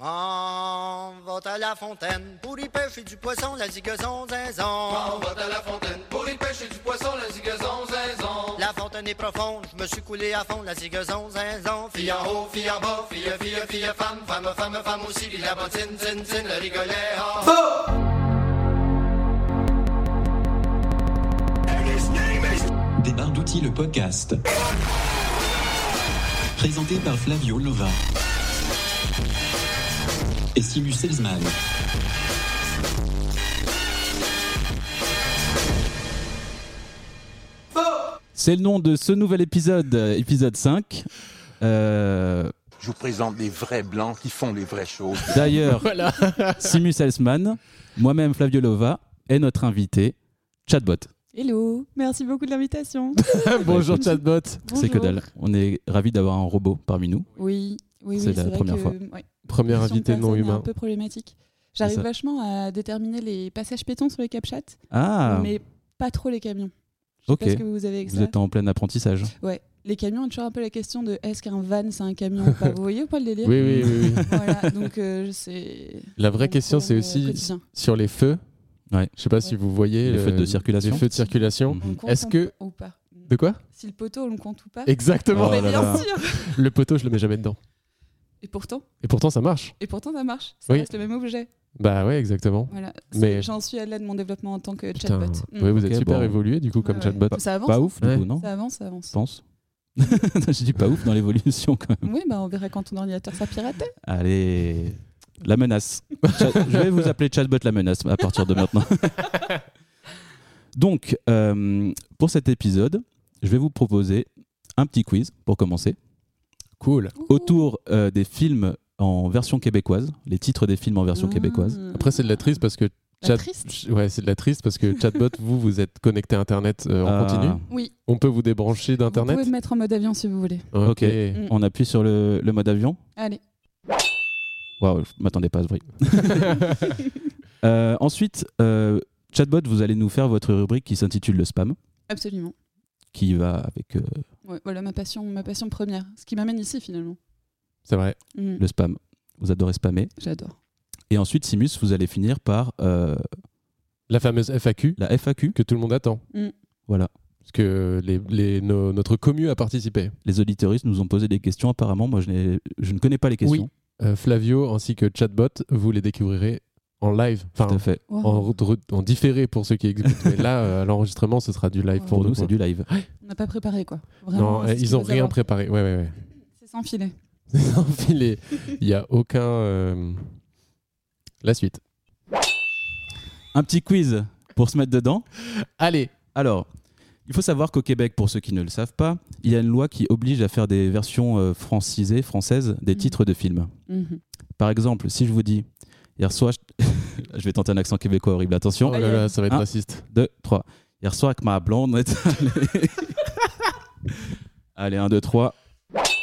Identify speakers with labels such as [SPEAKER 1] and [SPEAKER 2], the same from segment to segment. [SPEAKER 1] M'en va à la fontaine pour y pêcher du poisson, la zigazon
[SPEAKER 2] On
[SPEAKER 1] zinzon.
[SPEAKER 2] va à la fontaine pour y pêcher du poisson, la zigazon zinzon.
[SPEAKER 1] La fontaine est profonde, je me suis coulé à fond, la zigazon zinzon.
[SPEAKER 2] Fille en haut, fille en bas, fille, fille, fille, femme, femme, femme, femme aussi, puis la bottine, zin, zin, le rigolet, ah.
[SPEAKER 3] Des barres d'outils, le podcast. Présenté par Flavio Lova. Et Simus Selzman.
[SPEAKER 4] C'est le nom de ce nouvel épisode, euh, épisode 5. Euh,
[SPEAKER 5] Je vous présente les vrais blancs qui font les vraies choses.
[SPEAKER 4] D'ailleurs, Simus Elsman, moi-même Flavio Lova et notre invité, Chatbot.
[SPEAKER 6] Hello, merci beaucoup de l'invitation.
[SPEAKER 4] Bonjour Chatbot. C'est que
[SPEAKER 6] Bonjour.
[SPEAKER 4] dalle. On est ravis d'avoir un robot parmi nous.
[SPEAKER 6] Oui, oui, oui,
[SPEAKER 4] C'est la
[SPEAKER 6] vrai
[SPEAKER 4] première
[SPEAKER 6] que,
[SPEAKER 4] fois.
[SPEAKER 6] ouais,
[SPEAKER 7] Premier
[SPEAKER 6] question de
[SPEAKER 7] invité non
[SPEAKER 6] personne est
[SPEAKER 7] humain.
[SPEAKER 6] Un peu problématique.
[SPEAKER 4] C'est
[SPEAKER 6] J'arrive
[SPEAKER 4] ça.
[SPEAKER 6] vachement à déterminer les passages piétons sur les capchats,
[SPEAKER 4] Ah,
[SPEAKER 6] mais pas trop les camions. Je sais
[SPEAKER 4] ok.
[SPEAKER 6] pas ce que vous avez avec
[SPEAKER 4] Vous
[SPEAKER 6] ça.
[SPEAKER 4] êtes en plein apprentissage.
[SPEAKER 6] Ouais, les camions, on a toujours un peu la question de est-ce qu'un van c'est un camion ou pas. Vous voyez ou pas le délire
[SPEAKER 7] Oui, oui, oui. oui.
[SPEAKER 6] Voilà, donc euh, c'est.
[SPEAKER 7] La vraie
[SPEAKER 6] mon
[SPEAKER 7] question, c'est
[SPEAKER 6] problème,
[SPEAKER 7] aussi
[SPEAKER 6] euh, quotidien.
[SPEAKER 4] Mm-hmm.
[SPEAKER 7] sur les feux.
[SPEAKER 4] Ouais.
[SPEAKER 7] Je sais pas si vous voyez.
[SPEAKER 4] Les
[SPEAKER 7] le-
[SPEAKER 4] feux de circulation.
[SPEAKER 7] Les feux de circulation.
[SPEAKER 6] On le compte
[SPEAKER 7] Est-ce
[SPEAKER 6] ou
[SPEAKER 7] que-
[SPEAKER 6] ou pas
[SPEAKER 7] De quoi
[SPEAKER 6] Si le poteau, on le compte ou pas
[SPEAKER 7] Exactement.
[SPEAKER 4] Oh
[SPEAKER 6] Mais
[SPEAKER 4] là
[SPEAKER 6] bien
[SPEAKER 4] là.
[SPEAKER 6] sûr.
[SPEAKER 7] Le poteau, je le mets jamais dedans.
[SPEAKER 6] Et pourtant,
[SPEAKER 7] Et pourtant, ça marche.
[SPEAKER 6] et pourtant ça marche. Ça
[SPEAKER 7] Oui.
[SPEAKER 6] reste le même objet.
[SPEAKER 7] Bah ouais, exactement.
[SPEAKER 6] Voilà.
[SPEAKER 7] Mais-
[SPEAKER 6] C'est- J'en suis à l'aide de mon développement en tant que
[SPEAKER 7] Putain,
[SPEAKER 6] chatbot. Mm.
[SPEAKER 7] ouais, vous êtes
[SPEAKER 4] Ok,
[SPEAKER 7] super
[SPEAKER 4] bon.
[SPEAKER 7] évolué du coup comme
[SPEAKER 6] Ouais, ouais.
[SPEAKER 7] chatbot. Bah hein.
[SPEAKER 6] Ça avance.
[SPEAKER 4] Pas ouf, du
[SPEAKER 7] Ouais.
[SPEAKER 4] coup, non
[SPEAKER 6] Ça avance, ça
[SPEAKER 4] Je
[SPEAKER 6] avance.
[SPEAKER 4] pense. Je dis pas ouf dans l'évolution quand même.
[SPEAKER 6] Oui, bah on verra quand ton ordinateur sera piraté.
[SPEAKER 4] Allez, la menace. Chat- Je vais vous appeler Chatbot la menace à partir de maintenant. Donc, euh, pour cet épisode, je vais vous proposer un petit quiz pour commencer
[SPEAKER 7] Cool.
[SPEAKER 4] autour euh, des films en version québécoise, les titres des films en version
[SPEAKER 6] Mm. Mmh.
[SPEAKER 4] québécoise.
[SPEAKER 7] Après, c'est de la triste parce que
[SPEAKER 6] Pas
[SPEAKER 7] chat.
[SPEAKER 6] triste.
[SPEAKER 7] Ch- Ouais, c'est de la triste parce que chatbot, vous, vous êtes connecté à Internet euh, en
[SPEAKER 4] Ah,
[SPEAKER 7] continu.
[SPEAKER 6] Oui.
[SPEAKER 7] On peut vous débrancher
[SPEAKER 6] Vous
[SPEAKER 7] d'Internet.
[SPEAKER 6] pouvez me mettre en mode avion si vous voulez.
[SPEAKER 4] Ok. On appuie sur le, le mode avion.
[SPEAKER 6] Allez.
[SPEAKER 4] Waouh, je m'attendais pas à ce bruit. Euh, ensuite, euh, Chatbot, vous allez nous faire votre rubrique qui s'intitule le spam,
[SPEAKER 6] Absolument.
[SPEAKER 4] qui va avec euh,
[SPEAKER 6] Ouais, voilà ma passion, ma passion première. Ce qui m'amène ici finalement.
[SPEAKER 7] C'est vrai.
[SPEAKER 6] Mm.
[SPEAKER 4] le spam. Vous adorez spammer.
[SPEAKER 6] J'adore.
[SPEAKER 4] Et ensuite, Simus, vous allez finir par euh,
[SPEAKER 7] La fameuse FAQ
[SPEAKER 4] la FAQ.
[SPEAKER 7] que tout le monde attend.
[SPEAKER 6] Mm.
[SPEAKER 4] Voilà.
[SPEAKER 7] Parce que les, les- nos- notre commu a participé.
[SPEAKER 4] Les auditeuristes nous ont posé des questions. Apparemment, moi, je, n'ai- je ne connais pas les questions.
[SPEAKER 7] Euh, Flavio ainsi que Chatbot, vous les découvrirez en live.
[SPEAKER 4] Tout
[SPEAKER 7] Enfin,
[SPEAKER 4] à fait.
[SPEAKER 6] Wow.
[SPEAKER 7] en, re- en différé pour ceux qui écoutent. Mais là, euh, à l'enregistrement, ce sera du live
[SPEAKER 4] Pour,
[SPEAKER 7] pour,
[SPEAKER 4] nous, c'est du live.
[SPEAKER 6] On n'a pas préparé quoi. Vraiment,
[SPEAKER 7] Non,
[SPEAKER 6] c'est
[SPEAKER 7] euh,
[SPEAKER 6] ce qu'il
[SPEAKER 7] ils ont
[SPEAKER 6] faut
[SPEAKER 7] rien
[SPEAKER 6] savoir.
[SPEAKER 7] préparé. Ouais, ouais, ouais.
[SPEAKER 6] C'est sans filet.
[SPEAKER 7] Non, filet. Il n'y a aucun. euh, La suite.
[SPEAKER 4] Un petit quiz pour se mettre dedans.
[SPEAKER 7] Allez.
[SPEAKER 4] Alors, il faut savoir qu'au Québec, pour ceux qui ne le savent pas, il y a une loi qui oblige à faire des versions euh, francisées, françaises, des
[SPEAKER 6] Mhm.
[SPEAKER 4] titres de films.
[SPEAKER 6] Mhm.
[SPEAKER 4] Par exemple, si je vous dis, hier soir, je, je vais tenter un accent québécois horrible, attention.
[SPEAKER 7] Oh là là, ça va être
[SPEAKER 4] Ah.
[SPEAKER 7] raciste.
[SPEAKER 4] 2, 3. Hier soir, avec ma blonde, on est allé. Allez, 1, 2, 3.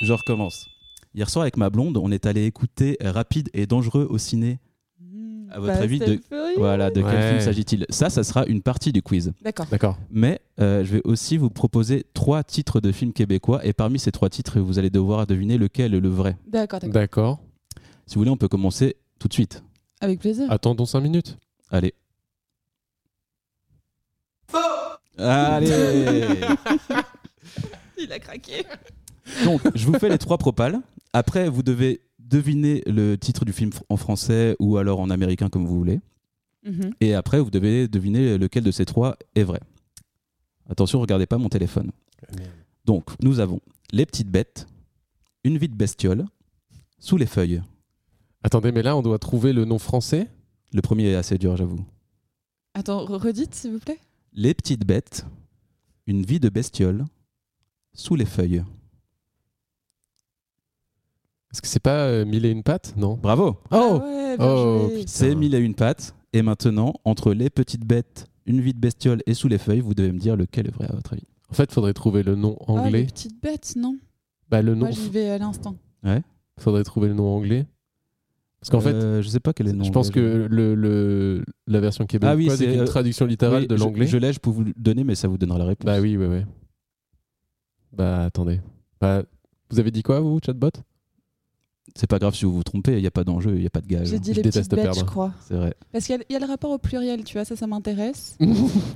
[SPEAKER 4] Je recommence. Hier soir, avec ma blonde, on est allé écouter Rapide et Dangereux au ciné.
[SPEAKER 6] Mm.
[SPEAKER 4] À votre
[SPEAKER 6] Fast
[SPEAKER 4] avis,
[SPEAKER 6] and
[SPEAKER 4] de-
[SPEAKER 6] Furious.
[SPEAKER 4] Voilà, de quel
[SPEAKER 7] Ouais.
[SPEAKER 4] film s'agit-il Ça, ça sera une partie du quiz.
[SPEAKER 6] D'accord.
[SPEAKER 7] D'accord.
[SPEAKER 4] Mais euh, je vais aussi vous proposer trois titres de films québécois. Et parmi ces trois titres, vous allez devoir deviner lequel est le vrai.
[SPEAKER 6] D'accord, d'accord.
[SPEAKER 7] D'accord.
[SPEAKER 4] Si vous voulez, on peut commencer tout de suite.
[SPEAKER 6] Avec plaisir.
[SPEAKER 7] Attendons 5 minutes.
[SPEAKER 4] Allez. Allez
[SPEAKER 6] Il a craqué.
[SPEAKER 4] Donc, je vous fais les trois propales. Après, vous devez deviner le titre du film fr- en français ou alors en américain, comme vous voulez.
[SPEAKER 6] Mhm.
[SPEAKER 4] Et après, vous devez deviner lequel de ces trois est vrai. Attention, regardez pas mon téléphone. Donc, nous avons Les Petites Bêtes, Une vie de bestiole, Sous les feuilles.
[SPEAKER 7] Attendez, mais là, on doit trouver le nom français.
[SPEAKER 4] Le premier est assez dur, j'avoue.
[SPEAKER 6] Attends, re- redites s'il vous plaît.
[SPEAKER 4] Les Petites Bêtes, Une vie de bestiole, Sous les feuilles.
[SPEAKER 7] Est-ce que c'est pas euh, Mille et une pattes Non.
[SPEAKER 4] Bravo
[SPEAKER 7] Oh
[SPEAKER 6] Ah ouais, bien
[SPEAKER 7] Oh
[SPEAKER 6] joué.
[SPEAKER 7] putain.
[SPEAKER 4] C'est mille et une pattes. Et maintenant, entre les petites bêtes, une vie de bestiole et sous les feuilles, vous devez me dire lequel est vrai à votre avis.
[SPEAKER 7] En fait, faudrait trouver le nom
[SPEAKER 6] Ah, les
[SPEAKER 7] anglais.
[SPEAKER 6] petites bêtes, non
[SPEAKER 7] bah, le nom.
[SPEAKER 6] Moi, j'y vais à l'instant.
[SPEAKER 7] Faudrait trouver le nom anglais. Parce qu'en fait,
[SPEAKER 4] Euh, je sais pas quel est le nom.
[SPEAKER 7] je pense que
[SPEAKER 4] anglais,
[SPEAKER 7] le, le- la version québécoise
[SPEAKER 4] Ah oui,
[SPEAKER 7] est,
[SPEAKER 4] c'est,
[SPEAKER 7] une
[SPEAKER 4] euh,
[SPEAKER 7] traduction
[SPEAKER 4] je-
[SPEAKER 7] littérale
[SPEAKER 4] Oui,
[SPEAKER 7] de
[SPEAKER 4] je-
[SPEAKER 7] l'anglais.
[SPEAKER 4] Je, l'ai, je peux vous le donner, mais ça vous donnera la réponse.
[SPEAKER 7] Bah oui, ouais, ouais. Bah attendez. Bah vous avez dit quoi vous, chatbot
[SPEAKER 4] C'est pas grave si vous vous trompez, il n'y a pas d'enjeu, il n'y a pas de gage. hein.
[SPEAKER 6] J'ai dit
[SPEAKER 7] je
[SPEAKER 6] les petites
[SPEAKER 7] déteste
[SPEAKER 6] bêtes,
[SPEAKER 7] perdre.
[SPEAKER 6] je crois.
[SPEAKER 4] C'est vrai.
[SPEAKER 6] Parce qu'il y a- il y, a le rapport au pluriel, tu vois, ça, ça m'intéresse.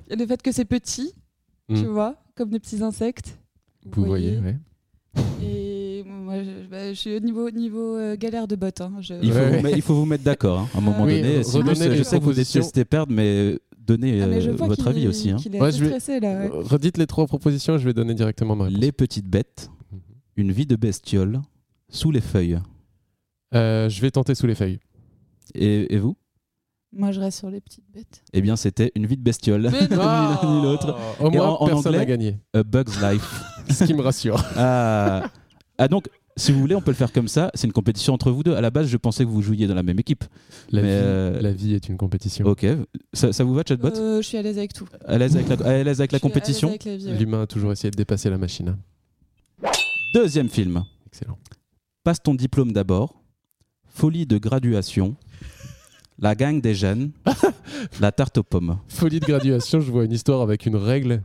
[SPEAKER 6] Et le fait que c'est petit,
[SPEAKER 7] Mm.
[SPEAKER 4] Hmm.
[SPEAKER 6] tu vois, comme des petits insectes.
[SPEAKER 7] Vous voyez, ouais.
[SPEAKER 6] Et moi, je, bah, je suis au niveau, niveau euh, galère de bottes. hein, je-
[SPEAKER 4] Il faut,
[SPEAKER 7] Ouais,
[SPEAKER 4] vous,
[SPEAKER 7] ouais.
[SPEAKER 4] met- il faut vous mettre d'accord hein, à un moment
[SPEAKER 7] Oui,
[SPEAKER 4] donné. Si vous-
[SPEAKER 7] redonnez
[SPEAKER 4] je
[SPEAKER 7] les
[SPEAKER 4] sais que vous
[SPEAKER 7] propositions.
[SPEAKER 4] détestez perdre, mais donnez
[SPEAKER 6] Ah, mais
[SPEAKER 4] euh,
[SPEAKER 6] je vois
[SPEAKER 4] votre
[SPEAKER 6] qu'il-
[SPEAKER 4] avis aussi. hein. Euh,
[SPEAKER 6] qu'il est
[SPEAKER 7] Ouais,
[SPEAKER 6] assez
[SPEAKER 7] je vais-
[SPEAKER 6] stressé, là. ouais.
[SPEAKER 7] Redites les trois propositions, je vais donner directement ma réponse.
[SPEAKER 4] Les petites bêtes,
[SPEAKER 7] Mhm.
[SPEAKER 4] une vie de bestiole sous les feuilles.
[SPEAKER 7] Euh, je vais tenter sous les feuilles.
[SPEAKER 4] Et, et vous
[SPEAKER 6] Moi, je reste sur les petites bêtes.
[SPEAKER 4] Eh bien, c'était une vie de bestiole. ni l'un ni l'autre.
[SPEAKER 7] Au
[SPEAKER 4] Et
[SPEAKER 7] moins,
[SPEAKER 4] en- en
[SPEAKER 7] personne n'a
[SPEAKER 4] anglais
[SPEAKER 7] gagné.
[SPEAKER 4] A Bug's Life.
[SPEAKER 7] Ce qui me rassure.
[SPEAKER 4] ah. Ah, donc, si vous voulez, on peut le faire comme ça. C'est une compétition entre vous deux. À la base, je pensais que vous jouiez dans la même équipe.
[SPEAKER 7] La,
[SPEAKER 4] Mais,
[SPEAKER 7] vie,
[SPEAKER 4] euh,
[SPEAKER 7] la vie est une compétition.
[SPEAKER 6] Oh.
[SPEAKER 4] Ok. Ça, ça vous va, chatbot
[SPEAKER 6] Euh, je suis à l'aise avec tout.
[SPEAKER 4] À l'aise avec la, à l'aise avec la
[SPEAKER 6] Je suis à l'aise
[SPEAKER 4] compétition
[SPEAKER 6] avec la vie, ouais.
[SPEAKER 7] L'humain a toujours essayé de dépasser la machine.
[SPEAKER 4] Deuxième film.
[SPEAKER 7] Excellent.
[SPEAKER 4] Passe ton diplôme d'abord. Folie de graduation. La gang des jeunes. la tarte aux pommes.
[SPEAKER 7] Folie de graduation, je vois une histoire avec une règle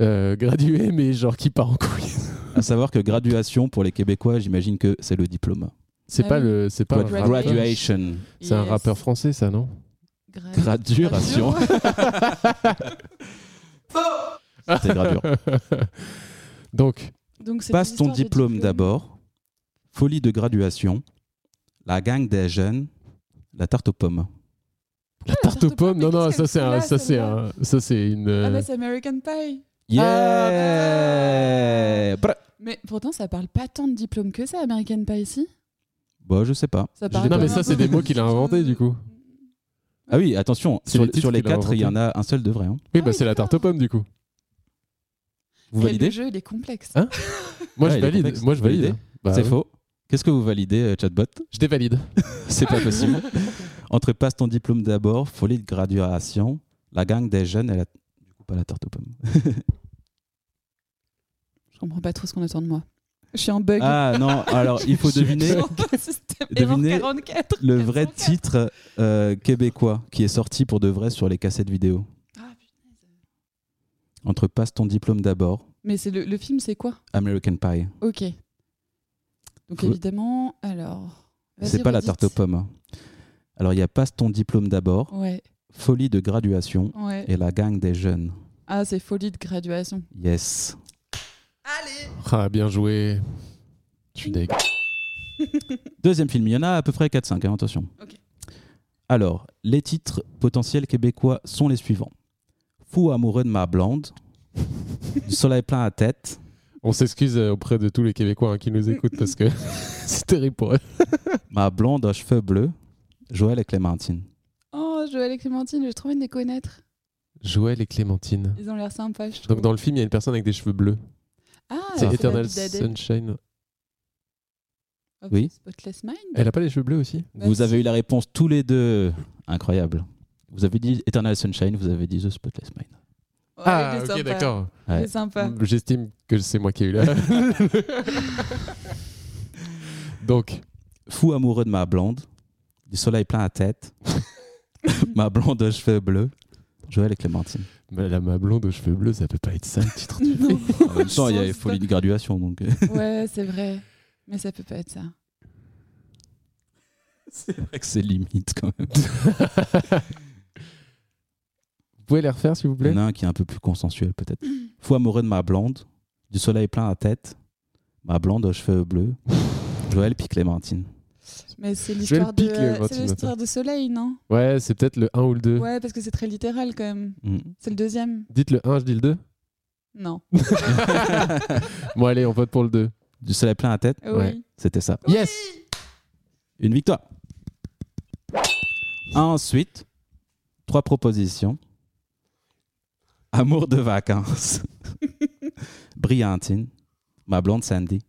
[SPEAKER 7] euh, graduée, mais genre qui part en couille.
[SPEAKER 4] À savoir que graduation, pour les Québécois, j'imagine que c'est le diplôme.
[SPEAKER 7] C'est
[SPEAKER 6] Ah
[SPEAKER 7] pas
[SPEAKER 6] oui.
[SPEAKER 7] le, c'est pas un
[SPEAKER 4] Gradu-
[SPEAKER 7] rappeur.
[SPEAKER 4] graduation.
[SPEAKER 7] C'est un
[SPEAKER 6] Yes.
[SPEAKER 7] rappeur français, ça, non
[SPEAKER 6] Gra-
[SPEAKER 4] Graduation. C'était gradure.
[SPEAKER 7] Donc,
[SPEAKER 6] Donc, c'est
[SPEAKER 4] Passe
[SPEAKER 6] une
[SPEAKER 4] ton
[SPEAKER 6] histoire de
[SPEAKER 4] diplôme d'abord. Folie de graduation. La gang des jeunes. La tarte aux pommes.
[SPEAKER 7] la tarte aux pommes. Non,
[SPEAKER 6] mais
[SPEAKER 7] non,
[SPEAKER 6] qu'est-ce
[SPEAKER 7] ça
[SPEAKER 6] que
[SPEAKER 7] c'est,
[SPEAKER 6] c'est
[SPEAKER 7] un-
[SPEAKER 6] là, celle-là
[SPEAKER 7] ça c'est, un- ça c'est une.
[SPEAKER 6] Ah,
[SPEAKER 7] euh,
[SPEAKER 6] bah, c'est American Pie.
[SPEAKER 4] Yeah Bra-
[SPEAKER 6] Mais pourtant, ça parle pas tant de diplôme que ça, American Pie ici.
[SPEAKER 4] Bon, Bah, je sais pas. Je
[SPEAKER 6] Ça
[SPEAKER 4] l'ai
[SPEAKER 6] parle
[SPEAKER 4] pas
[SPEAKER 7] non, mais
[SPEAKER 4] vu.
[SPEAKER 7] ça c'est des mots qu'il a inventés du coup.
[SPEAKER 4] Ah oui, attention,
[SPEAKER 7] Sur
[SPEAKER 4] sur,
[SPEAKER 7] les titres
[SPEAKER 4] sur les
[SPEAKER 7] qu'il a
[SPEAKER 4] quatre, il y en a un seul de vrai. hein.
[SPEAKER 7] Oui,
[SPEAKER 6] Ah
[SPEAKER 7] bah
[SPEAKER 6] oui,
[SPEAKER 7] c'est la tarte aux pommes du coup.
[SPEAKER 4] Vous
[SPEAKER 6] Quel
[SPEAKER 4] validez
[SPEAKER 6] jeu, il est complexe.
[SPEAKER 7] Hein Moi
[SPEAKER 4] Ah, il
[SPEAKER 7] je
[SPEAKER 4] est
[SPEAKER 7] valide.
[SPEAKER 4] complexe.
[SPEAKER 7] Moi je valide.
[SPEAKER 4] Validé.
[SPEAKER 7] Bah,
[SPEAKER 4] C'est
[SPEAKER 7] ouais.
[SPEAKER 4] faux. Qu'est-ce que vous validez, euh, chatbot
[SPEAKER 7] Je dévalide.
[SPEAKER 4] C'est pas possible. Entre passe ton diplôme d'abord, folie de graduation, la gang des jeunes et la... Du coup, pas la tarte aux pommes.
[SPEAKER 6] Je comprends pas trop ce qu'on attend de moi. Je suis en bug.
[SPEAKER 4] Ah non, alors il faut
[SPEAKER 7] Je suis
[SPEAKER 4] deviner
[SPEAKER 6] Système
[SPEAKER 4] devinez
[SPEAKER 6] erreur 44.
[SPEAKER 4] le vrai
[SPEAKER 6] 44.
[SPEAKER 4] titre euh, québécois qui est sorti pour de vrai sur les cassettes vidéo.
[SPEAKER 6] Ah, putain.
[SPEAKER 4] Entre passe ton diplôme d'abord,
[SPEAKER 6] Mais c'est le, le film, c'est quoi
[SPEAKER 4] American Pie.
[SPEAKER 6] Ok. Donc
[SPEAKER 4] Faut-
[SPEAKER 6] évidemment, alors. vas-y,
[SPEAKER 4] C'est pas la
[SPEAKER 6] redite.
[SPEAKER 4] tarte aux pommes. hein. Alors il y a passe ton diplôme d'abord,
[SPEAKER 6] Ouais,
[SPEAKER 4] folie de graduation
[SPEAKER 6] ouais.
[SPEAKER 4] et la gang des jeunes.
[SPEAKER 6] Ah, c'est folie de graduation.
[SPEAKER 4] Yes.
[SPEAKER 7] Ah bien joué. Je suis deg.
[SPEAKER 4] Deuxième film, il y en a à peu près 4-5, hein, attention.
[SPEAKER 6] Ok.
[SPEAKER 4] Alors, les titres potentiels québécois sont les suivants. Fou amoureux de ma blonde, du soleil plein à tête,
[SPEAKER 7] On s'excuse euh, auprès de tous les Québécois hein, qui nous écoutent parce que c'est terrible pour eux.
[SPEAKER 4] ma blonde aux cheveux bleus, Joël et Clémentine.
[SPEAKER 6] Oh, Joël et Clémentine, j'ai trop envie de les connaître.
[SPEAKER 7] Joël et Clémentine.
[SPEAKER 6] Ils ont l'air sympas, je trouve.
[SPEAKER 7] Donc dans le film, il y a une personne avec des cheveux bleus.
[SPEAKER 6] Ah,
[SPEAKER 7] c'est
[SPEAKER 6] la
[SPEAKER 7] Eternal
[SPEAKER 6] vie d'Adèle.
[SPEAKER 7] Sunshine.
[SPEAKER 6] Of
[SPEAKER 4] Oui.
[SPEAKER 6] the Spotless Mind.
[SPEAKER 7] Elle a pas les cheveux bleus aussi
[SPEAKER 4] Vous avez eu la réponse tous les deux. Incroyable. Vous avez dit Eternal Sunshine, vous avez dit The Spotless Mind.
[SPEAKER 6] Ouais,
[SPEAKER 7] Ah
[SPEAKER 6] il est
[SPEAKER 7] ok
[SPEAKER 6] sympa.
[SPEAKER 7] d'accord.
[SPEAKER 6] Il est
[SPEAKER 4] Ouais.
[SPEAKER 6] sympa.
[SPEAKER 7] Mm. J'estime que c'est moi qui ai eu la. Donc
[SPEAKER 4] Fou amoureux de ma blonde, du soleil plein à tête, ma blonde aux cheveux bleus, Joël et Clémentine.
[SPEAKER 7] ma- la ma blonde aux cheveux bleus, ça peut pas être ça le titre. du film.
[SPEAKER 4] En même temps, il y avait folie de graduation, donc euh,
[SPEAKER 6] Ouais, c'est vrai. Mais ça peut pas être ça.
[SPEAKER 4] c'est vrai que c'est limite quand même.
[SPEAKER 7] Vous pouvez les refaire s'il vous
[SPEAKER 4] Il y
[SPEAKER 7] plaît
[SPEAKER 4] en a un qui est un peu plus consensuel peut-être. Fou amoureux de ma blonde, du soleil plein à tête, ma blonde aux cheveux bleus, Joël puis Clémentine.
[SPEAKER 6] Mais c'est
[SPEAKER 7] Je vais le
[SPEAKER 6] l'histoire de,
[SPEAKER 7] piquer,
[SPEAKER 6] euh,
[SPEAKER 7] Martine,
[SPEAKER 6] c'est l'histoire de Soleil, non
[SPEAKER 7] Ouais, c'est peut-être le 1 ou le 2.
[SPEAKER 6] Ouais, parce que c'est très littéral quand même.
[SPEAKER 4] Mm.
[SPEAKER 6] C'est le deuxième
[SPEAKER 7] Dites le 1, je dis le 2.
[SPEAKER 6] Non.
[SPEAKER 7] Bon allez, on vote pour le 2.
[SPEAKER 4] Du soleil plein à tête,
[SPEAKER 6] Oui.
[SPEAKER 7] Ouais.
[SPEAKER 4] c'était ça.
[SPEAKER 7] Yes
[SPEAKER 4] Une victoire. Ensuite, trois propositions. Amour de vacances. Brillantine. Ma blonde Sandy.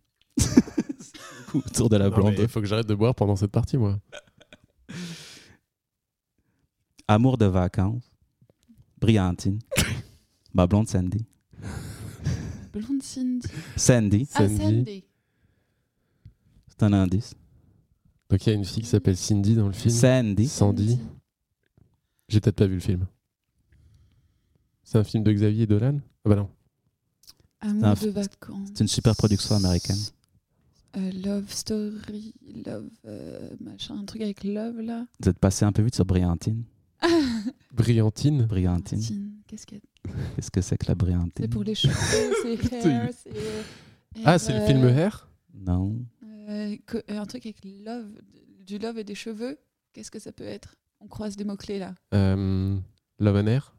[SPEAKER 4] Autour de la blonde.
[SPEAKER 7] Il faut que j'arrête de boire pendant cette partie moi.
[SPEAKER 4] Amour de vacances. Brillantine. Ma blonde Sandy.
[SPEAKER 6] Blonde Cindy.
[SPEAKER 4] Sandy,
[SPEAKER 6] Ah,
[SPEAKER 7] Sandy.
[SPEAKER 6] Sandy.
[SPEAKER 4] c'est un indice.
[SPEAKER 7] Donc il y a une fille qui s'appelle Cindy dans le film.
[SPEAKER 4] Sandy.
[SPEAKER 7] Sandy. J'ai peut-être pas vu le film. C'est un film de Xavier Dolan Ah bah non.
[SPEAKER 6] Amour
[SPEAKER 4] un
[SPEAKER 6] de
[SPEAKER 4] f-
[SPEAKER 6] vacances.
[SPEAKER 4] C'est une super production américaine.
[SPEAKER 6] Euh, love Story, Love, euh, machin, un truc avec Love là.
[SPEAKER 4] Vous êtes passé un peu vite sur Briantine.
[SPEAKER 7] Brillantine.
[SPEAKER 4] Briantine,
[SPEAKER 6] Martine, Qu'est-ce qu'il y a
[SPEAKER 4] qu'est-ce que c'est que la Briantine
[SPEAKER 6] C'est pour les cheveux, c'est hair, c'est.
[SPEAKER 7] Ah, c'est le
[SPEAKER 6] euh,
[SPEAKER 7] film Hair
[SPEAKER 4] Non.
[SPEAKER 6] euh, co- euh, un truc avec love, du love et des cheveux. Qu'est-ce que ça peut être On croise des mots clés là.
[SPEAKER 7] Euh, Love and Air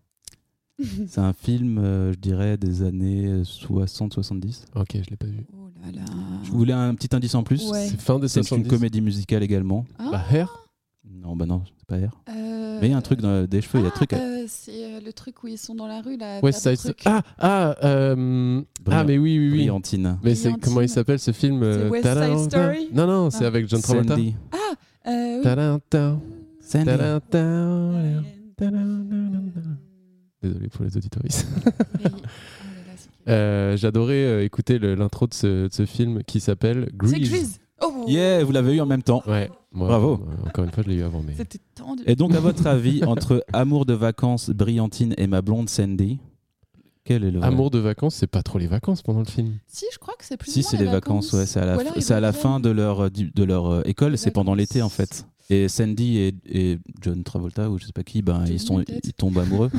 [SPEAKER 4] C'est un film, euh, je dirais, des années euh, 60-70.
[SPEAKER 7] Ok, je l'ai pas vu.
[SPEAKER 6] Oh là là.
[SPEAKER 4] Je voulais un petit indice en plus.
[SPEAKER 6] Ouais.
[SPEAKER 7] C'est fin des
[SPEAKER 4] C'est une
[SPEAKER 7] 70.
[SPEAKER 4] comédie musicale également.
[SPEAKER 6] Ah,
[SPEAKER 7] Bah, Hair
[SPEAKER 4] Non, bah non, c'est pas R.
[SPEAKER 6] euh,
[SPEAKER 4] Mais il y a un truc dans des cheveux, il y a un
[SPEAKER 6] ah,
[SPEAKER 4] truc. à-
[SPEAKER 6] euh, c'est euh, le truc où ils sont dans la rue là. à
[SPEAKER 7] West
[SPEAKER 6] faire des
[SPEAKER 7] Side Story.
[SPEAKER 6] trucs.
[SPEAKER 7] Ah, ah, euh, ah,
[SPEAKER 4] Brillant-
[SPEAKER 7] mais oui, oui, oui.
[SPEAKER 4] Brillantine.
[SPEAKER 7] Mais c'est
[SPEAKER 6] Brillantine.
[SPEAKER 7] comment il s'appelle ce film euh,
[SPEAKER 6] West Side
[SPEAKER 7] Talentin
[SPEAKER 6] Story
[SPEAKER 7] Non, non, c'est
[SPEAKER 6] Ah.
[SPEAKER 7] avec John Travolta.
[SPEAKER 4] Sandy.
[SPEAKER 6] Euh, oui.
[SPEAKER 7] Talentin,
[SPEAKER 4] Sandy.
[SPEAKER 7] talentin,
[SPEAKER 6] Euh,
[SPEAKER 7] talentin. Désolé pour les auditoristes.
[SPEAKER 6] mais- oh là là, c'est-
[SPEAKER 7] Euh, J'adorais euh, écouter le- l'intro de ce, de ce film qui s'appelle
[SPEAKER 6] C'est
[SPEAKER 7] Grease.
[SPEAKER 6] Grease. Oh,
[SPEAKER 4] Yeah, vous l'avez eu en même temps.
[SPEAKER 7] Ouais, moi,
[SPEAKER 4] Bravo.
[SPEAKER 7] euh, encore une fois, je l'ai eu avant, mais
[SPEAKER 6] C'était tendu.
[SPEAKER 4] Et donc, à votre avis, entre Amour de vacances, Brillantine et ma blonde Sandy, quel est le vrai
[SPEAKER 7] Amour de vacances, c'est pas trop les vacances pendant le film.
[SPEAKER 6] Si, je crois que c'est plus. ou
[SPEAKER 4] Si,
[SPEAKER 6] moins
[SPEAKER 4] c'est les vacances, ouais, c'est à
[SPEAKER 6] Ou
[SPEAKER 4] la,
[SPEAKER 6] alors
[SPEAKER 4] f-
[SPEAKER 6] ils
[SPEAKER 4] c'est à la
[SPEAKER 6] reviennent.
[SPEAKER 4] fin de leur, euh, du- de leur euh, école,
[SPEAKER 6] Les
[SPEAKER 4] c'est pendant
[SPEAKER 6] vacances.
[SPEAKER 4] l'été en fait. Et Sandy et, et John Travolta, ou je sais pas qui, ben, ils,
[SPEAKER 6] Johnny,
[SPEAKER 4] sont,
[SPEAKER 6] peut-être.
[SPEAKER 4] ils tombent amoureux.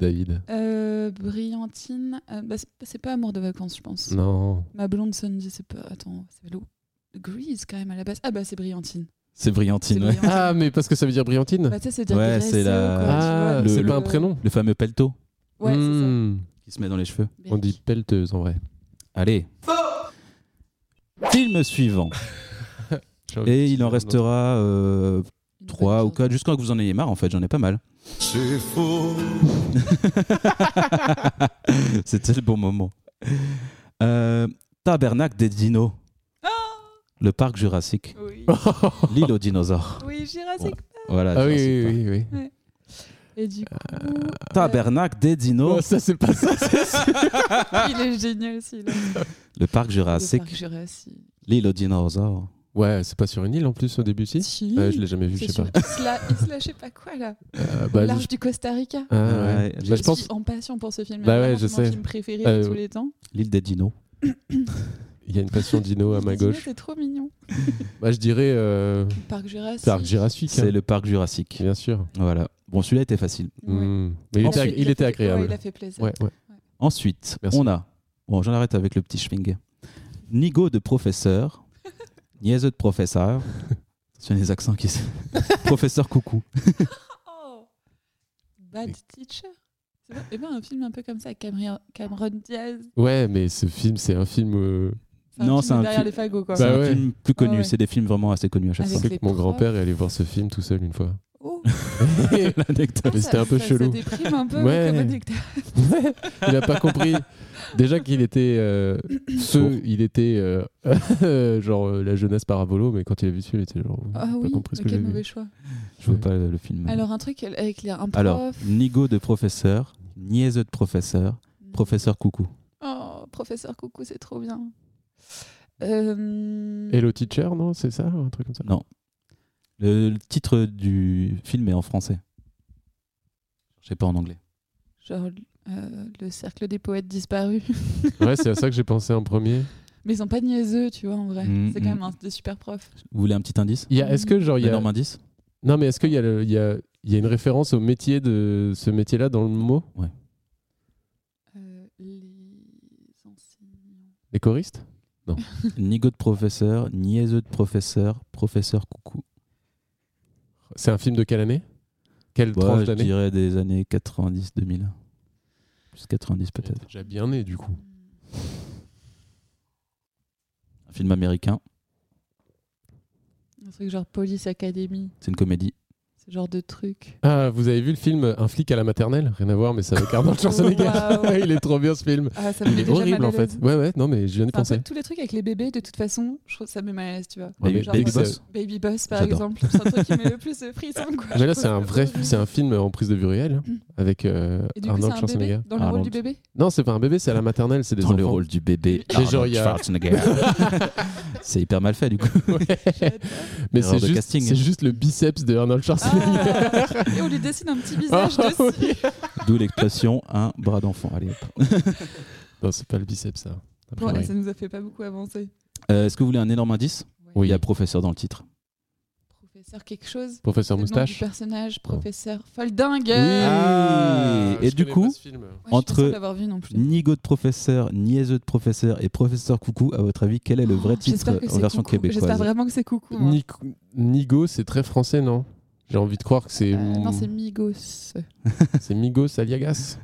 [SPEAKER 7] David.
[SPEAKER 6] Euh, brillantine. euh, bah, c'est- c'est pas amour de vacances, je pense.
[SPEAKER 7] Non.
[SPEAKER 6] Ma blonde Sandy, c'est pas. Attends, c'est l'eau. Grease quand même à la base. Ah bah c'est brillantine.
[SPEAKER 4] c'est
[SPEAKER 6] C'est
[SPEAKER 4] Brillantine, ouais.
[SPEAKER 6] brillantine.
[SPEAKER 7] Ah, mais parce que ça veut dire Brillantine
[SPEAKER 6] Bah, tu sais, c'est dire
[SPEAKER 4] Ouais,
[SPEAKER 6] graisseux,
[SPEAKER 4] c'est la-
[SPEAKER 6] quoi, tu
[SPEAKER 7] Ah,
[SPEAKER 6] vois,
[SPEAKER 4] le-
[SPEAKER 7] c'est
[SPEAKER 4] le-
[SPEAKER 7] pas un prénom
[SPEAKER 4] Le fameux pelto
[SPEAKER 6] Ouais, c'est
[SPEAKER 7] Hmm.
[SPEAKER 4] qui se met dans les cheveux.
[SPEAKER 6] ça.
[SPEAKER 7] On dit pelleteuse en vrai.
[SPEAKER 4] Allez. Film suivant. Et il en restera euh,
[SPEAKER 6] Une
[SPEAKER 4] trois
[SPEAKER 6] bonne
[SPEAKER 4] ou
[SPEAKER 6] chose.
[SPEAKER 4] quatre, jusqu'à ce que vous en ayez marre en fait, j'en ai pas mal.
[SPEAKER 2] C'est faux.
[SPEAKER 4] C'était le bon moment. Euh, Tabernacle des dinos.
[SPEAKER 7] Ah.
[SPEAKER 4] Le parc Jurassique.
[SPEAKER 6] Oui.
[SPEAKER 4] L'île aux dinosaures.
[SPEAKER 6] Oui, Jurassic.
[SPEAKER 4] Voilà.
[SPEAKER 7] Ah oui,
[SPEAKER 4] Jurassic
[SPEAKER 7] oui,
[SPEAKER 4] Park.
[SPEAKER 7] oui, oui.
[SPEAKER 6] Et du coup,
[SPEAKER 4] Tabernacle des dinos.
[SPEAKER 7] Oh, ça, c'est pas ça.
[SPEAKER 4] Ah.
[SPEAKER 6] il est génial aussi. Là.
[SPEAKER 4] Le parc
[SPEAKER 6] Le parc
[SPEAKER 4] Jurassique.
[SPEAKER 6] Jurassique.
[SPEAKER 4] L'île aux dinosaures.
[SPEAKER 7] Ouais, c'est pas sur une île en plus au début, si
[SPEAKER 6] Si.
[SPEAKER 7] Ouais, Je l'ai jamais vu, je
[SPEAKER 6] C'est
[SPEAKER 7] sais
[SPEAKER 6] sur
[SPEAKER 7] pas.
[SPEAKER 6] Isla, Isla, je sais pas quoi là.
[SPEAKER 7] Euh,
[SPEAKER 6] Au
[SPEAKER 7] bah,
[SPEAKER 6] large
[SPEAKER 7] je-
[SPEAKER 6] du Costa Rica.
[SPEAKER 7] Ah, ouais.
[SPEAKER 4] Ouais,
[SPEAKER 7] Bah,
[SPEAKER 6] je
[SPEAKER 7] je pense
[SPEAKER 6] suis en passion pour ce film.
[SPEAKER 7] Bah ouais,
[SPEAKER 6] vraiment,
[SPEAKER 7] je
[SPEAKER 6] c'est mon
[SPEAKER 7] sais.
[SPEAKER 6] film préféré de
[SPEAKER 7] Euh,
[SPEAKER 6] tous les temps.
[SPEAKER 4] L'île des dinos.
[SPEAKER 7] il y a une passion dino à ma
[SPEAKER 6] Disney,
[SPEAKER 7] gauche.
[SPEAKER 6] oh, C'est trop mignon.
[SPEAKER 7] Bah, je dirais euh,
[SPEAKER 6] Parc Jurassique.
[SPEAKER 7] Parc Jurassic, hein.
[SPEAKER 4] C'est le parc Jurassique.
[SPEAKER 7] bien sûr.
[SPEAKER 4] Voilà. Bon, celui-là était facile.
[SPEAKER 6] Ouais.
[SPEAKER 7] Mm. Mais il,
[SPEAKER 6] Ensuite,
[SPEAKER 7] était, il
[SPEAKER 6] a
[SPEAKER 7] était
[SPEAKER 6] fait-
[SPEAKER 7] agréable.
[SPEAKER 6] ouais, il a fait plaisir.
[SPEAKER 7] Ouais, ouais.
[SPEAKER 4] Ensuite,
[SPEAKER 7] Merci.
[SPEAKER 4] on a. Bon, j'en arrête avec le petit schwing. Nigo de professeur. Niaiseux de professeur. Attention, les accents qui. se- professeur coucou.
[SPEAKER 6] Oh. Bad Teacher. C'est pas- eh ben, un film un peu comme ça, avec Cameron, Cameron Diaz.
[SPEAKER 7] Ouais, mais ce film, c'est un film. euh,
[SPEAKER 6] Enfin,
[SPEAKER 4] Non,
[SPEAKER 6] un film
[SPEAKER 4] c'est un
[SPEAKER 6] derrière
[SPEAKER 4] film-
[SPEAKER 6] les fagots quoi.
[SPEAKER 4] C'est
[SPEAKER 7] Bah
[SPEAKER 4] un
[SPEAKER 7] ouais.
[SPEAKER 4] film plus connu.
[SPEAKER 6] Ah ouais.
[SPEAKER 4] C'est des films vraiment assez connus à chaque
[SPEAKER 6] Avec
[SPEAKER 7] je sais
[SPEAKER 6] les
[SPEAKER 7] que mon
[SPEAKER 6] profs.
[SPEAKER 7] grand-père est allé voir ce film tout seul une fois.
[SPEAKER 6] Oh.
[SPEAKER 7] Mais
[SPEAKER 4] fois. L'anecdote.
[SPEAKER 7] c'était un peu
[SPEAKER 6] ça,
[SPEAKER 7] chelou.
[SPEAKER 6] Ça déprime un peu. mais
[SPEAKER 7] Ouais.
[SPEAKER 6] Cameron Diaz-
[SPEAKER 7] il a pas compris. Déjà qu'il était euh, ce, il était euh, genre euh, la jeunesse parabolo, mais quand il a vu celui-là, il était genre.
[SPEAKER 6] Ah
[SPEAKER 7] j'ai
[SPEAKER 6] oui,
[SPEAKER 7] pas compris ce
[SPEAKER 6] mais
[SPEAKER 7] que j'ai
[SPEAKER 6] quel
[SPEAKER 7] vu.
[SPEAKER 6] mauvais choix.
[SPEAKER 4] Je vois pas le film.
[SPEAKER 6] Alors, un truc avec les, un prof.
[SPEAKER 4] Alors, Nigo de professeur. Niaiseux de professeur. Professeur coucou.
[SPEAKER 6] Oh, professeur Coucou, c'est trop bien. Euh,
[SPEAKER 7] Hello Teacher, non, c'est ça, un truc comme ça.
[SPEAKER 4] Non. Le, le titre du film est en français. Je sais pas en anglais.
[SPEAKER 6] Genre euh, le cercle des poètes disparus.
[SPEAKER 7] Ouais, c'est à ça que j'ai pensé en premier.
[SPEAKER 6] Mais ils sont pas niaiseux, tu vois, en vrai.
[SPEAKER 4] Mm,
[SPEAKER 6] c'est quand
[SPEAKER 4] mm.
[SPEAKER 6] même un, des super profs.
[SPEAKER 4] Vous voulez un petit indice
[SPEAKER 7] Il y a- Est-ce que genre il y a
[SPEAKER 4] Énorme indice
[SPEAKER 7] non, mais est-ce qu'il y a le- il y a il y a une référence au métier de ce métier-là dans le mot
[SPEAKER 6] Euh, les enseignants.
[SPEAKER 7] les choristes
[SPEAKER 4] Nigo de professeur, niaiseux de professeur, professeur coucou.
[SPEAKER 7] C'est un film de quelle année Quelle
[SPEAKER 4] Ouais,
[SPEAKER 7] tranche
[SPEAKER 4] je
[SPEAKER 7] d'année
[SPEAKER 4] dirais des années 90-2000. Plus 90
[SPEAKER 7] J'étais
[SPEAKER 4] peut-être.
[SPEAKER 7] Déjà bien né du coup.
[SPEAKER 4] Un film américain,
[SPEAKER 6] Un truc genre Police Academy,
[SPEAKER 4] c'est une comédie.
[SPEAKER 6] ce genre de truc.
[SPEAKER 7] Ah, vous avez vu le film Un flic à la maternelle Rien à voir, mais c'est avec Arnold Schwarzenegger.
[SPEAKER 6] Waouh.
[SPEAKER 7] il est trop bien ce film.
[SPEAKER 6] Oh, bah, Ah, ça me
[SPEAKER 7] Il
[SPEAKER 6] met
[SPEAKER 7] est
[SPEAKER 6] déjà
[SPEAKER 7] horrible
[SPEAKER 6] mal à
[SPEAKER 7] en fait.
[SPEAKER 6] l'aise.
[SPEAKER 7] Ouais, ouais, non, mais je viens de
[SPEAKER 6] Enfin, en fait,
[SPEAKER 7] penser.
[SPEAKER 6] tous les trucs avec les bébés, de toute façon, je trouve que ça me met mal à l'aise, tu vois.
[SPEAKER 7] Ouais,
[SPEAKER 4] Baby,
[SPEAKER 7] mais
[SPEAKER 6] Genre,
[SPEAKER 4] Baby
[SPEAKER 6] euh,
[SPEAKER 4] Boss
[SPEAKER 6] Baby Boss, par
[SPEAKER 4] J'adore.
[SPEAKER 6] exemple, c'est un truc qui met le plus de frissons. quoi.
[SPEAKER 7] Mais là, c'est un vrai, c'est un film en prise de vue réelle hein, avec euh,
[SPEAKER 6] Mm. Et du coup, c'est
[SPEAKER 7] Arnold
[SPEAKER 6] un
[SPEAKER 7] Schwarzenegger. Ah,
[SPEAKER 6] bébé dans le rôle
[SPEAKER 4] Arnold.
[SPEAKER 6] du bébé.
[SPEAKER 7] Non, c'est pas un bébé, c'est à la maternelle, c'est des
[SPEAKER 4] Dans le
[SPEAKER 7] enfants.
[SPEAKER 4] rôle du bébé
[SPEAKER 7] Et genre,
[SPEAKER 4] Arnold
[SPEAKER 7] il y a-
[SPEAKER 4] Schwarzenegger. c'est hyper mal fait du coup.
[SPEAKER 7] Mais
[SPEAKER 4] Erreur
[SPEAKER 7] c'est
[SPEAKER 4] de
[SPEAKER 7] juste,
[SPEAKER 4] casting.
[SPEAKER 7] c'est juste le biceps de Arnold Schwarzenegger.
[SPEAKER 6] Ah. Et on lui dessine un petit visage
[SPEAKER 7] Ah,
[SPEAKER 6] dessus.
[SPEAKER 7] oui.
[SPEAKER 4] D'où l'expression un bras d'enfant. Allez, hop.
[SPEAKER 7] Non, c'est pas le biceps ça. a
[SPEAKER 6] Bon,
[SPEAKER 7] priori.
[SPEAKER 6] ça nous a fait pas beaucoup avancer.
[SPEAKER 4] Euh, Est-ce que vous voulez un énorme indice
[SPEAKER 7] Oui.
[SPEAKER 4] Il y a professeur dans le titre.
[SPEAKER 6] Professeur quelque chose.
[SPEAKER 7] Professeur
[SPEAKER 6] Le nom du
[SPEAKER 7] Moustache. Oh.
[SPEAKER 6] personnage, professeur Folding.
[SPEAKER 4] Ah, et
[SPEAKER 7] je
[SPEAKER 4] du
[SPEAKER 7] connais
[SPEAKER 4] coup-
[SPEAKER 7] pas ce film.
[SPEAKER 4] Entre-
[SPEAKER 6] Entre. l'avoir vu non plus.
[SPEAKER 4] Nigo de professeur, niaiseux de professeur et professeur coucou, à votre avis, quel est le vrai
[SPEAKER 6] Oh,
[SPEAKER 4] titre
[SPEAKER 6] j'espère que
[SPEAKER 4] en
[SPEAKER 6] c'est
[SPEAKER 4] version
[SPEAKER 6] coucou. J'espère
[SPEAKER 4] québécoise
[SPEAKER 6] vraiment que c'est coucou. hein. moi.
[SPEAKER 7] Nico- Nigo, c'est très français, non J'ai envie de croire que c'est
[SPEAKER 6] Euh, non, c'est Migos.
[SPEAKER 7] c'est Migos Aliagas.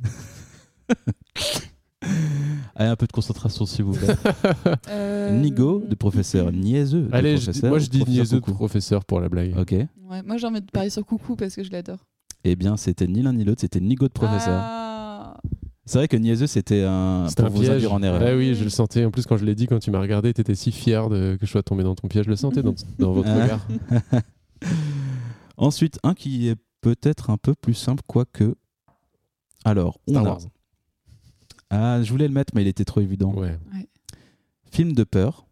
[SPEAKER 4] Allez, un peu de concentration, s'il vous plaît.
[SPEAKER 6] Euh,
[SPEAKER 4] Nigo de professeur, niaiseux de
[SPEAKER 7] Allez, je dis-
[SPEAKER 4] professeur.
[SPEAKER 7] moi
[SPEAKER 4] ou
[SPEAKER 7] je dis
[SPEAKER 4] professeur
[SPEAKER 7] niaiseux de
[SPEAKER 4] coucou
[SPEAKER 7] professeur pour la blague.
[SPEAKER 4] Ok.
[SPEAKER 6] ouais, moi j'ai envie de parier sur coucou parce que je l'adore.
[SPEAKER 4] Eh bien, c'était ni l'un ni l'autre, c'était Nigo de professeur.
[SPEAKER 6] Ah,
[SPEAKER 4] C'est vrai que niaiseux, c'était un.
[SPEAKER 7] C'est
[SPEAKER 4] pour
[SPEAKER 7] un
[SPEAKER 4] vous
[SPEAKER 7] piège.
[SPEAKER 4] induire en erreur.
[SPEAKER 7] Ah oui, je le sentais. En plus, quand je l'ai dit, quand tu m'as regardé, t'étais si fier de... que je sois tombé dans ton piège. Je le sentais dans, dans votre
[SPEAKER 4] Ah.
[SPEAKER 7] regard.
[SPEAKER 4] Ensuite, un qui est peut-être un peu plus simple, quoique. Alors, on
[SPEAKER 7] Star
[SPEAKER 4] a-
[SPEAKER 7] Wars.
[SPEAKER 4] Ah, je voulais le mettre, mais il était trop évident.
[SPEAKER 7] Ouais.
[SPEAKER 4] Film de peur,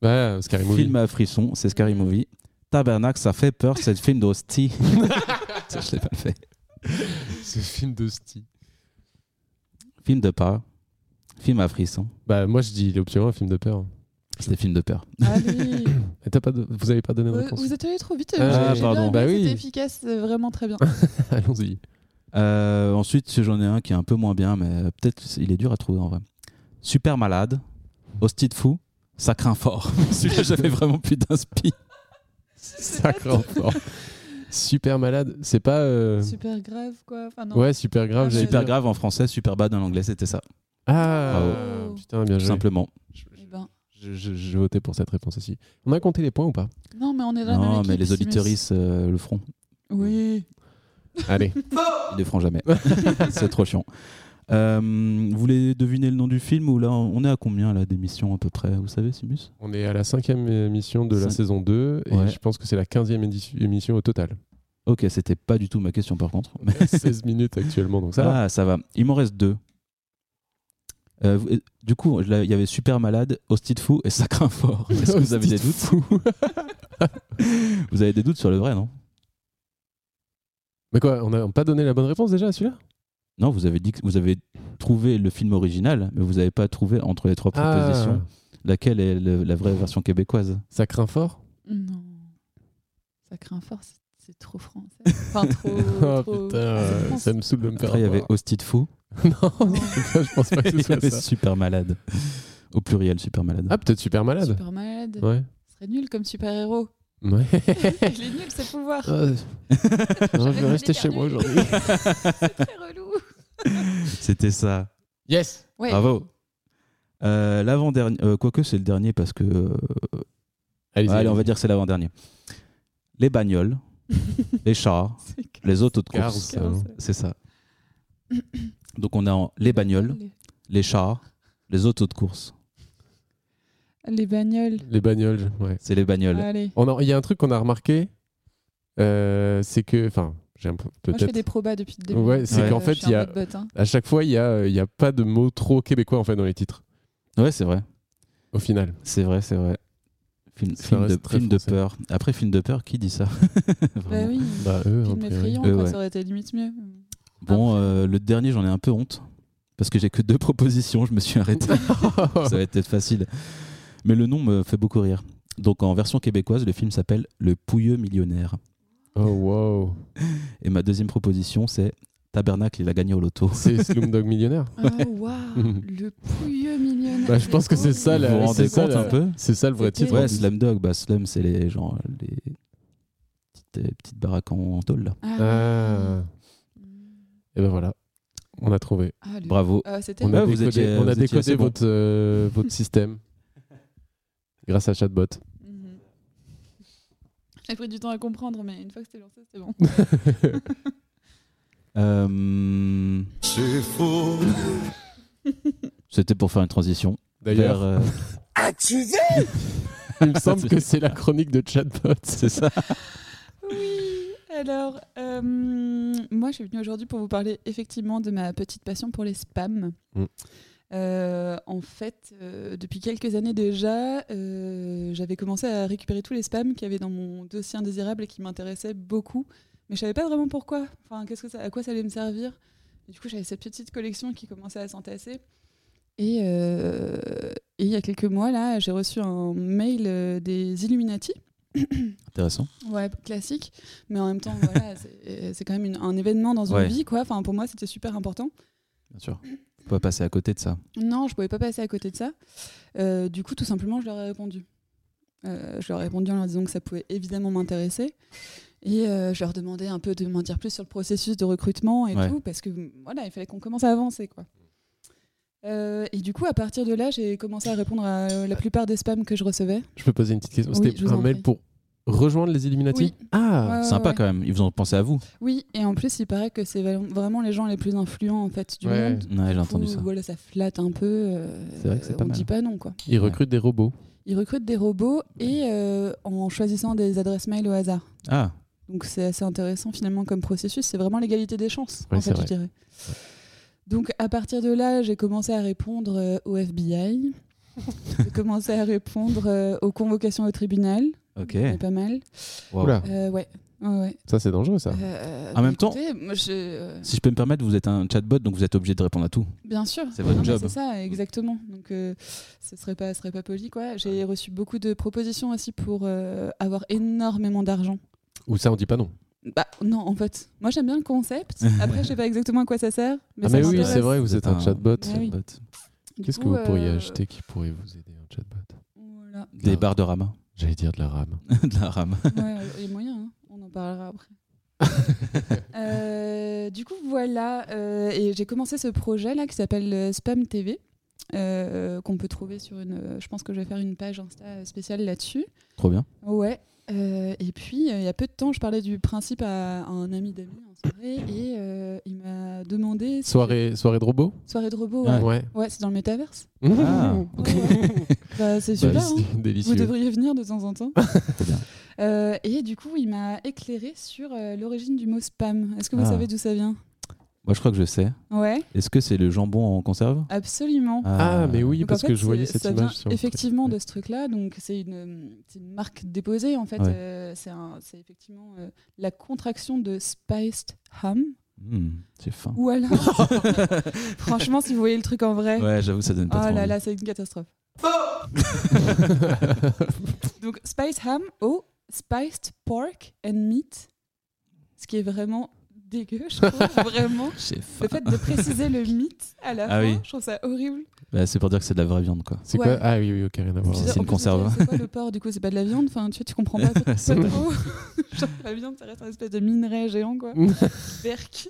[SPEAKER 7] Ouais, Bah, Scary Movie.
[SPEAKER 4] film à frisson, c'est Scary Movie. Tabernacle, ça fait peur, c'est le film d'Hostie. Ça, je l'ai pas fait.
[SPEAKER 7] Ce film de Sty.
[SPEAKER 4] Film de peur, film à frisson,
[SPEAKER 7] Bah, moi je dis l'option 1, film de peur.
[SPEAKER 4] c'était film de peur.
[SPEAKER 6] allez.
[SPEAKER 7] Et t'as pas de- Vous avez pas donné de
[SPEAKER 6] ah vous,
[SPEAKER 7] réponse.
[SPEAKER 6] vous êtes allé trop vite. euh,
[SPEAKER 7] Ah,
[SPEAKER 6] j'ai- j'ai
[SPEAKER 4] pardon.
[SPEAKER 6] bien aimé,
[SPEAKER 7] Bah oui.
[SPEAKER 6] C'était efficace, euh, vraiment très bien.
[SPEAKER 7] Allons-y.
[SPEAKER 4] Euh, ensuite, si j'en ai un qui est un peu moins bien, mais euh, peut-être il est dur à trouver en vrai. Super malade, Hostie de fou, ça craint fort. Celui-là, j'avais vraiment plus d'inspi.
[SPEAKER 7] Sacré enfant. Super malade. C'est pas. euh,
[SPEAKER 6] Super grave quoi. Enfin, non.
[SPEAKER 7] Ouais, super grave.
[SPEAKER 6] Ah,
[SPEAKER 7] j'allais
[SPEAKER 4] Super
[SPEAKER 7] dire.
[SPEAKER 4] grave en français, super bad en anglais, c'était ça,
[SPEAKER 7] Ah,
[SPEAKER 6] Bravo.
[SPEAKER 7] putain, bien
[SPEAKER 4] tout
[SPEAKER 7] joué.
[SPEAKER 4] simplement.
[SPEAKER 7] Je,
[SPEAKER 6] Eh ben,
[SPEAKER 7] je, je- je votais pour cette réponse aussi. On a compté les points ou pas
[SPEAKER 6] Non, mais on est dans la même
[SPEAKER 4] Non,
[SPEAKER 6] équipe,
[SPEAKER 4] mais les
[SPEAKER 6] Simus.
[SPEAKER 4] auditeuristes euh, le feront.
[SPEAKER 6] Oui.
[SPEAKER 7] Allez.
[SPEAKER 4] Ils ne le feront jamais. c'est trop chiant. Euh, vous voulez deviner le nom du film ou là on est à combien là d'émissions à peu près Vous savez, Simus
[SPEAKER 7] On est à la cinquième émission de la
[SPEAKER 4] Cinq.
[SPEAKER 7] saison 2 et
[SPEAKER 4] Ouais.
[SPEAKER 7] je pense que c'est la quinzième édi- émission au total.
[SPEAKER 4] Ok, c'était pas du tout ma question par contre. Mais-
[SPEAKER 7] 16 minutes actuellement, donc ça va.
[SPEAKER 4] ah, ça va. Il m'en reste deux. Euh, vous- euh, du coup, je l'avais- il y avait Super Malade, Hostie de Fou et Ça craint fort. Est-ce que vous avez des
[SPEAKER 7] Hostie de
[SPEAKER 4] doutes Vous avez des doutes sur le vrai, non
[SPEAKER 7] Mais quoi, on n'a pas donné la bonne réponse déjà à celui-là
[SPEAKER 4] Non, vous avez dit que vous avez trouvé le film original, mais vous n'avez pas trouvé entre les trois
[SPEAKER 7] Ah.
[SPEAKER 4] propositions laquelle est le- la vraie version québécoise.
[SPEAKER 7] ça craint fort
[SPEAKER 6] Non. Ça craint fort, c'est- c'est trop français. Enfin, trop.
[SPEAKER 7] Oh
[SPEAKER 6] trop- Ah, c'est
[SPEAKER 7] putain,
[SPEAKER 6] France.
[SPEAKER 7] ça me saoule de me faire
[SPEAKER 4] Après, il y avait
[SPEAKER 7] avoir.
[SPEAKER 4] Hostie de Fou.
[SPEAKER 7] Non, je pense pas que ce
[SPEAKER 4] Il y
[SPEAKER 7] soit
[SPEAKER 4] avait
[SPEAKER 7] ça.
[SPEAKER 4] super malade. Au pluriel, super malade.
[SPEAKER 7] Ah, peut-être super malade.
[SPEAKER 6] Super malade.
[SPEAKER 7] Ouais.
[SPEAKER 6] Ce serait nul comme super-héros.
[SPEAKER 7] Ouais.
[SPEAKER 6] Il est nul, c'est pouvoir.
[SPEAKER 7] Euh, non, je vais
[SPEAKER 6] J'avais
[SPEAKER 7] rester chez moi aujourd'hui.
[SPEAKER 6] Très relou.
[SPEAKER 4] C'était ça.
[SPEAKER 7] Yes
[SPEAKER 6] Ouais.
[SPEAKER 4] Bravo. Euh, L'avant-dernier. euh, Quoique, c'est le dernier parce que. euh,
[SPEAKER 7] Allez-y.
[SPEAKER 4] allez, on va dire que c'est l'avant-dernier. Les bagnoles, les chars,
[SPEAKER 6] C'est car-
[SPEAKER 4] les autos de
[SPEAKER 7] Cars,
[SPEAKER 4] course.
[SPEAKER 7] ça, non
[SPEAKER 4] C'est ça. Donc, on a en- les bagnoles, les chars, les autos de course.
[SPEAKER 6] Les bagnoles.
[SPEAKER 7] Les bagnoles, ouais.
[SPEAKER 4] C'est les bagnoles.
[SPEAKER 6] Allez.
[SPEAKER 7] On a- Il y a un truc qu'on a remarqué, euh, c'est que, enfin, j'ai un peu-
[SPEAKER 6] Moi, je fais
[SPEAKER 7] peut-être.
[SPEAKER 6] des probas depuis le début.
[SPEAKER 7] Ouais, c'est
[SPEAKER 6] Euh,
[SPEAKER 7] qu'en
[SPEAKER 6] je
[SPEAKER 7] fait,
[SPEAKER 6] suis
[SPEAKER 7] il y
[SPEAKER 6] en
[SPEAKER 7] a-
[SPEAKER 6] mode botte, hein.
[SPEAKER 7] À chaque fois, il y a, euh, il y a pas de mots trop québécois en fait dans les titres.
[SPEAKER 4] Ouais, c'est vrai.
[SPEAKER 7] Au final,
[SPEAKER 4] C'est vrai, c'est vrai. Film,
[SPEAKER 7] Ça
[SPEAKER 4] film de,
[SPEAKER 7] reste très
[SPEAKER 4] film de
[SPEAKER 7] français.
[SPEAKER 4] peur. Après, film de peur, qui dit ça
[SPEAKER 6] Bah
[SPEAKER 4] Vraiment.
[SPEAKER 6] oui.
[SPEAKER 7] bah, eux,
[SPEAKER 6] Film
[SPEAKER 7] a priori.
[SPEAKER 6] effrayant,
[SPEAKER 4] Euh,
[SPEAKER 6] quoi,
[SPEAKER 4] ouais.
[SPEAKER 6] ça aurait été limite mieux.
[SPEAKER 7] Ah.
[SPEAKER 4] Bon, euh, le dernier, j'en ai un peu honte. Parce que j'ai que deux propositions, je me suis arrêté. Ça va être peut-être facile. Mais le nom me fait beaucoup rire. Donc en version québécoise, le film s'appelle Le Pouilleux Millionnaire.
[SPEAKER 7] oh wow,
[SPEAKER 4] Et ma deuxième proposition, c'est Tabernacle, il a gagné au loto.
[SPEAKER 7] c'est Slumdog Millionnaire.
[SPEAKER 6] Ah, waouh, le pouilleux millionnaire.
[SPEAKER 7] Bah, je pense que c'est ça,
[SPEAKER 4] Vous
[SPEAKER 7] la-
[SPEAKER 4] vous rendez
[SPEAKER 7] c'est ça,
[SPEAKER 4] compte
[SPEAKER 7] la-
[SPEAKER 4] un peu
[SPEAKER 7] C'est ça le vrai
[SPEAKER 6] C'était-
[SPEAKER 7] titre. hein.
[SPEAKER 4] Ouais,
[SPEAKER 7] en plus.
[SPEAKER 4] Slumdog, bah Slum, c'est les genre les petites, euh, petites baraques en, en tôle. là.
[SPEAKER 7] Ah. Et ben voilà, on a trouvé.
[SPEAKER 6] Ah, le-
[SPEAKER 4] Bravo.
[SPEAKER 6] Ah, c'était
[SPEAKER 7] On a
[SPEAKER 4] Ouais, vous
[SPEAKER 7] décodé,
[SPEAKER 4] étiez-
[SPEAKER 7] on
[SPEAKER 4] vous
[SPEAKER 7] a
[SPEAKER 4] étiez
[SPEAKER 7] décodé
[SPEAKER 4] assez bon.
[SPEAKER 7] votre euh, votre système grâce à chatbot.
[SPEAKER 6] Mhm. J'ai pris du temps à comprendre, mais une fois que c'était lancé, c'était bon.
[SPEAKER 4] Euh,
[SPEAKER 2] C'est faux.
[SPEAKER 4] C'était pour faire une transition.
[SPEAKER 7] D'ailleurs,
[SPEAKER 4] vers, euh,
[SPEAKER 7] il me semble que c'est la chronique de chatbot.
[SPEAKER 4] c'est ça.
[SPEAKER 6] Oui, alors, euh, moi je suis venue aujourd'hui pour vous parler effectivement de ma petite passion pour les spams.
[SPEAKER 7] Mm.
[SPEAKER 6] Euh, en fait, euh, depuis quelques années déjà, euh, j'avais commencé à récupérer tous les spams qu'il y avait dans mon dossier indésirable et qui m'intéressaient beaucoup, mais je savais pas vraiment pourquoi. Enfin, qu'est-ce que ça, à quoi ça allait me servir Et Du coup, j'avais cette petite collection qui commençait à s'entasser. Et, euh, Et il y a quelques mois, là, j'ai reçu un mail euh, des Illuminati.
[SPEAKER 4] Intéressant.
[SPEAKER 6] Ouais, classique. Mais en même temps, voilà, c'est- euh, c'est quand même une- un événement dans une
[SPEAKER 4] Ouais.
[SPEAKER 6] vie, quoi. Enfin, pour moi, c'était super important.
[SPEAKER 4] Bien sûr. On peut pas passer à côté de ça.
[SPEAKER 6] Non, je pouvais pas passer à côté de ça. Euh, du coup, tout simplement, je leur ai répondu. Euh, je leur ai répondu en leur disant que ça pouvait évidemment m'intéresser. Et euh, je leur demandais un peu de m'en dire plus sur le processus de recrutement et
[SPEAKER 4] Ouais.
[SPEAKER 6] tout, parce que voilà, il fallait qu'on commence à avancer, quoi. Euh, et du coup, à partir de là, j'ai commencé à répondre à euh, la plupart des spams que je recevais.
[SPEAKER 7] Je peux poser une petite question.
[SPEAKER 6] Oui, je
[SPEAKER 7] C'était
[SPEAKER 6] vous
[SPEAKER 7] un
[SPEAKER 6] en
[SPEAKER 7] mail
[SPEAKER 6] prie.
[SPEAKER 7] pour rejoindre les Illuminati
[SPEAKER 6] Oui.
[SPEAKER 7] Ah
[SPEAKER 6] Ouais, ouais,
[SPEAKER 4] Sympa
[SPEAKER 6] ouais.
[SPEAKER 4] quand même. Ils vous ont pensé à vous.
[SPEAKER 6] Oui, et en plus, il paraît que c'est val- vraiment les gens les plus influents en fait du
[SPEAKER 7] Ouais.
[SPEAKER 6] monde.
[SPEAKER 4] Ouais, j'ai entendu
[SPEAKER 6] Ou-
[SPEAKER 4] ça.
[SPEAKER 6] Voilà, ça flatte un peu. euh,
[SPEAKER 4] C'est vrai que c'est pas
[SPEAKER 6] on
[SPEAKER 4] mal.
[SPEAKER 6] dit pas non quoi.
[SPEAKER 7] Ils recrutent des robots.
[SPEAKER 6] Ils recrutent des robots et euh, en choisissant des adresses mail au hasard.
[SPEAKER 4] Ah,
[SPEAKER 6] Donc c'est assez intéressant finalement comme processus. C'est vraiment l'égalité des chances
[SPEAKER 7] Ouais,
[SPEAKER 6] en
[SPEAKER 7] c'est
[SPEAKER 6] fait,
[SPEAKER 7] vrai.
[SPEAKER 6] je dirais. Donc à partir de là, j'ai commencé à répondre euh, au FBI. j'ai commencé à répondre euh, aux convocations au tribunal.
[SPEAKER 4] ok.
[SPEAKER 6] C'est pas mal.
[SPEAKER 4] Wow.
[SPEAKER 7] Oula,
[SPEAKER 6] Euh, ouais. ouais, ouais.
[SPEAKER 7] ça c'est dangereux ça.
[SPEAKER 6] Euh,
[SPEAKER 4] En même temps-
[SPEAKER 6] écoutez, moi, je, euh,
[SPEAKER 4] Si je peux me permettre, vous êtes un chatbot, donc vous êtes obligé de répondre à tout.
[SPEAKER 6] Bien sûr.
[SPEAKER 4] C'est votre
[SPEAKER 6] Non, mais
[SPEAKER 4] job.
[SPEAKER 6] C'est ça, exactement. Donc, euh, ce serait pas, ce serait pas poli, quoi. J'ai reçu beaucoup de propositions aussi pour euh, avoir énormément d'argent.
[SPEAKER 7] Ou ça on dit pas non.
[SPEAKER 6] Bah non, en fait, moi j'aime bien le concept. Après, je sais pas exactement à quoi ça sert. Mais
[SPEAKER 7] ah
[SPEAKER 6] ça
[SPEAKER 7] mais oui,
[SPEAKER 6] m'intéresse.
[SPEAKER 7] c'est vrai, vous êtes un
[SPEAKER 4] Ah.
[SPEAKER 7] chatbot.
[SPEAKER 6] Ah oui.
[SPEAKER 4] Bot.
[SPEAKER 6] Du
[SPEAKER 7] Qu'est-ce que
[SPEAKER 6] coup,
[SPEAKER 7] vous pourriez
[SPEAKER 6] euh,
[SPEAKER 7] acheter qui pourrait vous aider un chatbot
[SPEAKER 6] voilà.
[SPEAKER 4] Des
[SPEAKER 7] Ah.
[SPEAKER 4] barres de rama.
[SPEAKER 7] J'allais dire de la RAM.
[SPEAKER 4] de la rama.
[SPEAKER 6] Ouais, il y a moyen, hein. on en parlera après. Euh, du coup, voilà, euh, et j'ai commencé ce projet là qui s'appelle euh, Spam TV, euh, qu'on peut trouver sur une. euh, je pense que je vais faire une page Insta spéciale là-dessus.
[SPEAKER 4] Trop bien.
[SPEAKER 6] Ouais. euh, et puis, euh, il y a peu de temps, je parlais du principe à, à un ami d'amis en soirée et euh, il m'a demandé. si-
[SPEAKER 7] Soirée, soirée de robots Bah,
[SPEAKER 6] Soirée de robots, ouais.
[SPEAKER 4] Ah,
[SPEAKER 7] Ouais.
[SPEAKER 6] Ouais, c'est dans le métaverse.
[SPEAKER 4] Ah, ok.
[SPEAKER 6] Ouais, ouais. Bah, c'est celui-là. hein.
[SPEAKER 7] Délicieux.
[SPEAKER 6] Vous
[SPEAKER 7] Délicieux.
[SPEAKER 6] devriez venir de temps en temps.
[SPEAKER 4] bien.
[SPEAKER 6] Euh, et du coup, il m'a éclairé sur euh, l'origine du mot spam. Est-ce que vous
[SPEAKER 4] Ah.
[SPEAKER 6] savez d'où ça vient
[SPEAKER 4] Moi, je crois que je sais.
[SPEAKER 6] Ouais,
[SPEAKER 4] Est-ce que c'est le jambon en conserve
[SPEAKER 6] absolument.
[SPEAKER 7] Ah mais oui,
[SPEAKER 6] Donc,
[SPEAKER 7] parce
[SPEAKER 6] en fait,
[SPEAKER 7] que je voyais
[SPEAKER 6] c'est-
[SPEAKER 7] cette
[SPEAKER 6] ça
[SPEAKER 7] image
[SPEAKER 6] vient
[SPEAKER 7] sur. le truc.
[SPEAKER 6] effectivement
[SPEAKER 7] Ouais.
[SPEAKER 6] de ce truc-là. Donc c'est une, c'est une marque déposée en fait.
[SPEAKER 4] Ouais.
[SPEAKER 6] Euh, c'est un- c'est effectivement euh, la contraction de spiced ham.
[SPEAKER 4] Hmm, J'ai faim.
[SPEAKER 6] Ou alors, franchement, si vous voyez le truc en vrai,
[SPEAKER 4] Ouais, j'avoue, ça donne pas
[SPEAKER 6] oh
[SPEAKER 4] trop.
[SPEAKER 6] là
[SPEAKER 4] envie.
[SPEAKER 6] là, c'est une catastrophe. Donc spiced ham au spiced pork and meat, ce qui est vraiment dégueu, je trouve vraiment.
[SPEAKER 4] J'ai faim.
[SPEAKER 6] Le fait de préciser le meat à la
[SPEAKER 4] Ah
[SPEAKER 6] fin,
[SPEAKER 4] oui.
[SPEAKER 6] je trouve ça horrible.
[SPEAKER 4] Bah, c'est pour dire que c'est de la vraie viande, quoi.
[SPEAKER 7] C'est
[SPEAKER 6] Ouais.
[SPEAKER 7] quoi Ah oui, oui, ok, rien à voir.
[SPEAKER 6] Je veux
[SPEAKER 4] C'est
[SPEAKER 6] dire, en
[SPEAKER 4] une
[SPEAKER 6] plus,
[SPEAKER 4] conserve.
[SPEAKER 6] C'est quoi le porc Du coup, c'est pas de la viande. Enfin, tu vois, tu comprends pas, pas
[SPEAKER 4] C'est vrai.
[SPEAKER 6] trop. Genre, la viande, ça reste un espèce de minerai géant, quoi. Berk.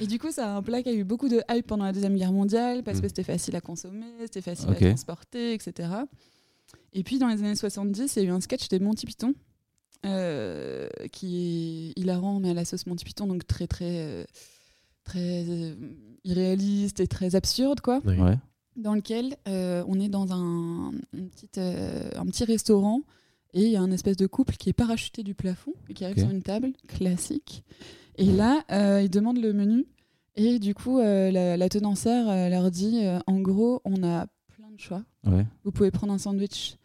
[SPEAKER 6] Et du coup, c'est un plat qui a eu beaucoup de hype pendant la Deuxième Guerre mondiale parce que
[SPEAKER 4] Mm.
[SPEAKER 6] c'était facile à consommer, c'était facile
[SPEAKER 4] Ok.
[SPEAKER 6] à transporter, etc. Et puis, dans les années 70, il y a eu un sketch des Monty Python euh, qui est hilarant, mais à la sauce Monty Python, donc très, très, euh, très euh, irréaliste et très absurde, quoi
[SPEAKER 7] Oui.
[SPEAKER 4] Ouais.
[SPEAKER 6] dans lequel euh, on est dans un, une petite, euh, un petit restaurant et il y a un espèce de couple qui est parachuté du plafond et qui arrive
[SPEAKER 4] Ok.
[SPEAKER 6] sur une table classique. Et là, euh, ils demandent le menu et du coup, euh, la, la tenancière euh, leur dit euh, en gros, on a plein de choix.
[SPEAKER 4] Ouais.
[SPEAKER 6] Vous pouvez prendre un sandwich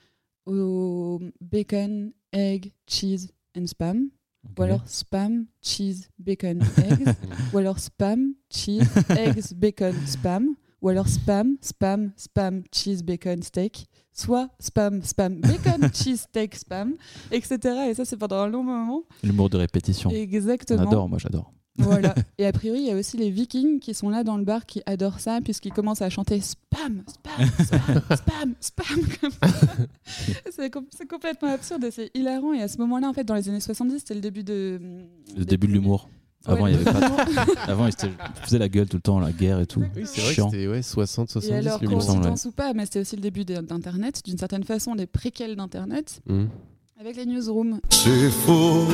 [SPEAKER 6] au bacon, egg, cheese and spam.
[SPEAKER 4] ok.
[SPEAKER 6] Ou alors spam, cheese, bacon, eggs. ou alors spam, cheese, eggs, bacon, spam. Ou alors spam, spam, spam, cheese, bacon, steak. Soit spam, spam, bacon, cheese, steak, spam, etc. Et ça, c'est pendant un long moment.
[SPEAKER 4] L'humour de répétition. On
[SPEAKER 6] Exactement.
[SPEAKER 4] adore, moi j'adore.
[SPEAKER 6] Voilà. Et a priori, il y a aussi les Vikings qui sont là dans le bar qui adorent ça, puisqu'ils commencent à chanter spam, spam, spam, spam, spam, comme ça. C'est com- c'est complètement absurde et c'est hilarant. Et à ce moment-là, en fait, dans les années 70, c'était le début de.
[SPEAKER 4] Le début de l'humour.
[SPEAKER 6] Ouais,
[SPEAKER 4] Avant, il y
[SPEAKER 6] le
[SPEAKER 4] avait
[SPEAKER 6] début
[SPEAKER 4] pas.
[SPEAKER 6] de l'humour.
[SPEAKER 4] Avant, ils étaient- ils faisaient la gueule tout le temps, la guerre et tout.
[SPEAKER 7] Oui, c'est vrai que
[SPEAKER 4] Chiant.
[SPEAKER 7] c'était ouais, 60,
[SPEAKER 6] Et
[SPEAKER 7] 70
[SPEAKER 6] alors,
[SPEAKER 4] il me
[SPEAKER 7] l'humour.
[SPEAKER 4] semble,
[SPEAKER 6] coïncidence ou pas, mais c'était aussi le début de- d'Internet, d'une certaine façon, les préquels d'Internet,
[SPEAKER 7] Mhm.
[SPEAKER 6] avec les newsrooms.
[SPEAKER 2] C'est faux.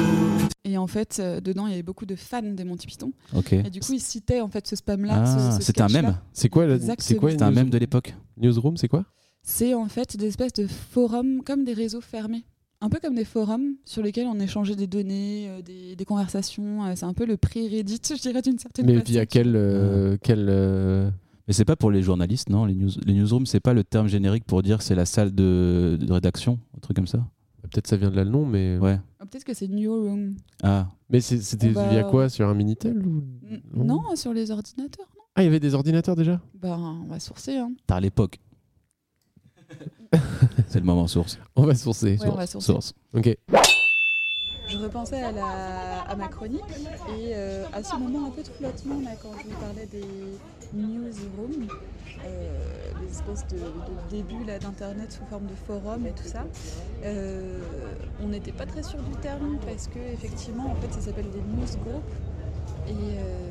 [SPEAKER 6] Et en fait, euh, dedans, il y avait beaucoup de fans des Monty Python.
[SPEAKER 4] Ok.
[SPEAKER 6] Et du coup, ils citaient en fait ce spam-là.
[SPEAKER 4] Ah,
[SPEAKER 6] ce- ce
[SPEAKER 4] c'était un
[SPEAKER 6] sketch-là.
[SPEAKER 4] mème.
[SPEAKER 7] C'est quoi la
[SPEAKER 6] Exactement.
[SPEAKER 7] C'est quoi
[SPEAKER 4] C'était un
[SPEAKER 7] news-
[SPEAKER 4] mème de l'époque.
[SPEAKER 7] Newsroom, c'est quoi
[SPEAKER 6] C'est en fait des espèces de forums, comme des réseaux fermés. Un peu comme des forums sur lesquels on échangeait des données, euh, des, des conversations. euh, c'est un peu le pré-Reddit, je dirais, d'une certaine
[SPEAKER 7] Mais
[SPEAKER 6] façon.
[SPEAKER 7] via quel euh, quel euh,
[SPEAKER 4] Mais c'est pas pour les journalistes, non Les, news... les newsrooms, c'est pas le terme générique pour dire c'est la salle de... de rédaction, un truc comme ça
[SPEAKER 7] Peut-être ça vient de là le nom, mais
[SPEAKER 4] Ouais.
[SPEAKER 6] Ah, Peut-être que c'est Newroom.
[SPEAKER 4] Ah,
[SPEAKER 7] mais c'est- c'était
[SPEAKER 6] On va-
[SPEAKER 7] via quoi Sur un minitel ou
[SPEAKER 6] N- Non, sur les ordinateurs. non
[SPEAKER 7] Ah, il y avait des ordinateurs déjà.
[SPEAKER 6] Ben, on va sourcer. Hein.
[SPEAKER 4] t'as l'époque. C'est le moment source.
[SPEAKER 7] On va sourcer.
[SPEAKER 6] Ouais, on va sourcer.
[SPEAKER 4] Source.
[SPEAKER 7] Ok.
[SPEAKER 6] Je repensais à, la, à ma chronique et euh, à ce moment un peu de flottement là, quand je vous parlais des newsrooms, euh, les espèces de, de débuts là, d'Internet sous forme de forum et tout ça. Euh, on n'était pas très sûr du terme parce que effectivement en fait ça s'appelle des newsgroups et euh,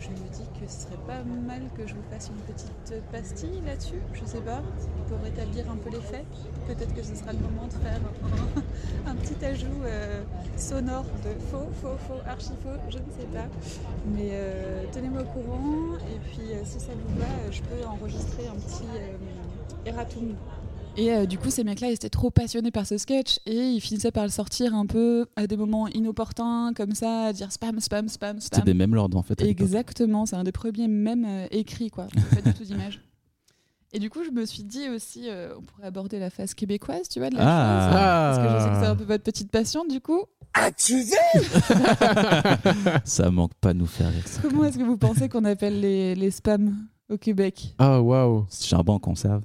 [SPEAKER 6] je me dis que ce serait pas mal que je vous fasse une petite pastille là-dessus, je sais pas, pour établir un peu les faits. Peut-être que ce sera le moment de faire un, un petit ajout. euh, sonore de faux, faux, faux, archi faux, je ne sais pas. Mais euh, tenez-moi au courant et puis euh, si ça vous va, euh, je peux enregistrer un petit euh, erratum. Et euh, du coup, ces mecs-là, ils étaient trop passionnés par ce sketch et ils finissaient par le sortir un peu à des moments inopportuns, comme ça, à dire spam, spam, spam,
[SPEAKER 4] C'était
[SPEAKER 6] spam.
[SPEAKER 4] des mêmes lords en fait. à l'époque.
[SPEAKER 6] Exactement, c'est un des premiers mèmes euh, écrits, quoi. Pas du tout d'image. Et du coup, je me suis dit aussi, euh, on pourrait aborder la phase québécoise, tu vois, de la
[SPEAKER 4] Ah.
[SPEAKER 6] chose. Parce que je sais que
[SPEAKER 7] Ah.
[SPEAKER 6] c'est un peu votre petite passion, du coup.
[SPEAKER 4] Ça manque pas de nous faire rire. ça.
[SPEAKER 6] Comment est-ce que vous pensez qu'on appelle les, les spams au Québec
[SPEAKER 7] Ah, waouh.
[SPEAKER 4] Charbon en conserve.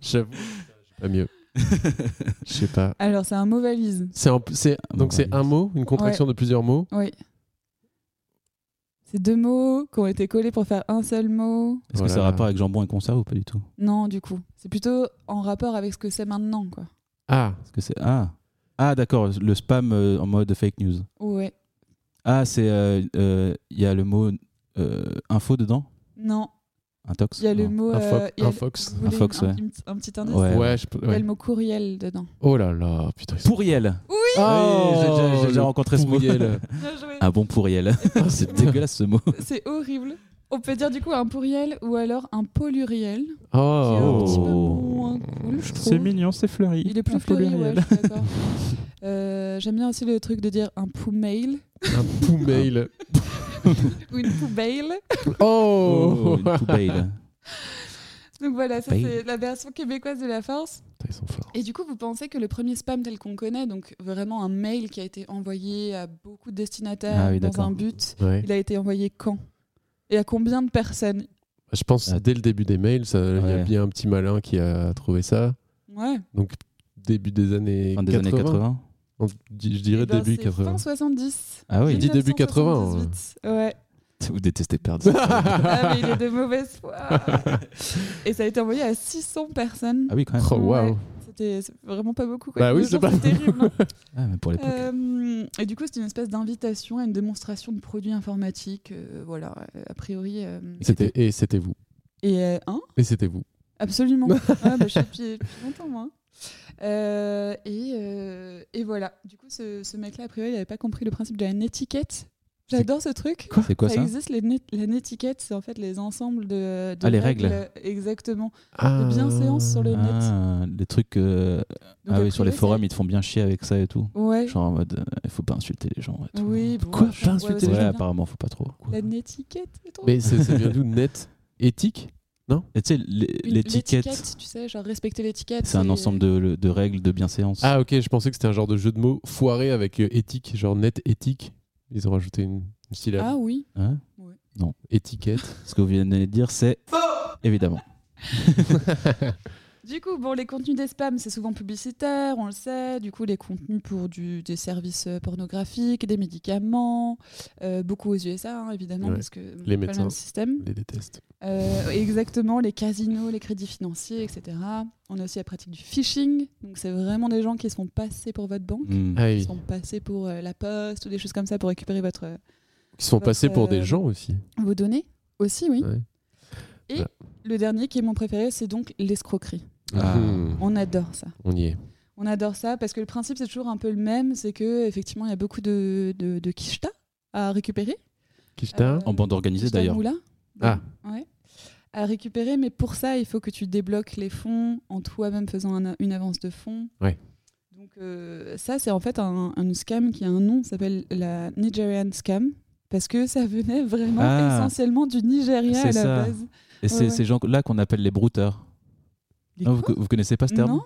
[SPEAKER 7] J'avoue. Pas mieux. Je sais pas.
[SPEAKER 6] Alors, c'est un mot valise.
[SPEAKER 7] C'est un- c'est-
[SPEAKER 4] Ah,
[SPEAKER 7] donc
[SPEAKER 4] bon,
[SPEAKER 7] c'est
[SPEAKER 4] bah,
[SPEAKER 7] un mot, une contraction de plusieurs mots.
[SPEAKER 6] Oui. C'est deux mots qui ont été collés pour faire un seul mot.
[SPEAKER 4] Est-ce
[SPEAKER 7] Oh
[SPEAKER 4] que
[SPEAKER 7] là
[SPEAKER 4] ça a
[SPEAKER 7] là.
[SPEAKER 4] rapport avec jambon et conserve ou pas du tout
[SPEAKER 6] Non, du coup. C'est plutôt en rapport avec ce que c'est maintenant, quoi.
[SPEAKER 7] Ah,
[SPEAKER 4] Est-ce que c'est ah ah d'accord le spam euh, en mode fake news.
[SPEAKER 6] Ouais.
[SPEAKER 4] Ah c'est euh, euh, il y a le mot euh, info dedans
[SPEAKER 6] Non.
[SPEAKER 4] intox.
[SPEAKER 6] Il y a le
[SPEAKER 4] Non.
[SPEAKER 6] mot.
[SPEAKER 7] un,
[SPEAKER 6] euh,
[SPEAKER 7] fo-
[SPEAKER 6] il y a
[SPEAKER 7] un
[SPEAKER 6] le-
[SPEAKER 7] fox.
[SPEAKER 6] Vous voulez
[SPEAKER 4] Un fox,
[SPEAKER 6] un,
[SPEAKER 4] ouais.
[SPEAKER 6] un petit- un petit indice
[SPEAKER 4] Eh Ouais.
[SPEAKER 7] Ouais, je peux-
[SPEAKER 6] Il y a
[SPEAKER 7] ouais.
[SPEAKER 6] le mot courriel dedans.
[SPEAKER 7] Oh là là, putain. ils sont-
[SPEAKER 4] Pourriel.
[SPEAKER 7] Oh,
[SPEAKER 4] Oui, j'ai déjà- j'ai déjà
[SPEAKER 7] le Ah,
[SPEAKER 4] rencontré ce mot.
[SPEAKER 7] pourriel.
[SPEAKER 6] Bien joué.
[SPEAKER 4] Un bon pourriel. c'est dégueulasse ce mot.
[SPEAKER 6] C'est horrible. On peut dire du coup un pourriel ou alors un poluriel. qui est un petit
[SPEAKER 7] Oh.
[SPEAKER 6] peu moins cool, je trouve.
[SPEAKER 4] mignon, c'est fleuri.
[SPEAKER 6] Il est plus fleuri, ouais, je suis d'accord. Euh, J'aime bien aussi le truc de dire un poumail
[SPEAKER 7] Un poumail.
[SPEAKER 6] ou une poubelle.
[SPEAKER 4] Oh,
[SPEAKER 7] Oh,
[SPEAKER 4] une poubelle.
[SPEAKER 6] Donc voilà, ça
[SPEAKER 4] Poubelle.
[SPEAKER 6] c'est la version québécoise de la force.
[SPEAKER 7] Putain, Ils sont forts.
[SPEAKER 6] Et du coup, vous pensez que le premier spam tel qu'on connaît, donc vraiment un mail qui a été envoyé à beaucoup de destinataires
[SPEAKER 4] Ah oui,
[SPEAKER 6] dans
[SPEAKER 4] d'accord.
[SPEAKER 6] un but,
[SPEAKER 7] Ouais.
[SPEAKER 6] il a été envoyé quand Et à combien de personnes
[SPEAKER 7] Je pense que dès le début des mails, ça- il y a
[SPEAKER 4] Ah. Ouais.
[SPEAKER 7] bien un petit malin qui a trouvé ça.
[SPEAKER 6] Ouais.
[SPEAKER 7] Donc début des années
[SPEAKER 4] Fin des
[SPEAKER 7] 80.
[SPEAKER 4] années 80.
[SPEAKER 7] On dit- Je dirais
[SPEAKER 6] Eh ben,
[SPEAKER 7] début
[SPEAKER 6] c'est
[SPEAKER 7] 80.
[SPEAKER 6] Fin 70.
[SPEAKER 4] Ah oui.
[SPEAKER 7] dit début
[SPEAKER 6] 1978. Ouais.
[SPEAKER 4] Vous détestez perdre.
[SPEAKER 6] Ah, mais il est de mauvaise foi. Et ça a été envoyé à 600 personnes.
[SPEAKER 4] ah oui quand même.
[SPEAKER 7] Oh waouh.
[SPEAKER 6] Ouais. C'était c'est vraiment pas beaucoup. Quoi.
[SPEAKER 7] Bah oui,
[SPEAKER 6] Nos
[SPEAKER 7] c'est
[SPEAKER 6] jours,
[SPEAKER 7] pas
[SPEAKER 6] terrible. hein.
[SPEAKER 4] Ah, mais pour l'époque.
[SPEAKER 6] Euh, et du coup, c'était une espèce d'invitation à une démonstration de produits informatiques. euh, voilà, euh, a priori. euh,
[SPEAKER 7] C'était et c'était vous.
[SPEAKER 6] et euh, hein
[SPEAKER 7] Et c'était vous.
[SPEAKER 6] Absolument. Ah, bah, je suis depuis, depuis longtemps, moi. hein. Euh, et, euh, et voilà. Du coup, ce, ce mec-là, a priori, il n'avait pas compris le principe de la netiquette. J'adore ce truc.
[SPEAKER 4] C'est quoi
[SPEAKER 6] ça,
[SPEAKER 4] ça
[SPEAKER 6] existe, les net- la netiquette, c'est en fait les ensembles de, de
[SPEAKER 4] Ah, les règles.
[SPEAKER 6] Exactement. Eh
[SPEAKER 7] Ah.
[SPEAKER 6] bienséance sur le-
[SPEAKER 4] Ah, les trucs euh,
[SPEAKER 6] Donc,
[SPEAKER 4] ah
[SPEAKER 6] a
[SPEAKER 4] oui, sur les
[SPEAKER 6] priori,
[SPEAKER 4] forums, ils te font bien chier avec ça et tout.
[SPEAKER 6] c'est- Ouais.
[SPEAKER 4] Genre en mode, euh, il faut pas insulter les gens. Et tout.
[SPEAKER 6] Oui, bon,
[SPEAKER 7] Quoi,
[SPEAKER 6] je-
[SPEAKER 7] pas
[SPEAKER 6] ouais,
[SPEAKER 7] insulter
[SPEAKER 6] c'est
[SPEAKER 7] les
[SPEAKER 4] Ouais,
[SPEAKER 6] bien.
[SPEAKER 4] apparemment, faut pas trop.
[SPEAKER 6] La netiquette, c'est trop
[SPEAKER 7] Mais c'est c'est bien d'où net éthique.
[SPEAKER 4] Et tu sais, l'é-
[SPEAKER 6] Une-
[SPEAKER 4] l'étiquette,
[SPEAKER 6] Tu sais, genre respecter l'étiquette.
[SPEAKER 4] c'est un ensemble de, de règles de bienséance.
[SPEAKER 7] Ah ok, je pensais que c'était un genre de jeu de mots foiré avec euh, éthique, genre net éthique. Ils ont rajouté une, une syllabe.
[SPEAKER 6] Ah oui.
[SPEAKER 4] Hein
[SPEAKER 6] Ouais.
[SPEAKER 4] Non.
[SPEAKER 7] Étiquette.
[SPEAKER 4] Ce que vous venez de dire, c'est. Évidemment.
[SPEAKER 6] Du coup, bon, les contenus des spams, c'est souvent publicitaire, on le sait. Du coup, les contenus pour du, des services euh, pornographiques, des médicaments, euh, beaucoup aux USA, hein, évidemment,
[SPEAKER 7] Ouais.
[SPEAKER 6] parce que c'est pas le
[SPEAKER 7] médecins.
[SPEAKER 6] même système.
[SPEAKER 7] Je les déteste.
[SPEAKER 6] Euh, exactement, les casinos, les crédits financiers, etc. On a aussi la pratique du phishing. Donc, c'est vraiment des gens qui se font passer pour votre banque,
[SPEAKER 4] Hmm.
[SPEAKER 7] Ah
[SPEAKER 6] qui
[SPEAKER 7] oui.
[SPEAKER 6] se font passer pour euh, la poste ou des choses comme ça pour récupérer votre,
[SPEAKER 7] Qui sont
[SPEAKER 6] Votre,
[SPEAKER 7] passés pour
[SPEAKER 6] euh,
[SPEAKER 7] des gens aussi.
[SPEAKER 6] vos données. Aussi, oui.
[SPEAKER 7] Ouais. Bah.
[SPEAKER 6] Et
[SPEAKER 7] Voilà.
[SPEAKER 6] le dernier qui est mon préféré, c'est donc l'escroquerie.
[SPEAKER 4] Ah.
[SPEAKER 7] Hmm.
[SPEAKER 6] On adore ça.
[SPEAKER 7] On y est.
[SPEAKER 6] On adore ça parce que le principe c'est toujours un peu le même, c'est que effectivement il y a beaucoup de de, de quicheta à récupérer.
[SPEAKER 7] Kishta.
[SPEAKER 6] Euh,
[SPEAKER 4] En bande organisée
[SPEAKER 6] quicheta
[SPEAKER 4] d'ailleurs.
[SPEAKER 6] moula.
[SPEAKER 7] Ah.
[SPEAKER 6] Ouais. À récupérer, mais pour ça il faut que tu débloques les fonds en toi-même faisant un- une avance de fonds.
[SPEAKER 7] Ouais.
[SPEAKER 6] Donc euh, ça c'est en fait un, un scam qui a un nom, ça s'appelle la Nigerian scam parce que ça venait vraiment
[SPEAKER 4] Ah.
[SPEAKER 6] essentiellement du Nigeria à
[SPEAKER 4] C'est
[SPEAKER 6] la
[SPEAKER 4] ça.
[SPEAKER 6] base.
[SPEAKER 4] Et c'est
[SPEAKER 6] ouais.
[SPEAKER 4] ces gens-là qu'on appelle les brouteurs.
[SPEAKER 6] Les
[SPEAKER 4] Non, vous,
[SPEAKER 6] quoi
[SPEAKER 4] vous connaissez pas ce terme
[SPEAKER 6] Non.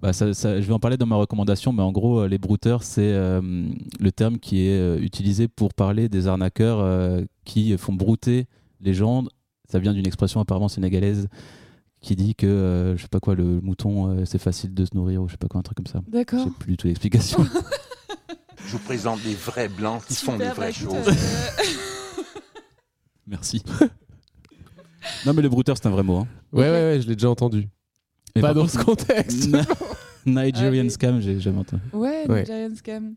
[SPEAKER 4] Bah, ça- ça- Je vais en parler dans ma recommandation, mais en gros, euh, les brouteurs, c'est euh, le terme qui est euh, utilisé pour parler des arnaqueurs euh, qui font brouter les gens. Ça vient d'une expression apparemment sénégalaise qui dit que, euh, je sais pas quoi, le mouton, euh, c'est facile de se nourrir ou je sais pas quoi, un truc comme ça. J'ai
[SPEAKER 6] D'accord.
[SPEAKER 4] plus du tout l'explication.
[SPEAKER 5] Je vous présente des vrais blancs qui font des
[SPEAKER 6] Super,
[SPEAKER 5] vraies
[SPEAKER 6] bah, écoute,
[SPEAKER 5] choses.
[SPEAKER 6] euh,
[SPEAKER 4] Merci. non, mais le brouteur, c'est un vrai mot. hein.
[SPEAKER 7] Ouais, ouais, ouais, je l'ai déjà entendu.
[SPEAKER 4] Mais
[SPEAKER 7] pas
[SPEAKER 4] par
[SPEAKER 7] dans
[SPEAKER 4] contre,
[SPEAKER 7] ce contexte.
[SPEAKER 4] Ni- Nigerian
[SPEAKER 6] Allez.
[SPEAKER 4] scam, j'ai jamais entendu.
[SPEAKER 6] euh, Ouais,
[SPEAKER 7] Ouais.
[SPEAKER 6] Nigerian Scam.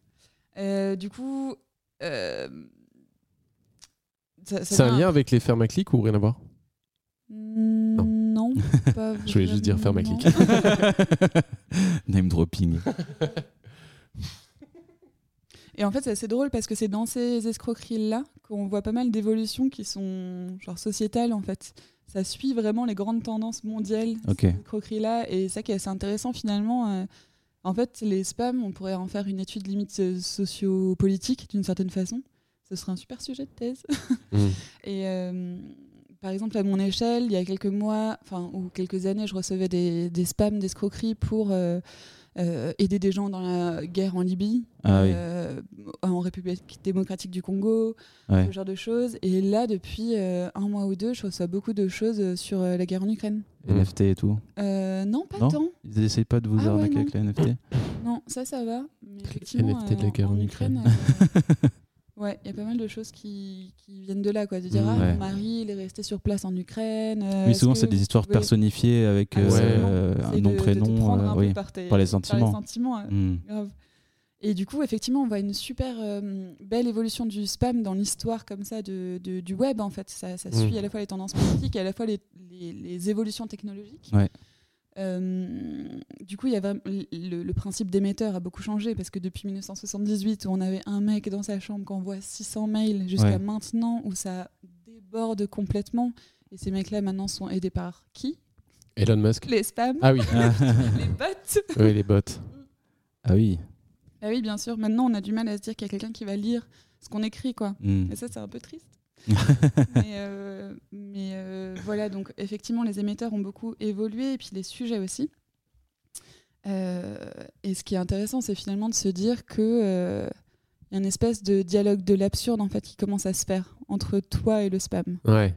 [SPEAKER 6] Euh, du coup. euh, ça- ça
[SPEAKER 7] C'est un
[SPEAKER 6] vient-
[SPEAKER 7] lien avec les fermes à clics ou rien à voir
[SPEAKER 6] Mm, Non, pas
[SPEAKER 7] Je voulais juste dire ferme à
[SPEAKER 6] vraiment.
[SPEAKER 7] clic.
[SPEAKER 4] Name dropping.
[SPEAKER 6] Et en fait, c'est assez drôle parce que c'est dans ces escroqueries-là qu'on voit pas mal d'évolutions qui sont genre sociétales en fait. Ça suit vraiment les grandes tendances mondiales,
[SPEAKER 4] Ok.
[SPEAKER 6] ces escroqueries-là. Et ça qui est assez intéressant finalement. euh, en fait, les spams, on pourrait en faire une étude limite euh, sociopolitique d'une certaine façon. Ce serait un super sujet de thèse.
[SPEAKER 7] Mm.
[SPEAKER 6] Et euh, par exemple, à mon échelle, il y a quelques mois, enfin, ou quelques années, je recevais des, des spams d'escroqueries pour euh, euh, aider des gens dans la guerre en Libye,
[SPEAKER 4] Ah oui.
[SPEAKER 6] euh, en République démocratique du Congo,
[SPEAKER 4] Ouais.
[SPEAKER 6] ce genre de choses. Et là, depuis euh, un mois ou deux, je reçois beaucoup de choses sur euh, la guerre en Ukraine.
[SPEAKER 7] Mm.
[SPEAKER 4] NFT et tout.
[SPEAKER 6] Euh, non, pas
[SPEAKER 4] Non.
[SPEAKER 6] tant.
[SPEAKER 4] Ils essayent pas de vous
[SPEAKER 6] Ah ouais,
[SPEAKER 4] arnaquer
[SPEAKER 6] non.
[SPEAKER 4] avec la NFT
[SPEAKER 6] Non, ça, ça va. Mais effectivement,
[SPEAKER 7] NFT de la
[SPEAKER 6] euh,
[SPEAKER 7] guerre en
[SPEAKER 6] euh, ouais, il y a pas mal de choses qui, qui viennent de là, quoi. De dire,
[SPEAKER 4] Mm,
[SPEAKER 6] ah,
[SPEAKER 4] ouais.
[SPEAKER 6] mon mari, il est resté sur place en Ukraine. euh,
[SPEAKER 4] Oui,
[SPEAKER 6] est-ce
[SPEAKER 4] souvent,
[SPEAKER 6] que
[SPEAKER 4] c'est des histoires
[SPEAKER 6] pouvez- Ah
[SPEAKER 4] personnifiées avec euh,
[SPEAKER 6] Absolument.
[SPEAKER 4] euh,
[SPEAKER 6] C'est
[SPEAKER 4] un
[SPEAKER 6] de-
[SPEAKER 4] nom,
[SPEAKER 6] de te
[SPEAKER 4] prénom.
[SPEAKER 6] prendre
[SPEAKER 4] euh,
[SPEAKER 6] un peu
[SPEAKER 4] oui.
[SPEAKER 6] par, tes-
[SPEAKER 4] par les
[SPEAKER 6] Par
[SPEAKER 4] sentiments.
[SPEAKER 6] les sentiments, euh,
[SPEAKER 4] Hmm.
[SPEAKER 6] grave. Et du coup, effectivement, on voit une super euh, belle évolution du spam dans l'histoire comme ça de, de- du web, en fait. Ça, ça suit
[SPEAKER 7] Mm.
[SPEAKER 6] à la fois les tendances politiques et à la fois les, les- les évolutions technologiques.
[SPEAKER 4] Ouais.
[SPEAKER 6] Euh, du coup, il y a vraiment- le, le principe d'émetteur a beaucoup changé parce que depuis 1978, où on avait un mec dans sa chambre qui envoie 600 mails jusqu'à
[SPEAKER 4] Ouais.
[SPEAKER 6] maintenant, où ça déborde complètement. Et ces mecs-là, maintenant, sont aidés par qui
[SPEAKER 7] Elon Musk.
[SPEAKER 6] Les spams,
[SPEAKER 7] Ah oui,
[SPEAKER 6] les bots
[SPEAKER 7] oui, les bots.
[SPEAKER 4] ah oui.
[SPEAKER 6] Ah oui, bien sûr. Maintenant, on a du mal à se dire qu'il y a quelqu'un qui va lire ce qu'on écrit, quoi.
[SPEAKER 4] Hmm.
[SPEAKER 6] Et ça, c'est un peu triste. mais euh, mais, euh, voilà, donc effectivement, les émetteurs ont beaucoup évolué et puis les sujets aussi. Euh, et ce qui est intéressant, c'est finalement de se dire que euh, il y a une espèce de dialogue de l'absurde en fait qui commence à se faire entre toi et le spam.
[SPEAKER 7] Ouais.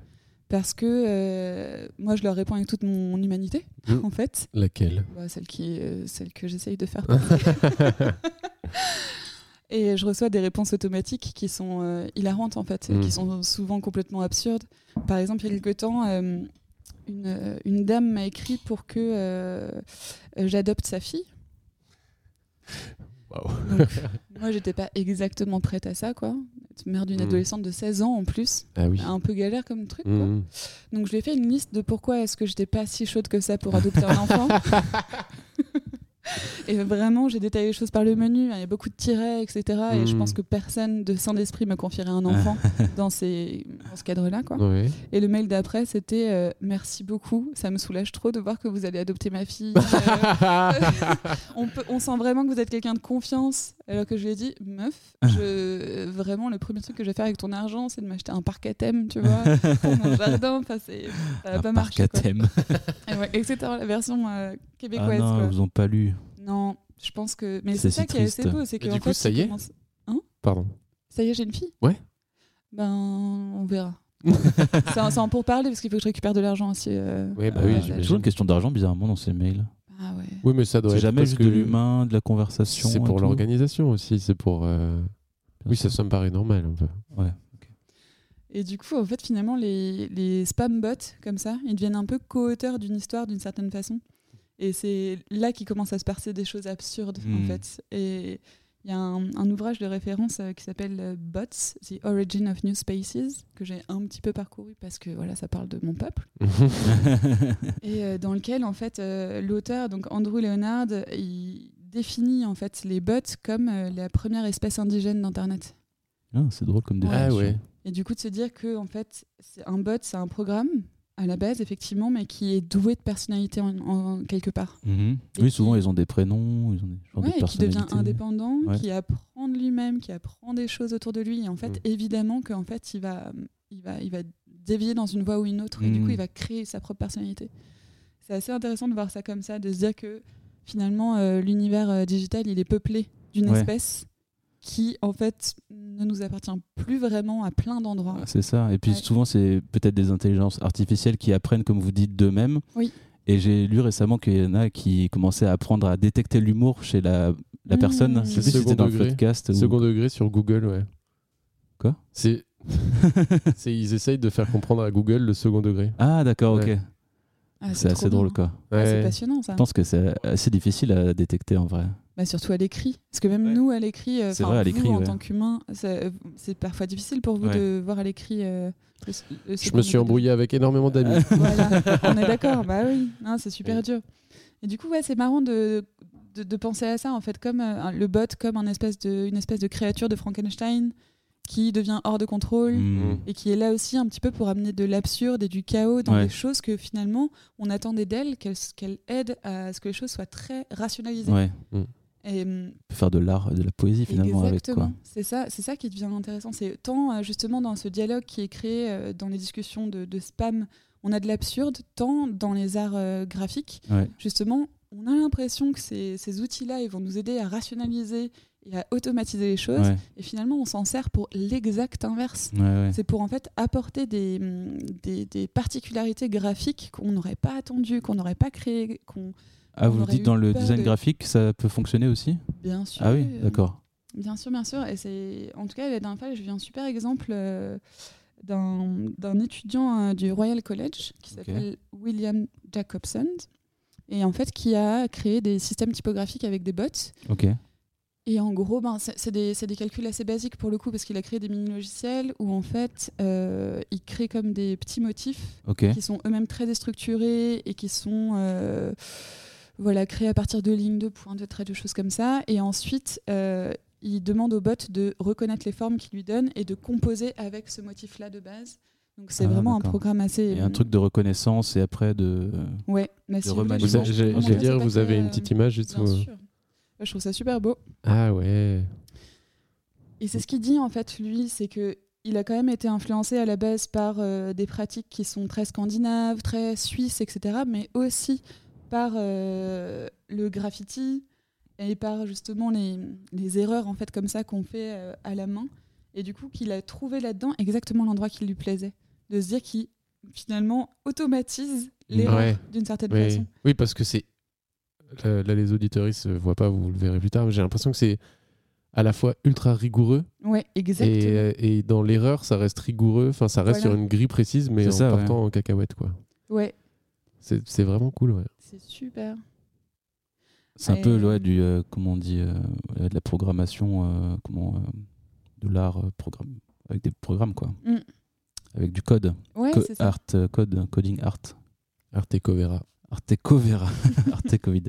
[SPEAKER 6] Parce que euh, moi, je leur réponds avec toute mon humanité,
[SPEAKER 7] Mm.
[SPEAKER 6] en fait.
[SPEAKER 7] Laquelle
[SPEAKER 6] Bah, celle, qui, euh, celle que j'essaye de faire. Et je reçois des réponses automatiques qui sont euh, hilarantes, en fait, et
[SPEAKER 7] Mm.
[SPEAKER 6] qui sont souvent complètement absurdes. Par exemple, il y a quelques temps, euh, une, euh, une dame m'a écrit pour que euh, euh, j'adopte sa fille.
[SPEAKER 7] Waouh.
[SPEAKER 6] Donc, moi, j'étais pas exactement prête à ça, quoi. Être mère d'une
[SPEAKER 7] Mm.
[SPEAKER 6] adolescente de 16 ans en plus,
[SPEAKER 7] Ah oui.
[SPEAKER 6] un peu galère comme truc, quoi.
[SPEAKER 7] Mm.
[SPEAKER 6] Donc je lui ai fait une liste de pourquoi est-ce que j'étais pas si chaude que ça pour adopter un enfant. et vraiment, j'ai détaillé les choses par le menu. hein, Il y a beaucoup de tirets, etc. Et je
[SPEAKER 7] Mhm.
[SPEAKER 4] Mm.
[SPEAKER 6] pense que personne de sain d'esprit me confierait un enfant dans, ces, dans ce cadre-là. quoi.
[SPEAKER 7] Ouais.
[SPEAKER 6] Et le mail d'après, c'était euh, Merci beaucoup, ça me soulage trop de voir que vous allez adopter ma fille. Euh, on, peut- on sent vraiment que vous êtes quelqu'un de confiance. Alors que je lui ai dit, meuf,
[SPEAKER 4] Ah.
[SPEAKER 6] je, vraiment, le premier truc que je vais faire avec ton argent, c'est de m'acheter un parc à thème, tu vois, pour mon jardin. Enfin, c'est- ça va
[SPEAKER 4] Un
[SPEAKER 6] pas
[SPEAKER 4] parc
[SPEAKER 6] marcher.
[SPEAKER 4] à
[SPEAKER 6] quoi.
[SPEAKER 4] thème.
[SPEAKER 6] Et ouais, etc. La version euh,
[SPEAKER 4] Ah
[SPEAKER 6] québécoise.
[SPEAKER 4] non,
[SPEAKER 6] quoi.
[SPEAKER 4] ils vous ont pas lu.
[SPEAKER 6] Non, je pense que. Mais
[SPEAKER 4] C'est
[SPEAKER 6] c'est
[SPEAKER 4] si
[SPEAKER 6] ça qui est assez
[SPEAKER 4] triste.
[SPEAKER 6] beau. c'est que,
[SPEAKER 7] Et du
[SPEAKER 6] en
[SPEAKER 7] coup,
[SPEAKER 6] fait,
[SPEAKER 7] ça
[SPEAKER 6] tu
[SPEAKER 7] y est
[SPEAKER 6] commences-
[SPEAKER 7] Pardon.
[SPEAKER 6] Ça y est, j'ai une fille
[SPEAKER 7] Ouais.
[SPEAKER 6] Ben, on verra. c'est un, c'est un pour parler parce qu'il faut que je récupère de l'argent aussi. euh.
[SPEAKER 7] Ouais, bah
[SPEAKER 6] Euh,
[SPEAKER 7] oui,
[SPEAKER 6] la-
[SPEAKER 4] c'est
[SPEAKER 7] j'imagine.
[SPEAKER 4] toujours une question d'argent, bizarrement, dans ces mails.
[SPEAKER 6] Ah ouais.
[SPEAKER 7] Oui, mais ça doit
[SPEAKER 4] C'est
[SPEAKER 7] être
[SPEAKER 4] jamais
[SPEAKER 7] parce
[SPEAKER 4] juste
[SPEAKER 7] que
[SPEAKER 4] de l'humain, de la conversation.
[SPEAKER 7] C'est
[SPEAKER 4] et
[SPEAKER 7] pour
[SPEAKER 4] tout.
[SPEAKER 7] l'organisation aussi. C'est pour. euh, Oui, ça, ça me paraît normal un peu.
[SPEAKER 6] Et du coup, en fait, finalement, les, les spam bots, comme ça, ils deviennent un peu co-auteurs d'une histoire d'une certaine façon. Et c'est là qu'il commence à se passer des choses absurdes,
[SPEAKER 4] Hmm.
[SPEAKER 6] en fait. Et il y a un, un ouvrage de référence euh, qui s'appelle euh, Bots, The Origin of New Spaces, que j'ai un petit peu parcouru parce que voilà, ça parle de mon peuple. et euh, dans lequel en fait euh, l'auteur donc Andrew Leonard il définit en fait les bots comme euh, la première espèce indigène d'internet
[SPEAKER 4] Ah, c'est drôle comme
[SPEAKER 7] Ah
[SPEAKER 4] définition.
[SPEAKER 7] ouais.
[SPEAKER 6] et du coup de se dire que en fait c'est un bot c'est un programme à la base effectivement mais qui est doué de personnalité en, en- quelque part
[SPEAKER 4] Mhm.
[SPEAKER 6] Et
[SPEAKER 4] Oui,
[SPEAKER 6] qui-
[SPEAKER 4] souvent, ils ont des prénoms, ils ont des genres
[SPEAKER 6] Ouais,
[SPEAKER 4] de
[SPEAKER 6] et qui devient
[SPEAKER 4] personnalités.
[SPEAKER 6] indépendant
[SPEAKER 4] Ouais.
[SPEAKER 6] qui apprend de lui-même qui apprend des choses autour de lui et en fait
[SPEAKER 7] Mm.
[SPEAKER 6] évidemment qu'en fait il va il va il va dévier dans une voie ou une autre et du
[SPEAKER 4] Mm.
[SPEAKER 6] coup il va créer sa propre personnalité c'est assez intéressant de voir ça comme ça de se dire que finalement euh, l'univers euh, digital il est peuplé d'une
[SPEAKER 4] Ouais.
[SPEAKER 6] espèce qui en fait ne nous appartient plus vraiment à plein d'endroits
[SPEAKER 4] Ah, C'est ça. Et puis
[SPEAKER 6] Ouais.
[SPEAKER 4] souvent, c'est peut-être des intelligences artificielles qui apprennent, comme vous dites, d'eux-mêmes.
[SPEAKER 6] Oui.
[SPEAKER 4] Et j'ai lu récemment qu'il y en a qui commençaient à apprendre à détecter l'humour chez la, la
[SPEAKER 6] Mmh.
[SPEAKER 4] personne.
[SPEAKER 6] C'est
[SPEAKER 4] Je sais plus si
[SPEAKER 7] second
[SPEAKER 4] c'était dans le
[SPEAKER 7] degré.
[SPEAKER 4] podcast. ou-
[SPEAKER 7] Second degré sur Google, ouais.
[SPEAKER 4] Quoi
[SPEAKER 7] C'est. c'est- Ils essayent de faire comprendre à Google le second degré.
[SPEAKER 4] Ah, d'accord, ok.
[SPEAKER 7] Ouais.
[SPEAKER 6] Ah,
[SPEAKER 4] C'est
[SPEAKER 6] trop
[SPEAKER 4] assez drôle,
[SPEAKER 6] bien.
[SPEAKER 4] quoi.
[SPEAKER 6] Ah,
[SPEAKER 7] Ouais.
[SPEAKER 6] c'est passionnant ça.
[SPEAKER 4] Je pense que c'est assez difficile à détecter en vrai.
[SPEAKER 6] Bah, surtout à l'écrit. Parce que même
[SPEAKER 4] Ouais.
[SPEAKER 6] nous, à l'écrit, euh,
[SPEAKER 4] C'est
[SPEAKER 6] enfin,
[SPEAKER 4] vrai, à
[SPEAKER 6] vous,
[SPEAKER 4] l'écrit,
[SPEAKER 6] en
[SPEAKER 4] ouais.
[SPEAKER 6] tant qu'humain, ça- euh, c'est parfois difficile pour vous
[SPEAKER 4] Ouais.
[SPEAKER 6] de voir à l'écrit. euh, le- le
[SPEAKER 7] Je me
[SPEAKER 6] second
[SPEAKER 7] suis
[SPEAKER 6] degré.
[SPEAKER 7] embrouillé avec énormément
[SPEAKER 4] Ah,
[SPEAKER 7] d'amis.
[SPEAKER 6] Voilà, on est d'accord, bah oui, Non, c'est super
[SPEAKER 7] Oui.
[SPEAKER 6] dur. Et du coup, ouais, c'est marrant de, de, de penser à ça, en fait, comme euh, un- le bot, comme un espèce de, une espèce de créature de Frankenstein qui devient hors de contrôle
[SPEAKER 4] Mmh.
[SPEAKER 6] et qui est là aussi un petit peu pour amener de l'absurde et du chaos dans
[SPEAKER 4] Ouais.
[SPEAKER 6] des choses que finalement on attendait d'elle, qu'elle qu'elle aide à ce que les choses soient très rationalisées.
[SPEAKER 4] Ouais.
[SPEAKER 6] Et, hum,
[SPEAKER 4] On peut faire de l'art, de la poésie finalement
[SPEAKER 6] Exactement.
[SPEAKER 4] avec
[SPEAKER 6] C'est ça, c'est ça qui devient intéressant. C'est tant euh, justement dans ce dialogue qui est créé euh, dans les discussions de, de spam, on a de l'absurde, tant dans les arts euh, graphiques,
[SPEAKER 4] Ouais.
[SPEAKER 6] justement, on a l'impression que ces, ces outils-là, ils vont nous aider à rationaliser et à automatiser les
[SPEAKER 4] quoi.
[SPEAKER 6] choses.
[SPEAKER 4] Ouais.
[SPEAKER 6] Et finalement, on s'en sert pour l'exact inverse.
[SPEAKER 4] Ouais, ouais.
[SPEAKER 6] C'est pour en fait apporter des, hum, des, des particularités graphiques qu'on n'aurait pas attendues, qu'on n'aurait pas créées, qu'on
[SPEAKER 4] Ah,
[SPEAKER 6] on
[SPEAKER 4] vous
[SPEAKER 6] aurait
[SPEAKER 4] dites
[SPEAKER 6] eu
[SPEAKER 4] dans le
[SPEAKER 6] peur
[SPEAKER 4] design
[SPEAKER 6] de-
[SPEAKER 4] graphique, ça peut fonctionner aussi
[SPEAKER 6] bien sûr.
[SPEAKER 4] Ah oui,
[SPEAKER 6] euh,
[SPEAKER 4] d'accord.
[SPEAKER 6] Bien sûr, bien sûr. Et c'est en tout cas la dernière fois, j'ai vu un super exemple euh, d'un d'un étudiant euh, du Royal College qui
[SPEAKER 4] Ok.
[SPEAKER 6] s'appelle William Jacobson et en fait qui a créé des systèmes typographiques avec des bots.
[SPEAKER 4] Ok.
[SPEAKER 6] Et en gros, ben, c'est c'est des, c'est des calculs assez basiques pour le coup parce qu'il a créé des mini-logiciels où en fait euh, il crée comme des petits motifs
[SPEAKER 4] Ok.
[SPEAKER 6] qui sont eux-mêmes très déstructurés et qui sont euh, voilà, créés à partir de lignes, de points, de traits, de choses comme ça. Et ensuite, euh, il demande au bot de reconnaître les formes qu'il lui donne et de composer avec ce motif-là de base. Donc c'est
[SPEAKER 4] Ah,
[SPEAKER 6] vraiment un
[SPEAKER 4] d'accord.
[SPEAKER 6] programme assez...
[SPEAKER 4] Et un truc de reconnaissance et après de.
[SPEAKER 6] Ouais, mais si vous voulez, je
[SPEAKER 4] remaniement.
[SPEAKER 6] peux
[SPEAKER 4] Vous
[SPEAKER 6] vous
[SPEAKER 4] avez-
[SPEAKER 6] montrer,
[SPEAKER 7] J'allais
[SPEAKER 6] c'est
[SPEAKER 7] dire,
[SPEAKER 6] pas
[SPEAKER 7] vous
[SPEAKER 6] très,
[SPEAKER 7] avez une
[SPEAKER 6] euh,
[SPEAKER 7] petite image et tout.
[SPEAKER 6] Bien sûr. Moi, Je trouve ça super beau.
[SPEAKER 7] Ah ouais.
[SPEAKER 6] Et c'est ce qu'il dit en fait, lui, c'est que il a quand même été influencé à la base par euh, des pratiques qui sont très scandinaves, très suisses, etc., mais aussi par euh, le graffiti et par justement les, les erreurs en fait comme ça qu'on fait euh, à la main. Et du coup, qu'il a trouvé là-dedans exactement l'endroit qui lui plaisait, de se dire qu'il finalement automatise l'erreur
[SPEAKER 7] Ouais.
[SPEAKER 6] d'une certaine
[SPEAKER 7] Oui.
[SPEAKER 6] façon.
[SPEAKER 7] Oui, parce que c'est. Là, là, les auditoristes ne voient pas, vous le verrez plus tard, mais j'ai l'impression que c'est à la fois ultra rigoureux
[SPEAKER 6] Ouais, exactement.
[SPEAKER 7] et, euh, et dans l'erreur, ça reste rigoureux. Enfin, ça reste
[SPEAKER 6] Voilà.
[SPEAKER 7] sur une grille précise, mais
[SPEAKER 4] C'est
[SPEAKER 7] en
[SPEAKER 4] ça, ouais.
[SPEAKER 7] partant en cacahuète, quoi.
[SPEAKER 6] Ouais,
[SPEAKER 7] C'est c'est vraiment cool, ouais.
[SPEAKER 6] c'est super.
[SPEAKER 4] C'est un peu
[SPEAKER 6] Et-
[SPEAKER 4] ouais, du. euh, comment on dit euh, ouais, De la programmation. euh, comment, euh, de l'art euh, programme. Avec des programmes, quoi.
[SPEAKER 6] Mm.
[SPEAKER 4] Avec du code.
[SPEAKER 6] Ouais,
[SPEAKER 4] Co-
[SPEAKER 6] c'est ça.
[SPEAKER 4] art euh, code. Coding art.
[SPEAKER 7] Arteco Vera.
[SPEAKER 4] Arteco Vera. Arte Covid.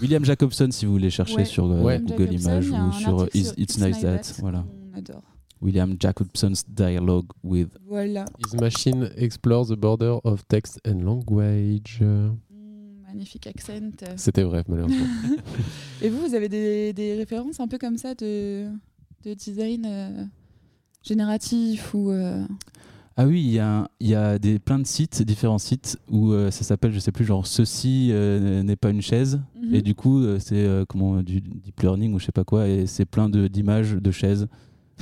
[SPEAKER 4] William Jacobson, si vous voulez chercher
[SPEAKER 6] Ouais.
[SPEAKER 4] sur euh,
[SPEAKER 7] Ouais.
[SPEAKER 4] Google
[SPEAKER 6] Jacobson,
[SPEAKER 4] Images
[SPEAKER 6] il y a
[SPEAKER 4] ou
[SPEAKER 6] un
[SPEAKER 4] sur, euh,
[SPEAKER 6] article
[SPEAKER 4] Is- It's Nice That. Voilà.
[SPEAKER 6] On adore.
[SPEAKER 4] William Jacobson's Dialogue with.
[SPEAKER 6] Voilà.
[SPEAKER 7] His machine explores the border of text and language.
[SPEAKER 6] Mm, magnifique accent.
[SPEAKER 7] C'était vrai, malheureusement.
[SPEAKER 6] Et vous, vous avez des, des références un peu comme ça de, de design euh, génératif ou. euh,
[SPEAKER 4] Ah oui, il y a, un- il y a des, plein de sites, différents sites, où euh, ça s'appelle, je sais plus, genre ceci euh, n'est pas une chaise.
[SPEAKER 6] mhm.
[SPEAKER 4] Et du coup, euh, c'est euh, comment, du deep learning ou je sais pas quoi, et c'est plein de- d'images de, chaises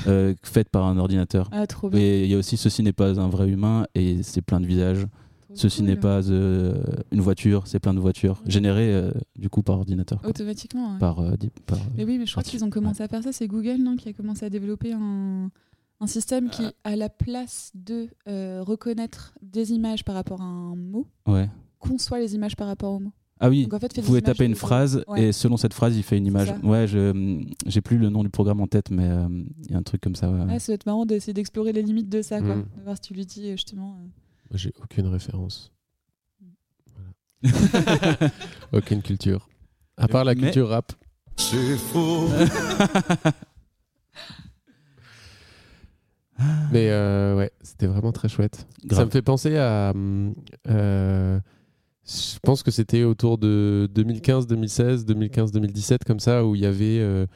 [SPEAKER 4] euh, faites par un ordinateur.
[SPEAKER 6] Ah, trop bien.
[SPEAKER 4] Et il y a aussi ceci n'est pas un vrai humain, et c'est plein de visages.
[SPEAKER 6] trop
[SPEAKER 4] Ceci
[SPEAKER 6] cool.
[SPEAKER 4] n'est pas euh, une voiture, c'est plein de voitures générées euh, du coup par ordinateur. quoi.
[SPEAKER 6] Automatiquement. ouais.
[SPEAKER 4] Par, euh, des- par-
[SPEAKER 6] Mais oui, mais je crois qu'ils ont commencé à faire ça. C'est Google non, qui a commencé à développer un, un système qui, à la place de euh, reconnaître des images par rapport à un mot,
[SPEAKER 4] euh, Ouais.
[SPEAKER 6] conçoit les images par rapport au mot.
[SPEAKER 4] Ah oui,
[SPEAKER 6] Donc en fait, fait
[SPEAKER 4] vous
[SPEAKER 6] des
[SPEAKER 4] pouvez
[SPEAKER 6] images
[SPEAKER 4] taper une
[SPEAKER 6] de-
[SPEAKER 4] phrase
[SPEAKER 6] Ouais.
[SPEAKER 4] et selon cette phrase, il fait une image.
[SPEAKER 6] ça.
[SPEAKER 4] Ouais, je hum, j'ai plus le nom du programme en tête, mais euh, il y a un truc comme ça. ouais.
[SPEAKER 6] Ah, ça doit être marrant d'essayer d'explorer les limites de ça, quoi.
[SPEAKER 7] Mm.
[SPEAKER 6] De voir si tu lui dis euh, justement. euh,
[SPEAKER 7] Moi, J'ai aucune référence. Aucune culture. À part la
[SPEAKER 4] Mais-
[SPEAKER 7] culture rap.
[SPEAKER 2] C'est faux.
[SPEAKER 7] Mais euh, ouais, c'était vraiment très chouette. Ça
[SPEAKER 4] Grave.
[SPEAKER 7] me fait penser à. hum, euh, je pense que c'était autour de 2015, 2016, 2015, 2017, comme ça, où il y avait euh,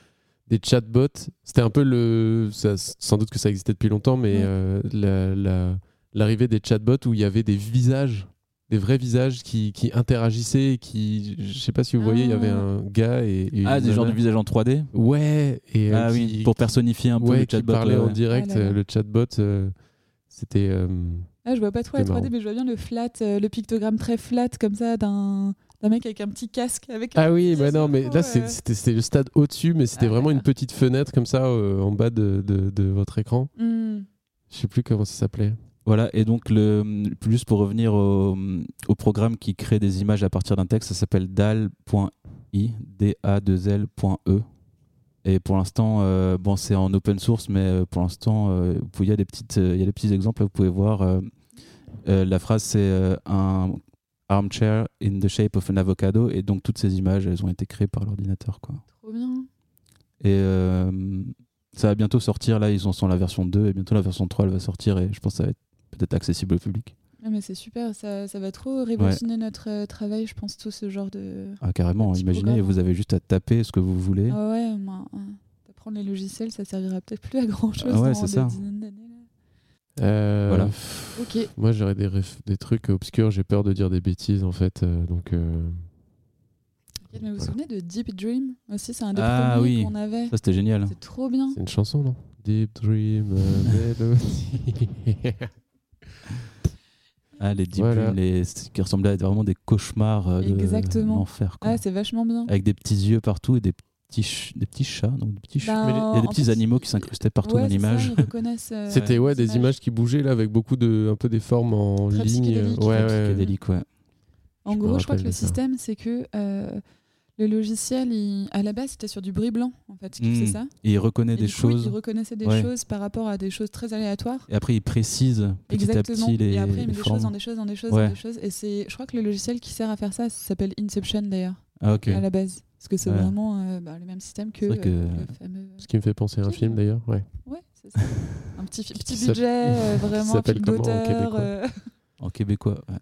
[SPEAKER 7] des chatbots. C'était un peu le. ça- sans doute que ça existait depuis longtemps, mais
[SPEAKER 6] Ouais.
[SPEAKER 7] euh, la- la- l'arrivée des chatbots où il y avait des visages, des vrais visages qui, qui interagissaient. et Qui, je sais pas si vous voyez, il y avait un gars et. et
[SPEAKER 4] Ah,
[SPEAKER 7] une
[SPEAKER 4] des genres de
[SPEAKER 7] nana.
[SPEAKER 4] visages en 3D
[SPEAKER 7] Ouais, et. euh,
[SPEAKER 4] Ah
[SPEAKER 7] qui-
[SPEAKER 4] oui, pour
[SPEAKER 7] qui-
[SPEAKER 4] personnifier un peu
[SPEAKER 7] ouais,
[SPEAKER 4] le
[SPEAKER 7] qui
[SPEAKER 4] chatbot.
[SPEAKER 7] parlait
[SPEAKER 4] ouais,
[SPEAKER 7] en
[SPEAKER 4] ouais.
[SPEAKER 7] direct.
[SPEAKER 6] Ah là là.
[SPEAKER 7] euh, le chatbot, euh, c'était euh,
[SPEAKER 6] Ah, je vois pas trop la
[SPEAKER 7] C'était
[SPEAKER 6] 3D,
[SPEAKER 7] marrant.
[SPEAKER 6] mais je vois bien le flat, euh, le pictogramme très flat comme ça d'un d'un mec avec un petit casque avec.
[SPEAKER 7] Ah oui,
[SPEAKER 6] Yes,
[SPEAKER 7] bah non, mais
[SPEAKER 6] oh,
[SPEAKER 7] là c'est-
[SPEAKER 6] euh.
[SPEAKER 7] c'était c'était le stade au-dessus, mais c'était
[SPEAKER 6] Ah,
[SPEAKER 7] vraiment une
[SPEAKER 6] d'accord.
[SPEAKER 7] petite fenêtre comme ça euh, en bas de, de- de votre écran.
[SPEAKER 4] Ah.
[SPEAKER 6] Hmm.
[SPEAKER 7] Je sais plus comment ça s'appelait.
[SPEAKER 4] Voilà, et donc, le, plus pour revenir au, au programme qui crée des images à partir d'un texte, ça s'appelle dal.i, da2l.e. E. Et pour l'instant, euh, bon, c'est en open source, mais euh, pour l'instant, euh, vous pouvez- il y, a des petites, euh, il y a des petits exemples, là, vous pouvez voir. euh, euh, la phrase, c'est euh, un armchair in the shape of an avocado, et donc toutes ces images, elles ont été créées par l'ordinateur, quoi.
[SPEAKER 6] Trop bien.
[SPEAKER 4] Et euh, ça va bientôt sortir. Là, ils en sont à la version 2 et bientôt la version 3 elle va sortir et je pense que ça va être peut-être accessible au public.
[SPEAKER 6] Ah, mais c'est super, ça, ça va trop révolutionner notre euh, travail, je pense, tout ce genre de.
[SPEAKER 4] Ah, carrément,
[SPEAKER 6] Un petit
[SPEAKER 4] imaginez,
[SPEAKER 6] programme.
[SPEAKER 4] vous avez juste à taper ce que vous voulez.
[SPEAKER 6] Ah ouais, moi, hein, d'apprendre les logiciels, ça servira peut-être plus à grand chose.
[SPEAKER 4] Ah ouais,
[SPEAKER 6] dans
[SPEAKER 4] c'est
[SPEAKER 6] des
[SPEAKER 4] ça.
[SPEAKER 6] dizaines d'années, là.
[SPEAKER 7] Euh,
[SPEAKER 4] Voilà.
[SPEAKER 7] pff,
[SPEAKER 6] Ok.
[SPEAKER 7] Moi j'aurais des, ref- des trucs obscurs, j'ai peur de dire des bêtises en fait. euh, donc euh,
[SPEAKER 6] Ok, Mais vous vous
[SPEAKER 7] Voilà.
[SPEAKER 6] souvenez de Deep Dream Aussi, c'est un des
[SPEAKER 4] Ah
[SPEAKER 6] premiers
[SPEAKER 4] oui.
[SPEAKER 6] qu'on avait.
[SPEAKER 4] Ça, c'était génial.
[SPEAKER 6] C'est trop bien.
[SPEAKER 7] c'est une chanson, non Deep Dream, euh, Melody.
[SPEAKER 4] Ah, les deep
[SPEAKER 7] Voilà.
[SPEAKER 4] Dream, les... ce qui ressemblaient à être vraiment des cauchemars euh, de
[SPEAKER 6] Exactement.
[SPEAKER 4] l'enfer. quoi.
[SPEAKER 6] Ah, c'est vachement bien.
[SPEAKER 4] Avec des petits yeux partout et des petits, ch- des petits chats. Donc des petits ch-
[SPEAKER 6] Ben,
[SPEAKER 4] mais les- Il y a des
[SPEAKER 6] en
[SPEAKER 4] petits
[SPEAKER 6] fait,
[SPEAKER 4] animaux qui s'incrustaient partout
[SPEAKER 6] ouais,
[SPEAKER 4] dans
[SPEAKER 6] c'est ça,
[SPEAKER 4] l'image.
[SPEAKER 6] ils reconnaissent, euh,
[SPEAKER 7] C'était ouais,
[SPEAKER 6] les
[SPEAKER 7] des images qui bougeaient là avec beaucoup de un peu des formes en
[SPEAKER 6] Très
[SPEAKER 7] ligne. euh,
[SPEAKER 6] psychédéliques.
[SPEAKER 7] Ouais,
[SPEAKER 6] Très
[SPEAKER 7] ouais.
[SPEAKER 4] Psychédélique, ouais.
[SPEAKER 6] En
[SPEAKER 7] Je me
[SPEAKER 6] gros, je crois que
[SPEAKER 7] rappelle
[SPEAKER 6] le
[SPEAKER 7] de ça.
[SPEAKER 6] système, c'est que euh, le logiciel, il- à la base, c'était sur du bruit blanc, en fait,
[SPEAKER 4] Mm.
[SPEAKER 6] c'est ça
[SPEAKER 4] Et il reconnaît
[SPEAKER 6] Et
[SPEAKER 4] des
[SPEAKER 6] du coup,
[SPEAKER 4] choses.
[SPEAKER 6] il reconnaissait des
[SPEAKER 4] Ouais.
[SPEAKER 6] choses par rapport à des choses très aléatoires.
[SPEAKER 4] Et après, il précise petit
[SPEAKER 6] Exactement.
[SPEAKER 4] à petit les,
[SPEAKER 6] et après, il
[SPEAKER 4] les
[SPEAKER 6] met des choses
[SPEAKER 4] formes.
[SPEAKER 6] dans des choses, dans des choses,
[SPEAKER 4] Ouais.
[SPEAKER 6] dans des choses. Et c'est, je crois que le logiciel qui sert à faire ça, ça s'appelle Inception d'ailleurs,
[SPEAKER 4] Ah, ok.
[SPEAKER 6] à la base. Parce que c'est
[SPEAKER 4] Ouais.
[SPEAKER 6] vraiment euh, bah, le même système que,
[SPEAKER 4] C'est vrai que-
[SPEAKER 6] euh, le fameux.
[SPEAKER 7] Ce qui me fait penser à un
[SPEAKER 6] Ok.
[SPEAKER 7] film d'ailleurs. Ouais.
[SPEAKER 6] Ouais, c'est ça. Un petit, fi- petit
[SPEAKER 7] s'appelle-
[SPEAKER 6] budget, euh,
[SPEAKER 7] qui
[SPEAKER 6] vraiment, un
[SPEAKER 7] s'appelle
[SPEAKER 6] film
[SPEAKER 7] comment en
[SPEAKER 6] d'auteur.
[SPEAKER 7] québécois
[SPEAKER 6] euh,
[SPEAKER 4] En québécois. ouais.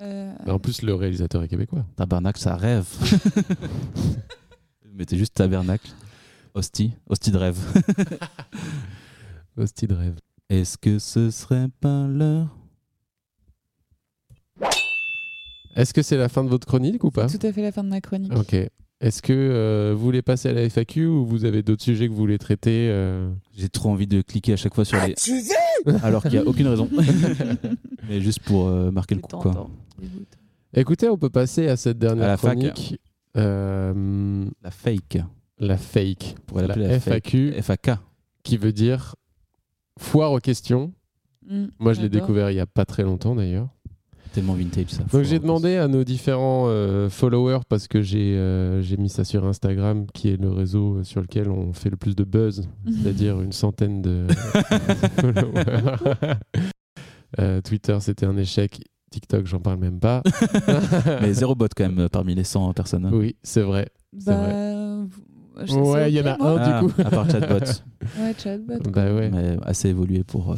[SPEAKER 6] euh,
[SPEAKER 7] Bah, en plus le réalisateur est québécois.
[SPEAKER 4] Tabernacle, ça rêve. Mettez juste tabernacle. Hostie, hostie de rêve.
[SPEAKER 7] Hostie de rêve.
[SPEAKER 4] Est-ce que ce serait pas l'heure
[SPEAKER 7] Est-ce que c'est la fin de votre chronique ou pas
[SPEAKER 6] Tout à fait la fin de ma chronique.
[SPEAKER 7] Ok. Est-ce que euh, vous voulez passer à la FAQ ou vous avez d'autres sujets que vous voulez traiter euh
[SPEAKER 4] J'ai trop envie de cliquer à chaque fois sur les. Alors qu'il n'y a aucune raison. Mais juste pour euh, marquer le coup. quoi.
[SPEAKER 7] Écoutez, on peut passer à cette dernière
[SPEAKER 4] À la fac.
[SPEAKER 7] chronique. Euh,
[SPEAKER 4] La fake.
[SPEAKER 7] la fake.
[SPEAKER 4] Pour
[SPEAKER 7] la,
[SPEAKER 4] l'appeler la
[SPEAKER 7] FAQ,
[SPEAKER 4] FAK.
[SPEAKER 7] qui veut dire foire aux questions.
[SPEAKER 6] Mm,
[SPEAKER 7] Moi, je l'ai
[SPEAKER 6] j'adore.
[SPEAKER 7] découvert il n'y a pas très longtemps d'ailleurs.
[SPEAKER 4] Tellement vintage ça. Faut
[SPEAKER 7] Donc j'ai
[SPEAKER 4] avoir-
[SPEAKER 7] demandé à nos différents euh, followers, parce que j'ai euh, j'ai mis ça sur Instagram, qui est le réseau sur lequel on fait le plus de buzz, c'est-à-dire une centaine de followers. Euh, Twitter, c'était un échec. TikTok, j'en parle même pas.
[SPEAKER 4] Mais zéro bot quand même euh, parmi les 100 personnes. hein.
[SPEAKER 7] Oui, c'est vrai. C'est vrai.
[SPEAKER 6] Bah, vous- je-
[SPEAKER 7] Ouais,
[SPEAKER 6] c'est
[SPEAKER 7] il y en
[SPEAKER 6] ok,
[SPEAKER 7] a
[SPEAKER 6] moi.
[SPEAKER 7] un
[SPEAKER 4] Ah,
[SPEAKER 7] Oh, du coup.
[SPEAKER 4] à part chatbot.
[SPEAKER 6] Ouais, chatbot.
[SPEAKER 7] Bah ouais.
[SPEAKER 4] Mais assez évolué pour. euh,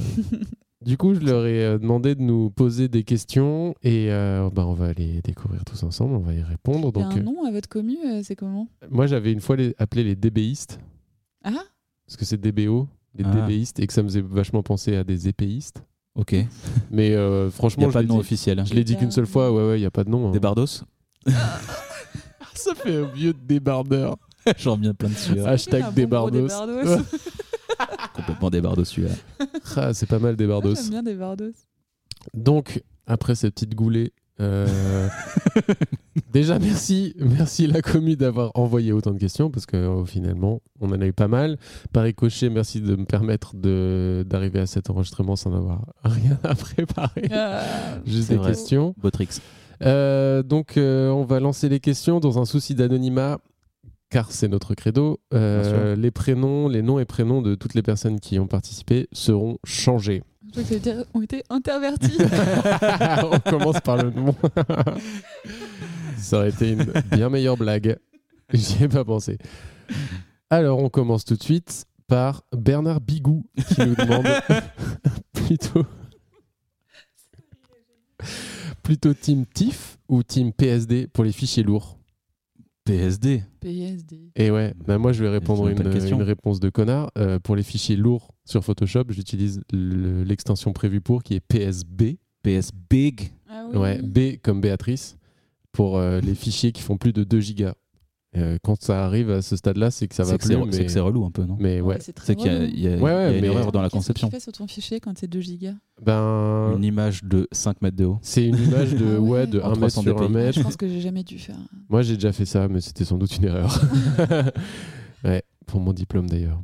[SPEAKER 7] Du coup, je leur ai euh, demandé de nous poser des questions et euh, bah, on va les découvrir tous ensemble, on va y répondre.
[SPEAKER 6] Il y a
[SPEAKER 7] Donc,
[SPEAKER 6] un nom à votre commu, euh, c'est comment
[SPEAKER 7] euh, moi, j'avais une fois les- appelé les DBistes.
[SPEAKER 6] Ah
[SPEAKER 7] parce que c'est DBO, des
[SPEAKER 4] Ah.
[SPEAKER 7] DBistes, et que ça me faisait vachement penser à des épéistes.
[SPEAKER 4] Ok. Il
[SPEAKER 7] Mais euh,
[SPEAKER 4] n'y
[SPEAKER 7] franchement,
[SPEAKER 4] a
[SPEAKER 7] je
[SPEAKER 4] pas
[SPEAKER 7] l'ai
[SPEAKER 4] de nom
[SPEAKER 7] dit-
[SPEAKER 4] officiel.
[SPEAKER 7] je l'ai dit qu'une seule fois, ouais, ouais, il n'y a pas de nom. hein.
[SPEAKER 4] Des bardos
[SPEAKER 7] ça fait un vieux débardeur.
[SPEAKER 4] J'en reviens plein de sueur.
[SPEAKER 7] Hashtag
[SPEAKER 6] Un Ah, bon gros
[SPEAKER 7] débardos.
[SPEAKER 6] débardos. Ouais,
[SPEAKER 4] Ah, Complètement des bardos celui-là.
[SPEAKER 7] Ah, c'est pas mal débardos.
[SPEAKER 6] J'aime bien débardos.
[SPEAKER 7] Donc, après cette petite goulée, euh, déjà merci, merci la commu d'avoir envoyé autant de questions parce que euh, finalement, on en a eu pas mal. Paris Cochet, merci de me permettre de- d'arriver à cet enregistrement sans avoir rien à préparer.
[SPEAKER 6] Ah,
[SPEAKER 7] Juste
[SPEAKER 4] C'est
[SPEAKER 7] des
[SPEAKER 4] vrai.
[SPEAKER 7] questions.
[SPEAKER 4] Botrix.
[SPEAKER 7] Euh, donc, euh, on va lancer les questions dans un souci d'anonymat, car c'est notre credo. Euh, les prénoms, les noms et prénoms de toutes les personnes qui y ont participé seront changés.
[SPEAKER 6] Je crois que ça veut dire ont été intervertis.
[SPEAKER 7] on commence par le nom. Ça aurait été une bien meilleure blague. J'y ai pas pensé. Alors, on commence tout de suite par Bernard Bigou, qui nous demande plutôt. Plutôt Team TIF ou Team PSD pour les fichiers lourds
[SPEAKER 4] PSD.
[SPEAKER 6] PSD.
[SPEAKER 7] Et ouais, bah moi je vais répondre
[SPEAKER 4] même
[SPEAKER 7] une,
[SPEAKER 4] pas de question.
[SPEAKER 7] une réponse de connard. Euh, pour les fichiers lourds sur Photoshop, j'utilise le- l'extension prévue pour qui est PSB.
[SPEAKER 4] PS Big.
[SPEAKER 6] Ah oui.
[SPEAKER 7] Ouais, B comme Béatrice pour euh, les fichiers qui font plus de 2 gigas. Euh, quand ça arrive à ce stade-là, c'est que ça va
[SPEAKER 4] C'est que
[SPEAKER 7] plus.
[SPEAKER 4] c'est
[SPEAKER 7] Mais,
[SPEAKER 4] c'est que c'est relou un peu, non
[SPEAKER 7] mais ouais.
[SPEAKER 6] C'est très
[SPEAKER 4] C'est qu'il y a,
[SPEAKER 6] relou.
[SPEAKER 4] il y a-
[SPEAKER 7] Ouais, ouais,
[SPEAKER 4] il y a une
[SPEAKER 7] mais-
[SPEAKER 4] erreur dans la
[SPEAKER 6] Qu'est-ce que tu
[SPEAKER 4] conception.
[SPEAKER 6] fais sur ton fichier quand c'est 2 gigas
[SPEAKER 7] Ben,
[SPEAKER 4] Une image de 5 mètres de haut.
[SPEAKER 7] c'est une image de,
[SPEAKER 6] Ah ouais.
[SPEAKER 7] ouais, de
[SPEAKER 4] En
[SPEAKER 7] 1 mètre
[SPEAKER 4] 300
[SPEAKER 7] sur 1
[SPEAKER 4] dpi.
[SPEAKER 7] mètre.
[SPEAKER 6] Ah, Je pense que j'ai jamais dû faire.
[SPEAKER 7] Moi, j'ai déjà fait ça, mais c'était sans doute une erreur. ouais, pour mon diplôme d'ailleurs.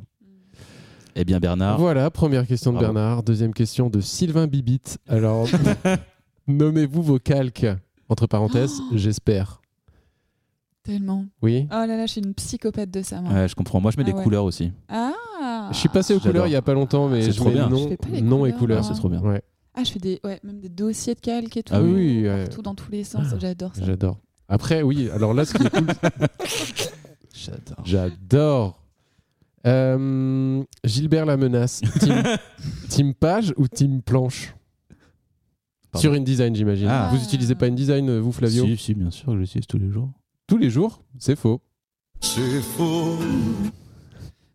[SPEAKER 4] Eh bien, Bernard,
[SPEAKER 7] Voilà, première question de
[SPEAKER 4] Bravo.
[SPEAKER 7] Bernard. Deuxième question de Sylvain Bibit. Alors, nommez-vous vos calques Entre parenthèses, j'espère.
[SPEAKER 6] Tellement.
[SPEAKER 7] Oui
[SPEAKER 6] Oh là là, je suis une psychopathe de ça, moi.
[SPEAKER 4] ouais, je comprends. Moi, je mets
[SPEAKER 6] Ah
[SPEAKER 4] des
[SPEAKER 6] ouais.
[SPEAKER 4] couleurs aussi.
[SPEAKER 6] Ah
[SPEAKER 7] Je suis passé aux
[SPEAKER 4] J'adore.
[SPEAKER 7] couleurs il y a pas longtemps, mais
[SPEAKER 4] C'est
[SPEAKER 7] je
[SPEAKER 4] trop
[SPEAKER 7] mets
[SPEAKER 4] bien.
[SPEAKER 7] nom,
[SPEAKER 6] Je fais pas les
[SPEAKER 7] nom et
[SPEAKER 6] couleurs,
[SPEAKER 7] couleurs.
[SPEAKER 4] C'est trop bien.
[SPEAKER 7] Ouais,
[SPEAKER 6] Ah, je fais des, ouais, même des dossiers de calque et tout. euh,
[SPEAKER 4] Ah
[SPEAKER 7] oui, ouais. Ah,
[SPEAKER 6] Partout dans tous les sens. J'adore ça.
[SPEAKER 7] j'adore. Après, oui, alors là, ce qui est cool,
[SPEAKER 4] J'adore.
[SPEAKER 7] j'adore. Euh, Gilbert la menace. Team, team page ou team planche
[SPEAKER 4] Pardon.
[SPEAKER 7] Sur InDesign, j'imagine.
[SPEAKER 4] Ah.
[SPEAKER 7] Vous utilisez pas InDesign, euh, vous, Flavio
[SPEAKER 4] Si, si, bien sûr, que j'utilise tous les jours.
[SPEAKER 7] Tous les jours C'est faux.
[SPEAKER 2] C'est faux.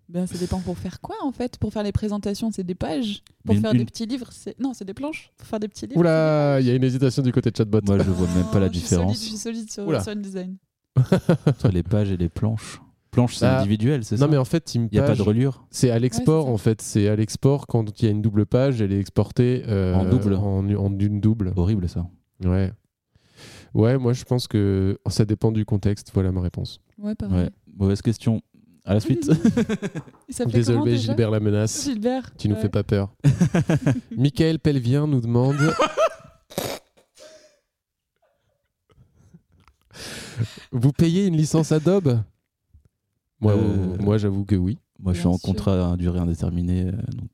[SPEAKER 6] Ben, ça dépend pour faire quoi, en fait. Pour faire les présentations, c'est des pages. Pour
[SPEAKER 4] Mais une-
[SPEAKER 6] faire des
[SPEAKER 4] une-
[SPEAKER 6] petits livres, c'est. Non, c'est des planches. Pour faire des petits livres.
[SPEAKER 7] Oula, il y a une hésitation du côté de chatbot.
[SPEAKER 4] Moi, je vois même pas la
[SPEAKER 6] Non, Ah, je suis solide,
[SPEAKER 4] différence
[SPEAKER 6] Je suis solide
[SPEAKER 7] Oula.
[SPEAKER 6] sur, sur InDesign.
[SPEAKER 4] entre les pages et les planches. Planches, c'est
[SPEAKER 7] Ah.
[SPEAKER 4] individuel, c'est ça
[SPEAKER 7] non, mais en fait, team
[SPEAKER 4] Il n'y a pas
[SPEAKER 7] page,
[SPEAKER 4] de reliure
[SPEAKER 7] c'est à
[SPEAKER 6] Ouais,
[SPEAKER 7] l'export
[SPEAKER 6] c'est ça.
[SPEAKER 7] en fait. C'est à l'export quand il y a une double page, elle est exportée euh,
[SPEAKER 4] En double.
[SPEAKER 7] En, en une double.
[SPEAKER 4] Horrible, ça.
[SPEAKER 7] Ouais. Ouais, moi je pense que ça dépend du contexte. Voilà ma réponse.
[SPEAKER 6] Ah Ouais, pareil.
[SPEAKER 4] Ouais. Mauvaise question. À la suite.
[SPEAKER 6] Il s'appelait comment,
[SPEAKER 7] Désolé
[SPEAKER 6] déjà
[SPEAKER 7] Gilbert la menace.
[SPEAKER 6] Gilbert.
[SPEAKER 7] Tu nous
[SPEAKER 6] ouais.
[SPEAKER 7] fais pas peur. Michael Pelvien nous demande. Vous payez une licence Adobe Moi,
[SPEAKER 4] Euh,
[SPEAKER 7] moi j'avoue que oui.
[SPEAKER 4] Moi, je suis
[SPEAKER 6] Bien
[SPEAKER 4] en
[SPEAKER 6] sûr.
[SPEAKER 4] contrat à durée indéterminée, euh, donc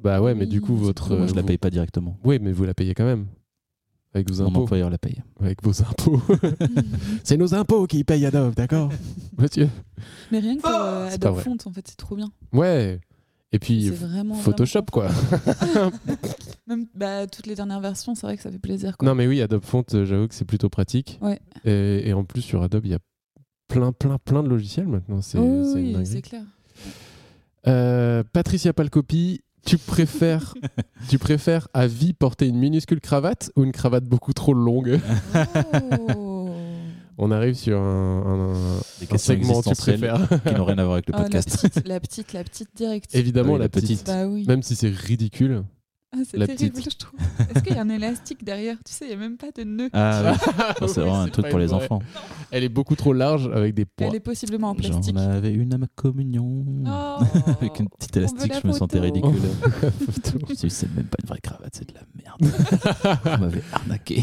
[SPEAKER 7] Bah ouais, mais
[SPEAKER 6] Oui,
[SPEAKER 7] du coup,
[SPEAKER 6] c'est
[SPEAKER 7] votre.
[SPEAKER 6] cool.
[SPEAKER 4] moi, je
[SPEAKER 7] euh,
[SPEAKER 4] la
[SPEAKER 7] vous-
[SPEAKER 4] paye pas directement.
[SPEAKER 7] Oui, mais vous la payez quand même. Avec vos
[SPEAKER 4] Mon
[SPEAKER 7] impôts.
[SPEAKER 4] employeur la paye.
[SPEAKER 7] Avec vos impôts. C'est nos impôts qui payent Adobe, d'accord Monsieur
[SPEAKER 6] Mais rien que pour euh,
[SPEAKER 7] Ah, C'est pas
[SPEAKER 6] Adobe
[SPEAKER 7] vrai.
[SPEAKER 6] Font, en fait, c'est trop bien.
[SPEAKER 7] Ouais. Et
[SPEAKER 6] C'est
[SPEAKER 7] puis,
[SPEAKER 6] vraiment.
[SPEAKER 7] Photoshop,
[SPEAKER 6] vraiment-
[SPEAKER 7] quoi.
[SPEAKER 6] Même, bah, toutes les dernières versions, c'est vrai que ça fait plaisir. Quoi.
[SPEAKER 7] Non, mais oui, Adobe Font, euh, j'avoue que c'est plutôt pratique.
[SPEAKER 6] Ouais.
[SPEAKER 7] Et, et en plus, sur Adobe, il y a plein, plein, plein de logiciels maintenant. C'est
[SPEAKER 6] Oh
[SPEAKER 7] c'est une
[SPEAKER 6] oui,
[SPEAKER 7] dinguerie.
[SPEAKER 6] c'est clair.
[SPEAKER 7] Euh, Patricia Palcopi, tu préfères, tu préfères à vie porter une minuscule cravate ou une cravate beaucoup trop longue
[SPEAKER 6] Oh.
[SPEAKER 7] On arrive sur un, un- un-
[SPEAKER 4] Des
[SPEAKER 7] un segment tu
[SPEAKER 4] existentielles
[SPEAKER 7] préfères.
[SPEAKER 4] qui n'ont rien à voir avec le
[SPEAKER 6] Ah, la,
[SPEAKER 4] podcast.
[SPEAKER 6] petite, la petite, la petite directe.
[SPEAKER 7] Évidemment,
[SPEAKER 4] Oui,
[SPEAKER 7] la
[SPEAKER 4] la
[SPEAKER 7] petite.
[SPEAKER 4] petite.
[SPEAKER 6] Bah oui.
[SPEAKER 7] Même si c'est ridicule.
[SPEAKER 6] Ah, c'est
[SPEAKER 7] la
[SPEAKER 6] terrible,
[SPEAKER 7] petite.
[SPEAKER 6] je trouve. Est-ce qu'il y a un élastique derrière Tu sais, il n'y a même pas de nœud.
[SPEAKER 4] Ah oui, Ça, c'est
[SPEAKER 7] Oui,
[SPEAKER 4] vraiment un truc
[SPEAKER 7] pas
[SPEAKER 4] pour les
[SPEAKER 7] vrai.
[SPEAKER 4] enfants.
[SPEAKER 7] Elle est beaucoup trop large avec des poids.
[SPEAKER 6] Elle est possiblement en
[SPEAKER 4] J'en
[SPEAKER 6] plastique.
[SPEAKER 4] avais une à ma communion.
[SPEAKER 6] Oh.
[SPEAKER 4] Avec une petite
[SPEAKER 6] veut
[SPEAKER 4] élastique,
[SPEAKER 6] la
[SPEAKER 4] je me sentais
[SPEAKER 6] photo.
[SPEAKER 4] ridicule. Je me suis dit, c'est même pas une vraie cravate, c'est de la merde. On m'avait arnaqué.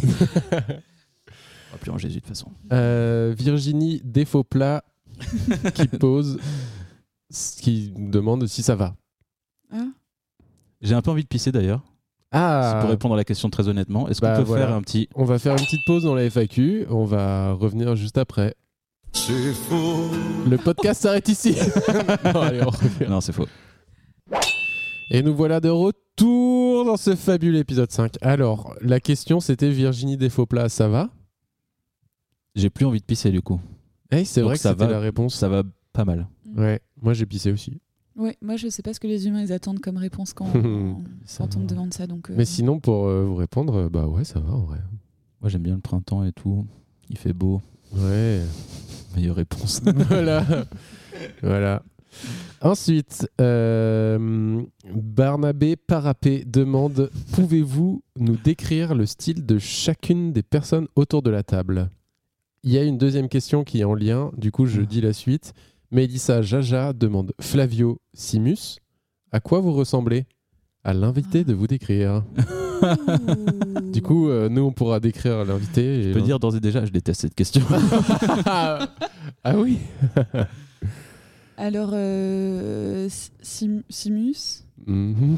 [SPEAKER 4] On va plus en Jésus de toute façon.
[SPEAKER 7] Euh, Virginie Défaut Plat qui pose, ce qui demande si ça va.
[SPEAKER 6] Ah,
[SPEAKER 4] J'ai un peu envie de pisser d'ailleurs.
[SPEAKER 7] Ah,
[SPEAKER 4] C'est Pour répondre à la question très honnêtement, est-ce qu'on
[SPEAKER 7] Bah,
[SPEAKER 4] peut
[SPEAKER 7] voilà.
[SPEAKER 4] faire un petit.
[SPEAKER 7] On va faire une petite pause dans la FAQ. On va revenir juste après.
[SPEAKER 2] C'est faux.
[SPEAKER 7] Le podcast s'arrête ici. Non, allez, on revient.
[SPEAKER 4] Non, c'est faux.
[SPEAKER 7] Et nous voilà de retour dans ce fabuleux épisode 5. Alors, la question c'était Virginie Défaut Plat, ça va
[SPEAKER 4] J'ai plus envie de pisser du coup.
[SPEAKER 7] Eh, C'est
[SPEAKER 4] Donc
[SPEAKER 7] vrai que
[SPEAKER 4] ça
[SPEAKER 7] c'était
[SPEAKER 4] va.
[SPEAKER 7] la réponse.
[SPEAKER 4] Ça va pas mal.
[SPEAKER 7] Ouais, moi j'ai pissé aussi.
[SPEAKER 6] Ouais, moi je sais pas ce que les humains ils attendent comme réponse quand, quand on me demande ça. Donc, euh,
[SPEAKER 7] Mais sinon, pour euh, vous répondre, euh, bah ouais, ça va en vrai.
[SPEAKER 4] Moi j'aime bien le printemps et tout. Il fait beau.
[SPEAKER 7] Ouais.
[SPEAKER 4] Meilleure réponse.
[SPEAKER 7] voilà. voilà. Ensuite, euh, Barnabé Parapé demande Pouvez-vous nous décrire le style de chacune des personnes autour de la table Il y a une deuxième question qui est en lien, du coup,
[SPEAKER 4] Ah.
[SPEAKER 7] je dis la suite. Mélissa Jaja demande Flavio Simus, à quoi vous ressemblez À l'invité de vous décrire.
[SPEAKER 6] ouh.
[SPEAKER 7] Du coup, euh, nous, on pourra décrire l'invité.
[SPEAKER 4] Je
[SPEAKER 7] et
[SPEAKER 4] peux dire d'ores et déjà, je déteste cette question.
[SPEAKER 7] ah oui
[SPEAKER 6] Alors, euh, Sim- Simus
[SPEAKER 7] Mhm.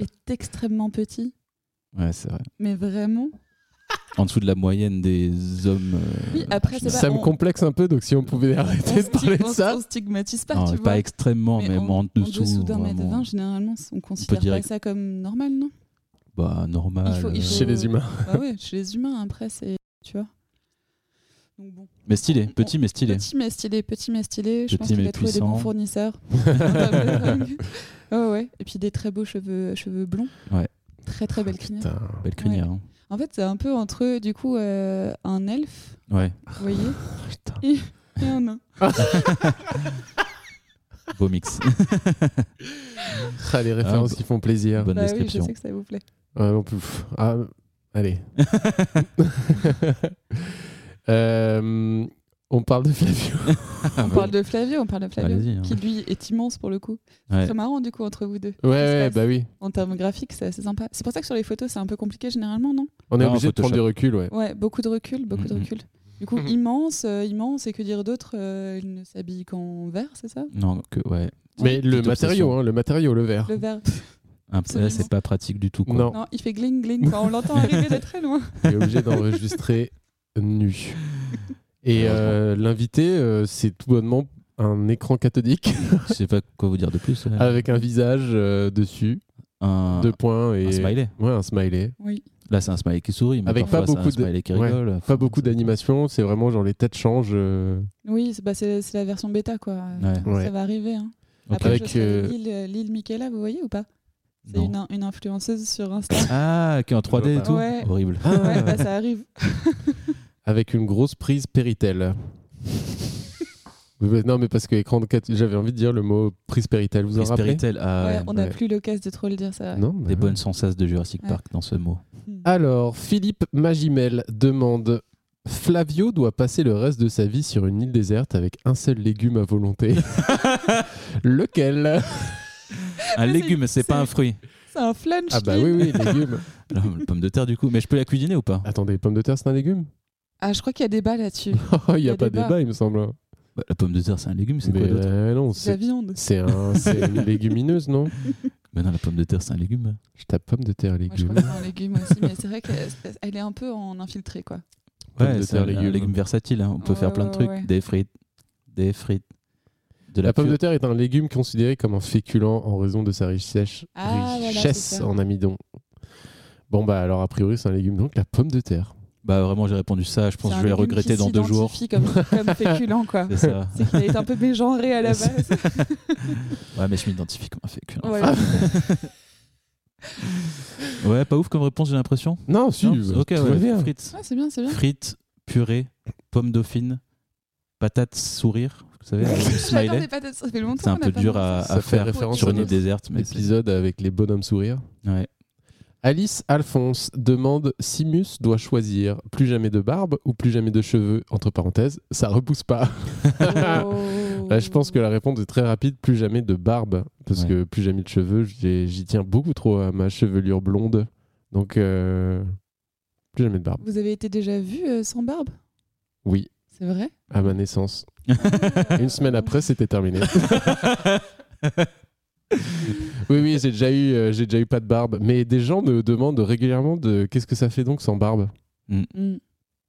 [SPEAKER 6] est extrêmement petit,
[SPEAKER 4] ouais, c'est vrai.
[SPEAKER 6] mais vraiment.
[SPEAKER 4] En dessous de la moyenne des hommes. euh,
[SPEAKER 6] Oui, après, c'est
[SPEAKER 7] Ça
[SPEAKER 6] pas-
[SPEAKER 7] me
[SPEAKER 6] on-
[SPEAKER 7] complexe un peu, donc si on pouvait arrêter de
[SPEAKER 6] on
[SPEAKER 7] parler
[SPEAKER 6] sti-
[SPEAKER 7] de
[SPEAKER 6] on-
[SPEAKER 7] ça.
[SPEAKER 6] On stigmatise pas,
[SPEAKER 4] non,
[SPEAKER 6] tu
[SPEAKER 4] pas
[SPEAKER 6] vois.
[SPEAKER 4] extrêmement, mais, en dessous.
[SPEAKER 6] d'un mètre
[SPEAKER 4] vraiment.
[SPEAKER 6] vingt, généralement, on considère
[SPEAKER 4] dire-
[SPEAKER 6] pas ça comme normal, non
[SPEAKER 4] Bah, normal.
[SPEAKER 6] Il faut- il
[SPEAKER 4] euh,
[SPEAKER 6] faut-
[SPEAKER 7] Chez les humains.
[SPEAKER 6] Bah ouais, chez les humains, après, c'est. Tu vois Donc bon.
[SPEAKER 4] Mais stylé, petit mais stylé.
[SPEAKER 6] Petit mais stylé, petit mais stylé. Je
[SPEAKER 4] Petit
[SPEAKER 6] pense qu'il
[SPEAKER 4] mais
[SPEAKER 6] va trouver des bons
[SPEAKER 4] puissant.
[SPEAKER 6] fournisseurs. Ah bah ouais, ouais. Et puis des très beaux cheveux, cheveux blonds.
[SPEAKER 4] Ouais. Oh,
[SPEAKER 6] Très très belle crinière.
[SPEAKER 7] Putain.
[SPEAKER 4] Belle crinière. hein.
[SPEAKER 6] En fait, c'est un peu entre du coup euh, un elfe,
[SPEAKER 4] hein. Ouais.
[SPEAKER 6] vous voyez, Ah
[SPEAKER 7] Putain.
[SPEAKER 6] Et- et un nain.
[SPEAKER 4] Beau mix.
[SPEAKER 7] Ah, les références
[SPEAKER 4] Ah,
[SPEAKER 7] qui font plaisir.
[SPEAKER 4] Bonne
[SPEAKER 6] Bah oui, je
[SPEAKER 4] description.
[SPEAKER 6] sais que ça vous plaît.
[SPEAKER 7] Ouais, non plus. Ah, allez. Euh, on parle de Flavio.
[SPEAKER 6] On parle de Flavio, on parle de
[SPEAKER 4] bah Allez-y,
[SPEAKER 6] Flavio,
[SPEAKER 4] hein.
[SPEAKER 6] qui lui est immense pour le coup.
[SPEAKER 4] Ouais.
[SPEAKER 6] Très marrant du coup entre vous deux. Qu'est-ce
[SPEAKER 7] Ouais,
[SPEAKER 6] qui se
[SPEAKER 7] ouais,
[SPEAKER 6] passe
[SPEAKER 7] bah oui.
[SPEAKER 6] En termes graphiques, c'est assez sympa. C'est pour ça que sur les photos, c'est un peu compliqué généralement, non
[SPEAKER 7] On est
[SPEAKER 4] Ah, en
[SPEAKER 7] obligé de prendre du
[SPEAKER 4] Photoshop.
[SPEAKER 7] recul, ouais.
[SPEAKER 6] Ouais, beaucoup de recul, beaucoup de
[SPEAKER 4] Mhm.
[SPEAKER 6] recul. Du coup, immense, euh, immense, et que dire d'autre euh, Il ne s'habille qu'en vert, c'est ça
[SPEAKER 4] Non, que, ouais.
[SPEAKER 7] Mais le
[SPEAKER 4] Petite
[SPEAKER 7] matériau,
[SPEAKER 4] obsession.
[SPEAKER 7] hein, le matériau, le verre.
[SPEAKER 6] Le vert.
[SPEAKER 4] Un peu- là, c'est
[SPEAKER 6] Absolument.
[SPEAKER 4] pas pratique du tout. Quoi.
[SPEAKER 7] Non.
[SPEAKER 6] Non, il fait gling gling quand on l'entend arriver de très loin.
[SPEAKER 7] On est obligé d'enregistrer nu.
[SPEAKER 4] Ah,
[SPEAKER 7] Et euh, l'invité, euh, c'est tout bonnement un écran cathodique
[SPEAKER 4] Je sais pas quoi vous dire de plus. ouais.
[SPEAKER 7] avec un visage euh, dessus,
[SPEAKER 4] un,
[SPEAKER 7] deux points et
[SPEAKER 4] un smiley.
[SPEAKER 7] Ouais, un smiley.
[SPEAKER 6] Oui.
[SPEAKER 4] Là, c'est un smiley qui sourit. Mais
[SPEAKER 7] Avec
[SPEAKER 4] parfois,
[SPEAKER 7] pas
[SPEAKER 4] c'est
[SPEAKER 7] beaucoup
[SPEAKER 4] un
[SPEAKER 7] de-
[SPEAKER 4] smiley qui
[SPEAKER 7] ouais.
[SPEAKER 4] rigole.
[SPEAKER 7] Pas beaucoup d'animation, c'est vraiment genre les têtes changent. euh,
[SPEAKER 6] Oui, c'est bah, c'est- c'est la version bêta, quoi. Euh,
[SPEAKER 4] Ouais.
[SPEAKER 7] Ouais.
[SPEAKER 6] Ça va arriver. Hein.
[SPEAKER 4] Ok.
[SPEAKER 6] Après,
[SPEAKER 7] Avec,
[SPEAKER 6] je serai
[SPEAKER 7] euh,
[SPEAKER 6] Lille, euh, Lille Michaela, vous voyez ou pas C'est
[SPEAKER 4] Non.
[SPEAKER 6] une, in- une influenceuse sur Insta.
[SPEAKER 4] Ah, qui est en 3D et tout.
[SPEAKER 6] Ouais.
[SPEAKER 4] Horrible.
[SPEAKER 6] ouais, bah, ça arrive.
[SPEAKER 7] avec une grosse prise Péritel. non, mais parce que écran de cath- j'avais envie de dire le mot prise Péritel, vous en
[SPEAKER 4] Prise
[SPEAKER 7] rappelez
[SPEAKER 4] Péritel, ah,
[SPEAKER 6] Ouais,
[SPEAKER 4] ouais.
[SPEAKER 6] on n'a
[SPEAKER 7] ouais.
[SPEAKER 6] plus l'occasion de trop le dire, ça.
[SPEAKER 7] Non, bah
[SPEAKER 4] Des
[SPEAKER 7] non.
[SPEAKER 4] bonnes sensaces de Jurassic
[SPEAKER 6] Ouais.
[SPEAKER 4] Park dans ce mot.
[SPEAKER 7] Alors, Philippe Magimel demande Flavio doit passer le reste de sa vie sur une île déserte avec un seul légume à volonté. Lequel
[SPEAKER 4] Un
[SPEAKER 6] Mais c'est-
[SPEAKER 4] légume, c'est pas
[SPEAKER 6] c'est-
[SPEAKER 4] un fruit.
[SPEAKER 6] C'est un flunch.
[SPEAKER 7] Ah bah
[SPEAKER 6] Lille.
[SPEAKER 7] oui oui, légume.
[SPEAKER 4] Alors, pomme de terre, du coup. Mais je peux la cuisiner ou pas
[SPEAKER 7] Attendez, pomme de terre c'est un légume
[SPEAKER 6] Ah, je crois qu'il y a des bas là-dessus.
[SPEAKER 7] Il n'y
[SPEAKER 6] y
[SPEAKER 7] a,
[SPEAKER 6] a
[SPEAKER 7] pas
[SPEAKER 6] débat.
[SPEAKER 7] débat il me semble. hein.
[SPEAKER 4] Bah, La pomme de terre, c'est un légume, c'est
[SPEAKER 7] Mais
[SPEAKER 4] quoi d'autre
[SPEAKER 7] euh, non,
[SPEAKER 6] C'est la
[SPEAKER 7] c'est
[SPEAKER 6] viande.
[SPEAKER 7] c'est un c'est une légumineuse non
[SPEAKER 4] Mais non, la pomme de terre, c'est un légume.
[SPEAKER 7] Je tape pomme de terre
[SPEAKER 6] Moi, je
[SPEAKER 7] légume.
[SPEAKER 6] crois que c'est un légume aussi, mais c'est vrai qu'elle elle est un peu en infiltré, quoi.
[SPEAKER 7] Pomme de
[SPEAKER 4] c'est
[SPEAKER 7] terre,
[SPEAKER 4] un,
[SPEAKER 7] légume.
[SPEAKER 4] un légume versatile. hein. On peut
[SPEAKER 6] Ouais,
[SPEAKER 4] faire plein de
[SPEAKER 6] ouais,
[SPEAKER 4] trucs.
[SPEAKER 6] ouais.
[SPEAKER 4] Des frites. Des frites. De la,
[SPEAKER 7] La pomme
[SPEAKER 4] pure-
[SPEAKER 7] de terre est un légume considéré comme un féculent en raison de sa richesse,
[SPEAKER 6] Ah, voilà,
[SPEAKER 7] richesse
[SPEAKER 6] c'est ça.
[SPEAKER 7] en amidon. Bon bah alors a priori c'est un légume donc la pomme de terre.
[SPEAKER 4] Bah vraiment, j'ai répondu ça. Je pense
[SPEAKER 6] C'est
[SPEAKER 4] que je
[SPEAKER 6] un
[SPEAKER 4] vais
[SPEAKER 6] légume
[SPEAKER 4] regretter
[SPEAKER 6] qui
[SPEAKER 4] dans deux jours.
[SPEAKER 6] s'identifie Comme, comme féculent, quoi.
[SPEAKER 4] C'est ça.
[SPEAKER 6] C'est qu'il est un peu mégenré à la base.
[SPEAKER 4] Ouais, mais je m'identifie comme un féculent.
[SPEAKER 6] Voilà.
[SPEAKER 4] Ouais, pas ouf comme réponse, j'ai l'impression.
[SPEAKER 7] Non, si,
[SPEAKER 4] Non
[SPEAKER 7] bah,
[SPEAKER 4] ok,
[SPEAKER 7] tout
[SPEAKER 4] ouais,
[SPEAKER 7] va bien.
[SPEAKER 4] frites.
[SPEAKER 6] Ouais, c'est bien, c'est bien.
[SPEAKER 4] Frites, purée, pommes dauphines, patates sourire. Vous savez, avec le
[SPEAKER 6] J'adore
[SPEAKER 4] smiley.
[SPEAKER 6] des patates, ça fait longtemps
[SPEAKER 4] C'est un
[SPEAKER 6] qu'on a
[SPEAKER 4] peu
[SPEAKER 6] pas
[SPEAKER 4] dur
[SPEAKER 6] mangé
[SPEAKER 4] à,
[SPEAKER 6] ça.
[SPEAKER 7] Ça
[SPEAKER 4] à
[SPEAKER 7] fait
[SPEAKER 4] faire
[SPEAKER 7] référence
[SPEAKER 4] sur
[SPEAKER 6] à
[SPEAKER 4] une île
[SPEAKER 6] notre
[SPEAKER 4] déserte. Mais c'est-
[SPEAKER 7] L'épisode avec les bonhommes sourires.
[SPEAKER 4] ouais.
[SPEAKER 7] Alice Alphonse demande Simus doit choisir plus jamais de barbe ou plus jamais de cheveux entre parenthèses ça repousse pas.
[SPEAKER 6] Oh.
[SPEAKER 7] Là, Bah, je pense que la réponse est très rapide plus jamais de barbe parce
[SPEAKER 4] Ouais.
[SPEAKER 7] que plus jamais de cheveux j'ai- j'y tiens beaucoup trop à ma chevelure blonde donc euh, plus jamais de barbe.
[SPEAKER 6] Vous avez été déjà vu euh, sans barbe
[SPEAKER 7] Oui
[SPEAKER 6] C'est vrai
[SPEAKER 7] à ma naissance.
[SPEAKER 6] Ah.
[SPEAKER 7] Une semaine après c'était terminé. oui oui j'ai déjà eu euh, j'ai déjà eu pas de barbe mais des gens me demandent régulièrement de qu'est-ce que ça fait donc sans barbe.
[SPEAKER 6] Hmm.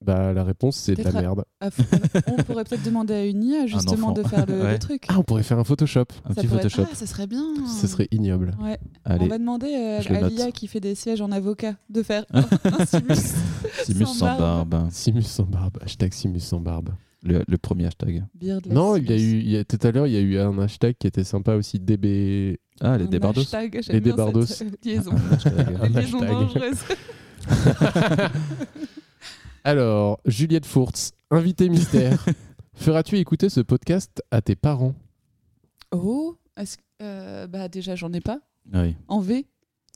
[SPEAKER 7] Bah la réponse c'est de la
[SPEAKER 6] Peut-être à-
[SPEAKER 7] merde.
[SPEAKER 6] Ah, faut- On pourrait peut-être demander à une IA justement
[SPEAKER 4] enfant.
[SPEAKER 6] de faire le, le
[SPEAKER 4] Ouais.
[SPEAKER 6] truc.
[SPEAKER 7] Ah, on pourrait faire un Photoshop.
[SPEAKER 4] Un
[SPEAKER 6] ça
[SPEAKER 4] petit
[SPEAKER 6] pourrait être-
[SPEAKER 4] Photoshop.
[SPEAKER 6] Ah, ça serait bien.
[SPEAKER 7] Ce serait ignoble.
[SPEAKER 6] Ouais. On
[SPEAKER 4] Allez,
[SPEAKER 6] va demander euh,
[SPEAKER 4] je le
[SPEAKER 6] à
[SPEAKER 4] note. Ah.
[SPEAKER 6] l'IA qui fait des sièges en avocat de faire un simus.
[SPEAKER 4] Simus
[SPEAKER 6] sans
[SPEAKER 4] sans
[SPEAKER 6] barbe.
[SPEAKER 4] barbe. hein.
[SPEAKER 7] Simus sans barbe. Hashtag Simus sans barbe.
[SPEAKER 4] Le, le premier hashtag.
[SPEAKER 6] Beardless
[SPEAKER 7] Non, il y a
[SPEAKER 6] simus.
[SPEAKER 7] eu, il y a- tout à l'heure, il y a eu un hashtag qui était sympa aussi. DB.
[SPEAKER 4] Ah, les
[SPEAKER 6] Un
[SPEAKER 4] débardos.
[SPEAKER 6] hashtag, j'aime
[SPEAKER 7] Les
[SPEAKER 6] bien
[SPEAKER 7] débardos.
[SPEAKER 6] cette, euh, liaison.
[SPEAKER 4] Un hashtag.
[SPEAKER 7] Un
[SPEAKER 6] Les liaisons
[SPEAKER 7] hashtag.
[SPEAKER 6] dangereuses.
[SPEAKER 7] Alors, Juliette Fourtz, invité mystère. Feras-tu écouter ce podcast à tes parents
[SPEAKER 6] Oh, est-ce que- euh, bah déjà j'en ai pas
[SPEAKER 4] Ah Oui.
[SPEAKER 6] en V,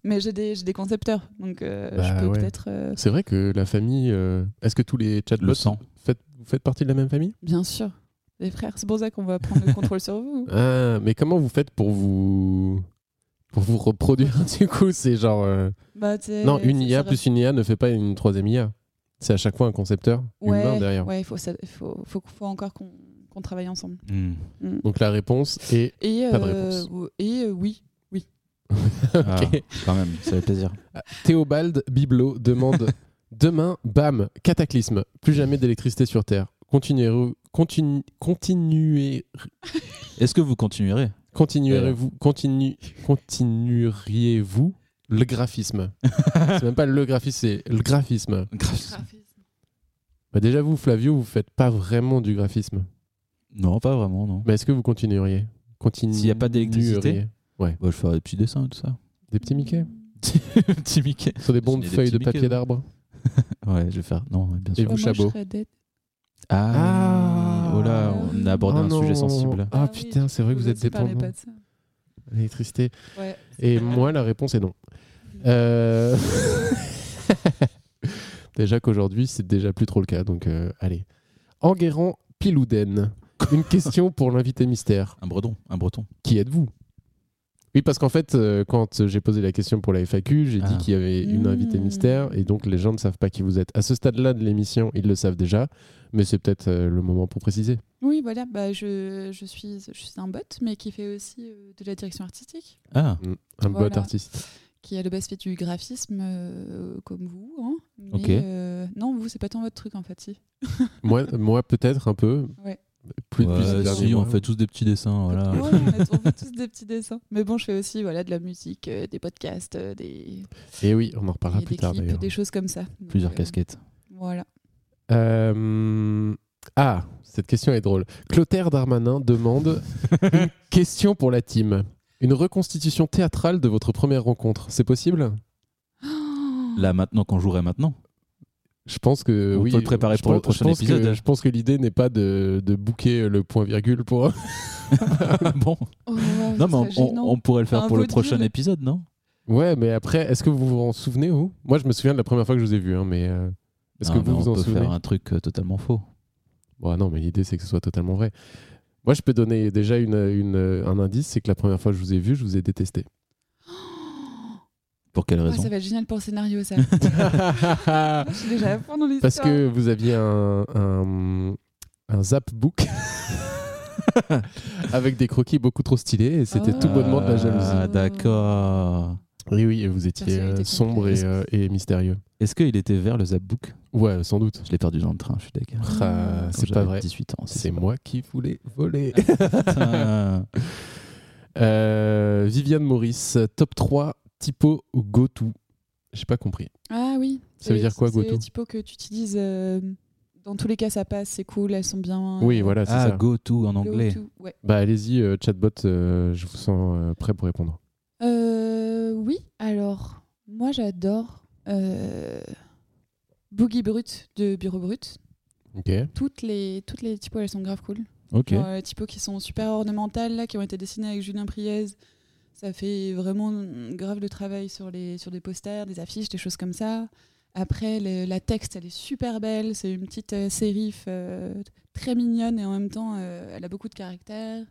[SPEAKER 6] mais j'ai des, j'ai des concepteurs, donc euh,
[SPEAKER 7] Bah,
[SPEAKER 6] je peux
[SPEAKER 7] ouais.
[SPEAKER 6] peut-être. euh,
[SPEAKER 7] C'est vrai que la famille. euh, Est-ce que tous les
[SPEAKER 4] Le
[SPEAKER 7] chatbots.
[SPEAKER 4] sang.
[SPEAKER 7] Faites, vous faites partie de la même famille
[SPEAKER 6] bien sûr, les frères, c'est pour ça qu'on va prendre le contrôle sur vous.
[SPEAKER 7] Ah, mais comment vous faites pour vous. Pour vous reproduire Du coup, c'est genre. euh,
[SPEAKER 6] Bah, t'sais,
[SPEAKER 7] Non, une
[SPEAKER 6] ça-
[SPEAKER 7] IA
[SPEAKER 6] ça-
[SPEAKER 7] plus une IA ne fait pas une troisième IA. C'est à chaque fois un concepteur
[SPEAKER 6] ouais,
[SPEAKER 7] humain derrière.
[SPEAKER 6] Ouais, il faut, ça- faut, faut, faut encore qu'on qu'on travaille ensemble.
[SPEAKER 4] Hmm.
[SPEAKER 6] Mm.
[SPEAKER 7] Donc la réponse est.
[SPEAKER 6] Et,
[SPEAKER 7] Pas de
[SPEAKER 6] euh,
[SPEAKER 7] réponse.
[SPEAKER 6] ou- et euh, oui.
[SPEAKER 4] Ah, quand même, ça fait plaisir.
[SPEAKER 7] Théobald Biblo demande Demain, bam, cataclysme, plus jamais d'électricité sur Terre. Continuerez- continu- continuer-
[SPEAKER 4] Est-ce que vous continuerez
[SPEAKER 7] Continuerez-vous continu- continueriez-vous le graphisme C'est même pas le graphisme, c'est le graphisme. Bah déjà, vous, Flavio, vous faites pas vraiment du graphisme.
[SPEAKER 4] Non, pas vraiment, non.
[SPEAKER 7] Mais est-ce que vous continueriez Continu-
[SPEAKER 4] S'il y a pas d'électricité
[SPEAKER 7] riez.
[SPEAKER 4] Bah, je ferai des petits dessins et tout ça.
[SPEAKER 7] Des petits Mickey
[SPEAKER 6] Bah,
[SPEAKER 4] Petit Mickey.
[SPEAKER 7] Sur des bombes
[SPEAKER 4] des
[SPEAKER 7] feuilles
[SPEAKER 4] petits
[SPEAKER 7] de
[SPEAKER 4] Mickey,
[SPEAKER 7] papier
[SPEAKER 4] ouais.
[SPEAKER 7] d'arbre
[SPEAKER 4] Ouais, je vais faire. Non, ouais, bien
[SPEAKER 7] Et
[SPEAKER 4] sûr.
[SPEAKER 7] vous,
[SPEAKER 6] Moi, je
[SPEAKER 7] Chabot
[SPEAKER 6] serais dead.
[SPEAKER 4] Ah, oh là, on a abordé
[SPEAKER 7] Ah
[SPEAKER 4] un
[SPEAKER 7] non.
[SPEAKER 4] sujet sensible.
[SPEAKER 7] Ah,
[SPEAKER 6] Ah oui,
[SPEAKER 7] putain, c'est vrai que vous êtes
[SPEAKER 6] aussi parler
[SPEAKER 7] dépendant.
[SPEAKER 6] pas de ça.
[SPEAKER 7] L'électricité.
[SPEAKER 6] Ouais.
[SPEAKER 7] Et moi, la réponse est non. Euh, déjà qu'aujourd'hui, c'est déjà plus trop le cas. Donc, euh, allez. Enguerrand Pilouden. Une question pour l'invité mystère.
[SPEAKER 4] Un bredon, un breton.
[SPEAKER 7] Qui êtes-vous Oui, parce qu'en fait, euh, quand j'ai posé la question pour la FAQ, j'ai
[SPEAKER 4] Ah.
[SPEAKER 7] dit qu'il y avait une
[SPEAKER 6] Mmh.
[SPEAKER 7] invitée mystère et donc les gens ne savent pas qui vous êtes. À ce stade-là de l'émission, ils le savent déjà, mais c'est peut-être euh, le moment pour préciser.
[SPEAKER 6] Oui, voilà, bah, je, je, suis, je suis un bot, mais qui fait aussi euh, de la direction artistique,
[SPEAKER 4] Ah,
[SPEAKER 7] Un
[SPEAKER 6] Voilà.
[SPEAKER 7] bot artiste.
[SPEAKER 6] qui à la base fait du graphisme euh, comme vous. Hein, mais,
[SPEAKER 4] Ok.
[SPEAKER 6] euh, non, vous, c'est pas tant votre truc en fait. Si.
[SPEAKER 7] Moi, moi peut-être un peu.
[SPEAKER 6] Ouais.
[SPEAKER 7] Plus depuis ces
[SPEAKER 4] Ouais,
[SPEAKER 7] derniers
[SPEAKER 4] si, on
[SPEAKER 7] mois.
[SPEAKER 4] fait tous des petits dessins, voilà.
[SPEAKER 6] Ouais, on, a- on fait tous des petits dessins. Mais bon, je fais aussi voilà, de la musique, euh, des podcasts, euh, des,
[SPEAKER 7] Et Eh oui, on
[SPEAKER 6] et
[SPEAKER 7] en reparlera
[SPEAKER 6] des
[SPEAKER 7] plus tard
[SPEAKER 6] clips,
[SPEAKER 7] d'ailleurs.
[SPEAKER 6] des choses comme ça. Donc,
[SPEAKER 4] Plusieurs
[SPEAKER 6] euh,
[SPEAKER 4] casquettes.
[SPEAKER 6] Voilà.
[SPEAKER 7] Euh, Ah, cette question est drôle. Clotaire Darmanin demande une question pour la team. Une reconstitution théâtrale de votre première rencontre, c'est possible
[SPEAKER 4] Là, maintenant, qu'on jouerait maintenant.
[SPEAKER 7] Je pense que
[SPEAKER 4] On
[SPEAKER 7] oui.
[SPEAKER 4] peut le préparer
[SPEAKER 7] je
[SPEAKER 4] pour le
[SPEAKER 7] pense- je
[SPEAKER 4] prochain
[SPEAKER 7] pense que-
[SPEAKER 4] épisode.
[SPEAKER 7] je pense que l'idée n'est pas de, de bouquer le point virgule pour.
[SPEAKER 4] bon,
[SPEAKER 6] Oh, ouais,
[SPEAKER 4] non,
[SPEAKER 6] ça
[SPEAKER 4] mais on-
[SPEAKER 6] serait
[SPEAKER 4] on,
[SPEAKER 6] gênant. Oh,
[SPEAKER 4] on pourrait le faire
[SPEAKER 6] Un
[SPEAKER 4] pour le
[SPEAKER 6] vaudeville.
[SPEAKER 4] prochain épisode, non
[SPEAKER 7] Ouais, mais après, est-ce que vous vous en souvenez vous Moi, je me souviens de la première fois que je vous ai vu, hein, mais euh, est-ce
[SPEAKER 4] Ah
[SPEAKER 7] que
[SPEAKER 4] Non, mais
[SPEAKER 7] vous vous
[SPEAKER 4] On
[SPEAKER 7] en
[SPEAKER 4] peut
[SPEAKER 7] souvenez
[SPEAKER 4] faire un truc euh, totalement faux.
[SPEAKER 7] Bon, non, mais l'idée, c'est que ce soit totalement vrai. Moi, je peux donner déjà une, une- un indice, c'est que la première fois que je vous ai vu, je vous ai détesté.
[SPEAKER 4] Pour quelle
[SPEAKER 6] Ouais,
[SPEAKER 4] raison
[SPEAKER 6] ça va être génial pour le scénario, ça.
[SPEAKER 7] Parce
[SPEAKER 6] je suis déjà à fond dans l'histoire.
[SPEAKER 7] que vous aviez un, un, un zap book avec des croquis beaucoup trop stylés et c'était
[SPEAKER 6] Ah.
[SPEAKER 7] tout bonnement de la jalousie.
[SPEAKER 4] Ah, d'accord.
[SPEAKER 7] Oui, oui, et vous étiez
[SPEAKER 6] Personnalité
[SPEAKER 7] euh,
[SPEAKER 6] complexe.
[SPEAKER 7] sombre et, euh, et mystérieux.
[SPEAKER 4] Est-ce qu'il était vert le Zapbook
[SPEAKER 7] Ouais, sans doute.
[SPEAKER 4] Je l'ai perdu dans le train, je suis dégueu.
[SPEAKER 7] Ah,
[SPEAKER 4] Quand
[SPEAKER 7] c'est pas
[SPEAKER 4] j'avais
[SPEAKER 7] vrai.
[SPEAKER 4] 18 ans. Ah,
[SPEAKER 7] C'est Ah, moi qui voulais voler.
[SPEAKER 4] Putain.
[SPEAKER 7] Euh, Viviane Maurice, top 3 typo go-to. J'ai pas compris.
[SPEAKER 6] Ah oui.
[SPEAKER 7] Ça veut
[SPEAKER 6] C'est-
[SPEAKER 7] dire quoi,
[SPEAKER 6] C'est
[SPEAKER 7] Goto
[SPEAKER 6] les typos que tu utilises. euh, dans tous les cas, ça passe, c'est cool, elles sont bien.
[SPEAKER 7] Oui,
[SPEAKER 6] euh,
[SPEAKER 7] voilà, c'est
[SPEAKER 4] ah,
[SPEAKER 7] ça.
[SPEAKER 4] go to en
[SPEAKER 6] go
[SPEAKER 4] anglais.
[SPEAKER 6] to, ouais.
[SPEAKER 7] Bah allez-y, euh, chatbot, euh, je vous sens euh, prêt pour répondre.
[SPEAKER 6] Euh, oui, alors, moi j'adore euh, Boogie Brut de Bureau Brut.
[SPEAKER 7] Ok.
[SPEAKER 6] Toutes les, toutes les typos, elles sont grave cool.
[SPEAKER 4] Ok.
[SPEAKER 6] Genre, les typos qui sont super ornementales, là, qui ont été dessinées avec Julien Priez. Ça fait vraiment grave le travail sur, les, sur des posters, des affiches, des choses comme ça. Après, le- la texte, elle est super belle. C'est une petite euh, sérif euh, très mignonne et en même temps, euh, elle a beaucoup de caractère.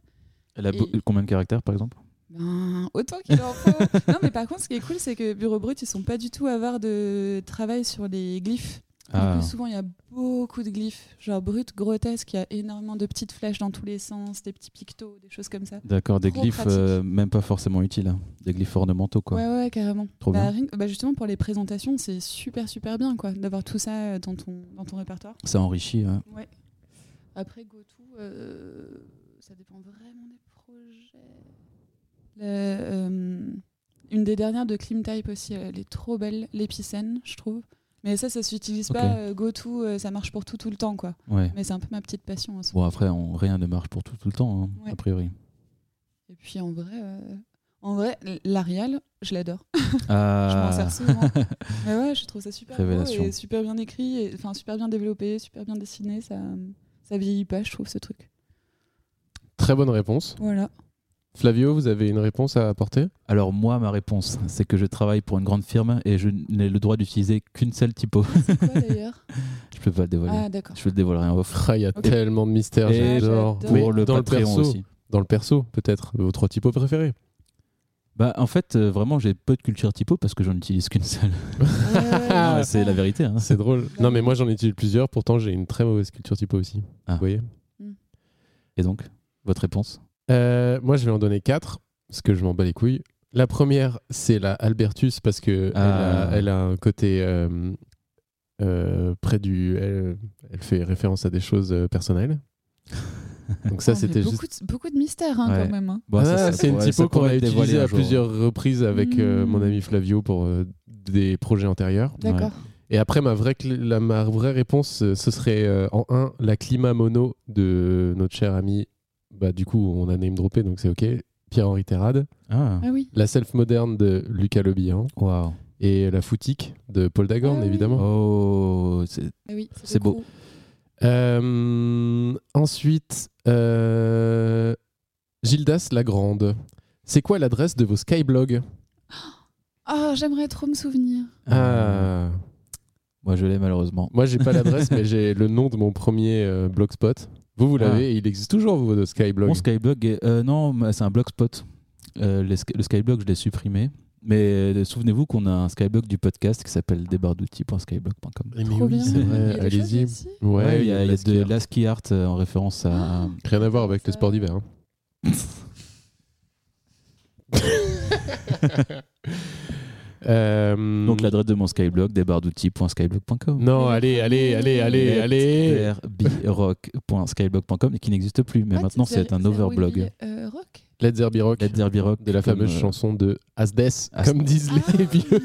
[SPEAKER 4] Elle a beau-
[SPEAKER 6] Et-
[SPEAKER 4] combien de caractères par exemple
[SPEAKER 6] Ben, autant qu'il en faut. non, mais par contre, ce qui est cool, c'est que Bureau Brut, ils sont pas du tout avares de travail sur les glyphes.
[SPEAKER 4] Ah.
[SPEAKER 6] Du coup, souvent, il y a beaucoup de glyphes, genre brut, grotesque, il y a énormément de petites flèches dans tous les sens, des petits pictos, des choses comme ça.
[SPEAKER 4] D'accord, des
[SPEAKER 6] Trop
[SPEAKER 4] glyphes euh, même pas forcément utiles, hein. des glyphes ornementaux quoi.
[SPEAKER 6] ouais, ouais, carrément.
[SPEAKER 4] Trop
[SPEAKER 6] Bah,
[SPEAKER 4] bien.
[SPEAKER 6] rien que- bah, justement, pour les présentations, c'est super, super bien quoi, d'avoir tout ça euh, dans ton, dans ton répertoire.
[SPEAKER 4] Ça enrichit. hein.
[SPEAKER 6] Ouais. Après, GoTo, euh, ça dépend vraiment des projets. Le, euh, une des dernières de Climtype aussi, elle est trop belle, l'épicène, je trouve. Mais ça, ça s'utilise
[SPEAKER 4] Ok.
[SPEAKER 6] pas. euh, GoTo, euh, ça marche pour tout, tout le temps quoi.
[SPEAKER 4] Ouais.
[SPEAKER 6] Mais c'est un peu ma petite passion hein, en ce
[SPEAKER 4] Bon après, on- rien ne marche pour tout tout le temps hein,
[SPEAKER 6] Ouais.
[SPEAKER 4] a priori.
[SPEAKER 6] Et puis en vrai, euh, en vrai, l- l'Arial, je l'adore. Je m'en
[SPEAKER 4] Ah.
[SPEAKER 6] sers souvent. Mais ouais, je trouve ça super
[SPEAKER 4] Révélation.
[SPEAKER 6] beau et super bien écrit, et- enfin super bien développé, super bien dessiné. Ça, ça vieillit pas, je trouve ce truc.
[SPEAKER 7] Très bonne réponse.
[SPEAKER 6] Voilà.
[SPEAKER 7] Flavio, vous avez une réponse à apporter
[SPEAKER 4] Alors moi, ma réponse, c'est que je travaille pour une grande firme et je n'ai le droit d'utiliser qu'une seule typo.
[SPEAKER 6] C'est quoi d'ailleurs
[SPEAKER 4] je peux pas le dévoiler.
[SPEAKER 6] Ah d'accord.
[SPEAKER 4] Je le dévoilerai en off.
[SPEAKER 7] Ah, Il y a
[SPEAKER 6] Ok.
[SPEAKER 7] tellement de mystères,
[SPEAKER 4] Et
[SPEAKER 7] j'adore.
[SPEAKER 6] j'adore.
[SPEAKER 4] Pour
[SPEAKER 7] Mais
[SPEAKER 4] le
[SPEAKER 7] dans le
[SPEAKER 4] Patreon
[SPEAKER 7] perso,
[SPEAKER 4] aussi.
[SPEAKER 7] dans le perso peut-être, de vos trois typos préférés.
[SPEAKER 4] Bah en fait, euh, vraiment, j'ai peu de culture typo parce que j'en utilise qu'une seule.
[SPEAKER 7] Ah,
[SPEAKER 4] Ouais, c'est la vérité. hein.
[SPEAKER 7] C'est drôle. Non, mais moi j'en ai utilisé plusieurs, pourtant j'ai une très mauvaise culture typo aussi.
[SPEAKER 4] Ah.
[SPEAKER 7] Vous voyez
[SPEAKER 4] Et donc, votre réponse
[SPEAKER 7] Euh, Moi je vais en donner quatre, parce que je m'en bats les couilles. La première, c'est la Albertus, parce que
[SPEAKER 4] Ah.
[SPEAKER 7] elle, a, elle a un côté euh, euh, près du. Elle, elle fait référence à des choses euh, personnelles. Donc ça, c'était juste.
[SPEAKER 6] Ah, beaucoup de, beaucoup de mystères hein,
[SPEAKER 4] Ouais.
[SPEAKER 6] quand même. hein.
[SPEAKER 4] Bon, Bah, ça, ça
[SPEAKER 7] Ah, c'est une
[SPEAKER 4] pourrait-
[SPEAKER 7] typo
[SPEAKER 4] ça
[SPEAKER 7] qu'on
[SPEAKER 4] pourrait
[SPEAKER 7] a
[SPEAKER 4] être dévoilé
[SPEAKER 7] utilisée
[SPEAKER 4] un
[SPEAKER 7] à
[SPEAKER 4] jour.
[SPEAKER 7] plusieurs reprises avec euh,
[SPEAKER 6] Mm.
[SPEAKER 7] mon ami Flavio pour euh, des projets antérieurs.
[SPEAKER 6] D'accord.
[SPEAKER 7] Et après, ma vraie, cl- la- ma vraie réponse, euh, ce serait euh, en 1, la climat mono de notre cher ami, bah, du coup, on a name droppé, donc c'est OK, Pierre-Henri Terrade,
[SPEAKER 4] Ah,
[SPEAKER 6] Ah oui.
[SPEAKER 7] la self-moderne de Lucas Lebihan
[SPEAKER 4] waouh.
[SPEAKER 7] et la foutique de Paul Dagorne,
[SPEAKER 6] Ah oui.
[SPEAKER 7] évidemment.
[SPEAKER 4] Oh, c'est-
[SPEAKER 6] Ah oui.
[SPEAKER 4] C'est beau.
[SPEAKER 6] cool.
[SPEAKER 7] Euh, ensuite, euh, Gildas la Grande. C'est quoi l'adresse de vos skyblogs
[SPEAKER 6] Oh, j'aimerais trop me souvenir.
[SPEAKER 7] Ah.
[SPEAKER 4] Moi, je l'ai malheureusement.
[SPEAKER 7] Moi, j'ai pas l'adresse, mais j'ai le nom de mon premier euh, blogspot. Vous, vous l'avez,
[SPEAKER 4] Ah.
[SPEAKER 7] et il existe toujours, vous, de Skyblog.
[SPEAKER 4] Mon Skyblog, est- euh, non, mais c'est un blogspot. Euh, les sk- le Skyblog, je l'ai supprimé. Mais euh, souvenez-vous qu'on a un Skyblog du podcast qui s'appelle débardouti.skyblog.com.
[SPEAKER 7] Mais
[SPEAKER 6] Trop bien.
[SPEAKER 7] c'est
[SPEAKER 6] Il y a
[SPEAKER 7] vrai,
[SPEAKER 6] des
[SPEAKER 7] allez-y.
[SPEAKER 6] choses aussi.
[SPEAKER 7] Ouais,
[SPEAKER 4] Ouais, il y a, il y a
[SPEAKER 7] ski
[SPEAKER 4] de la ski art euh, en référence à.
[SPEAKER 7] Rien à voir avec le sport d'hiver. hein. Euh,
[SPEAKER 4] Donc l'adresse de mon Skyblog, débardouti.skyblog.com.
[SPEAKER 7] Non, allez, allez, allez, allez, allez.
[SPEAKER 4] drbirock.skyblog.com et qui n'existe plus, mais
[SPEAKER 6] Ah,
[SPEAKER 4] maintenant c'est
[SPEAKER 6] Zé-
[SPEAKER 4] un
[SPEAKER 6] Zé-
[SPEAKER 4] overblog.
[SPEAKER 6] Will, euh, rock
[SPEAKER 7] Let's There Be Rock,
[SPEAKER 4] Let's There Be Rock,
[SPEAKER 7] de la
[SPEAKER 4] comme,
[SPEAKER 7] fameuse
[SPEAKER 4] euh,
[SPEAKER 7] chanson de Asdes,
[SPEAKER 4] As-
[SPEAKER 7] comme disent
[SPEAKER 6] Ah.
[SPEAKER 7] les vieux.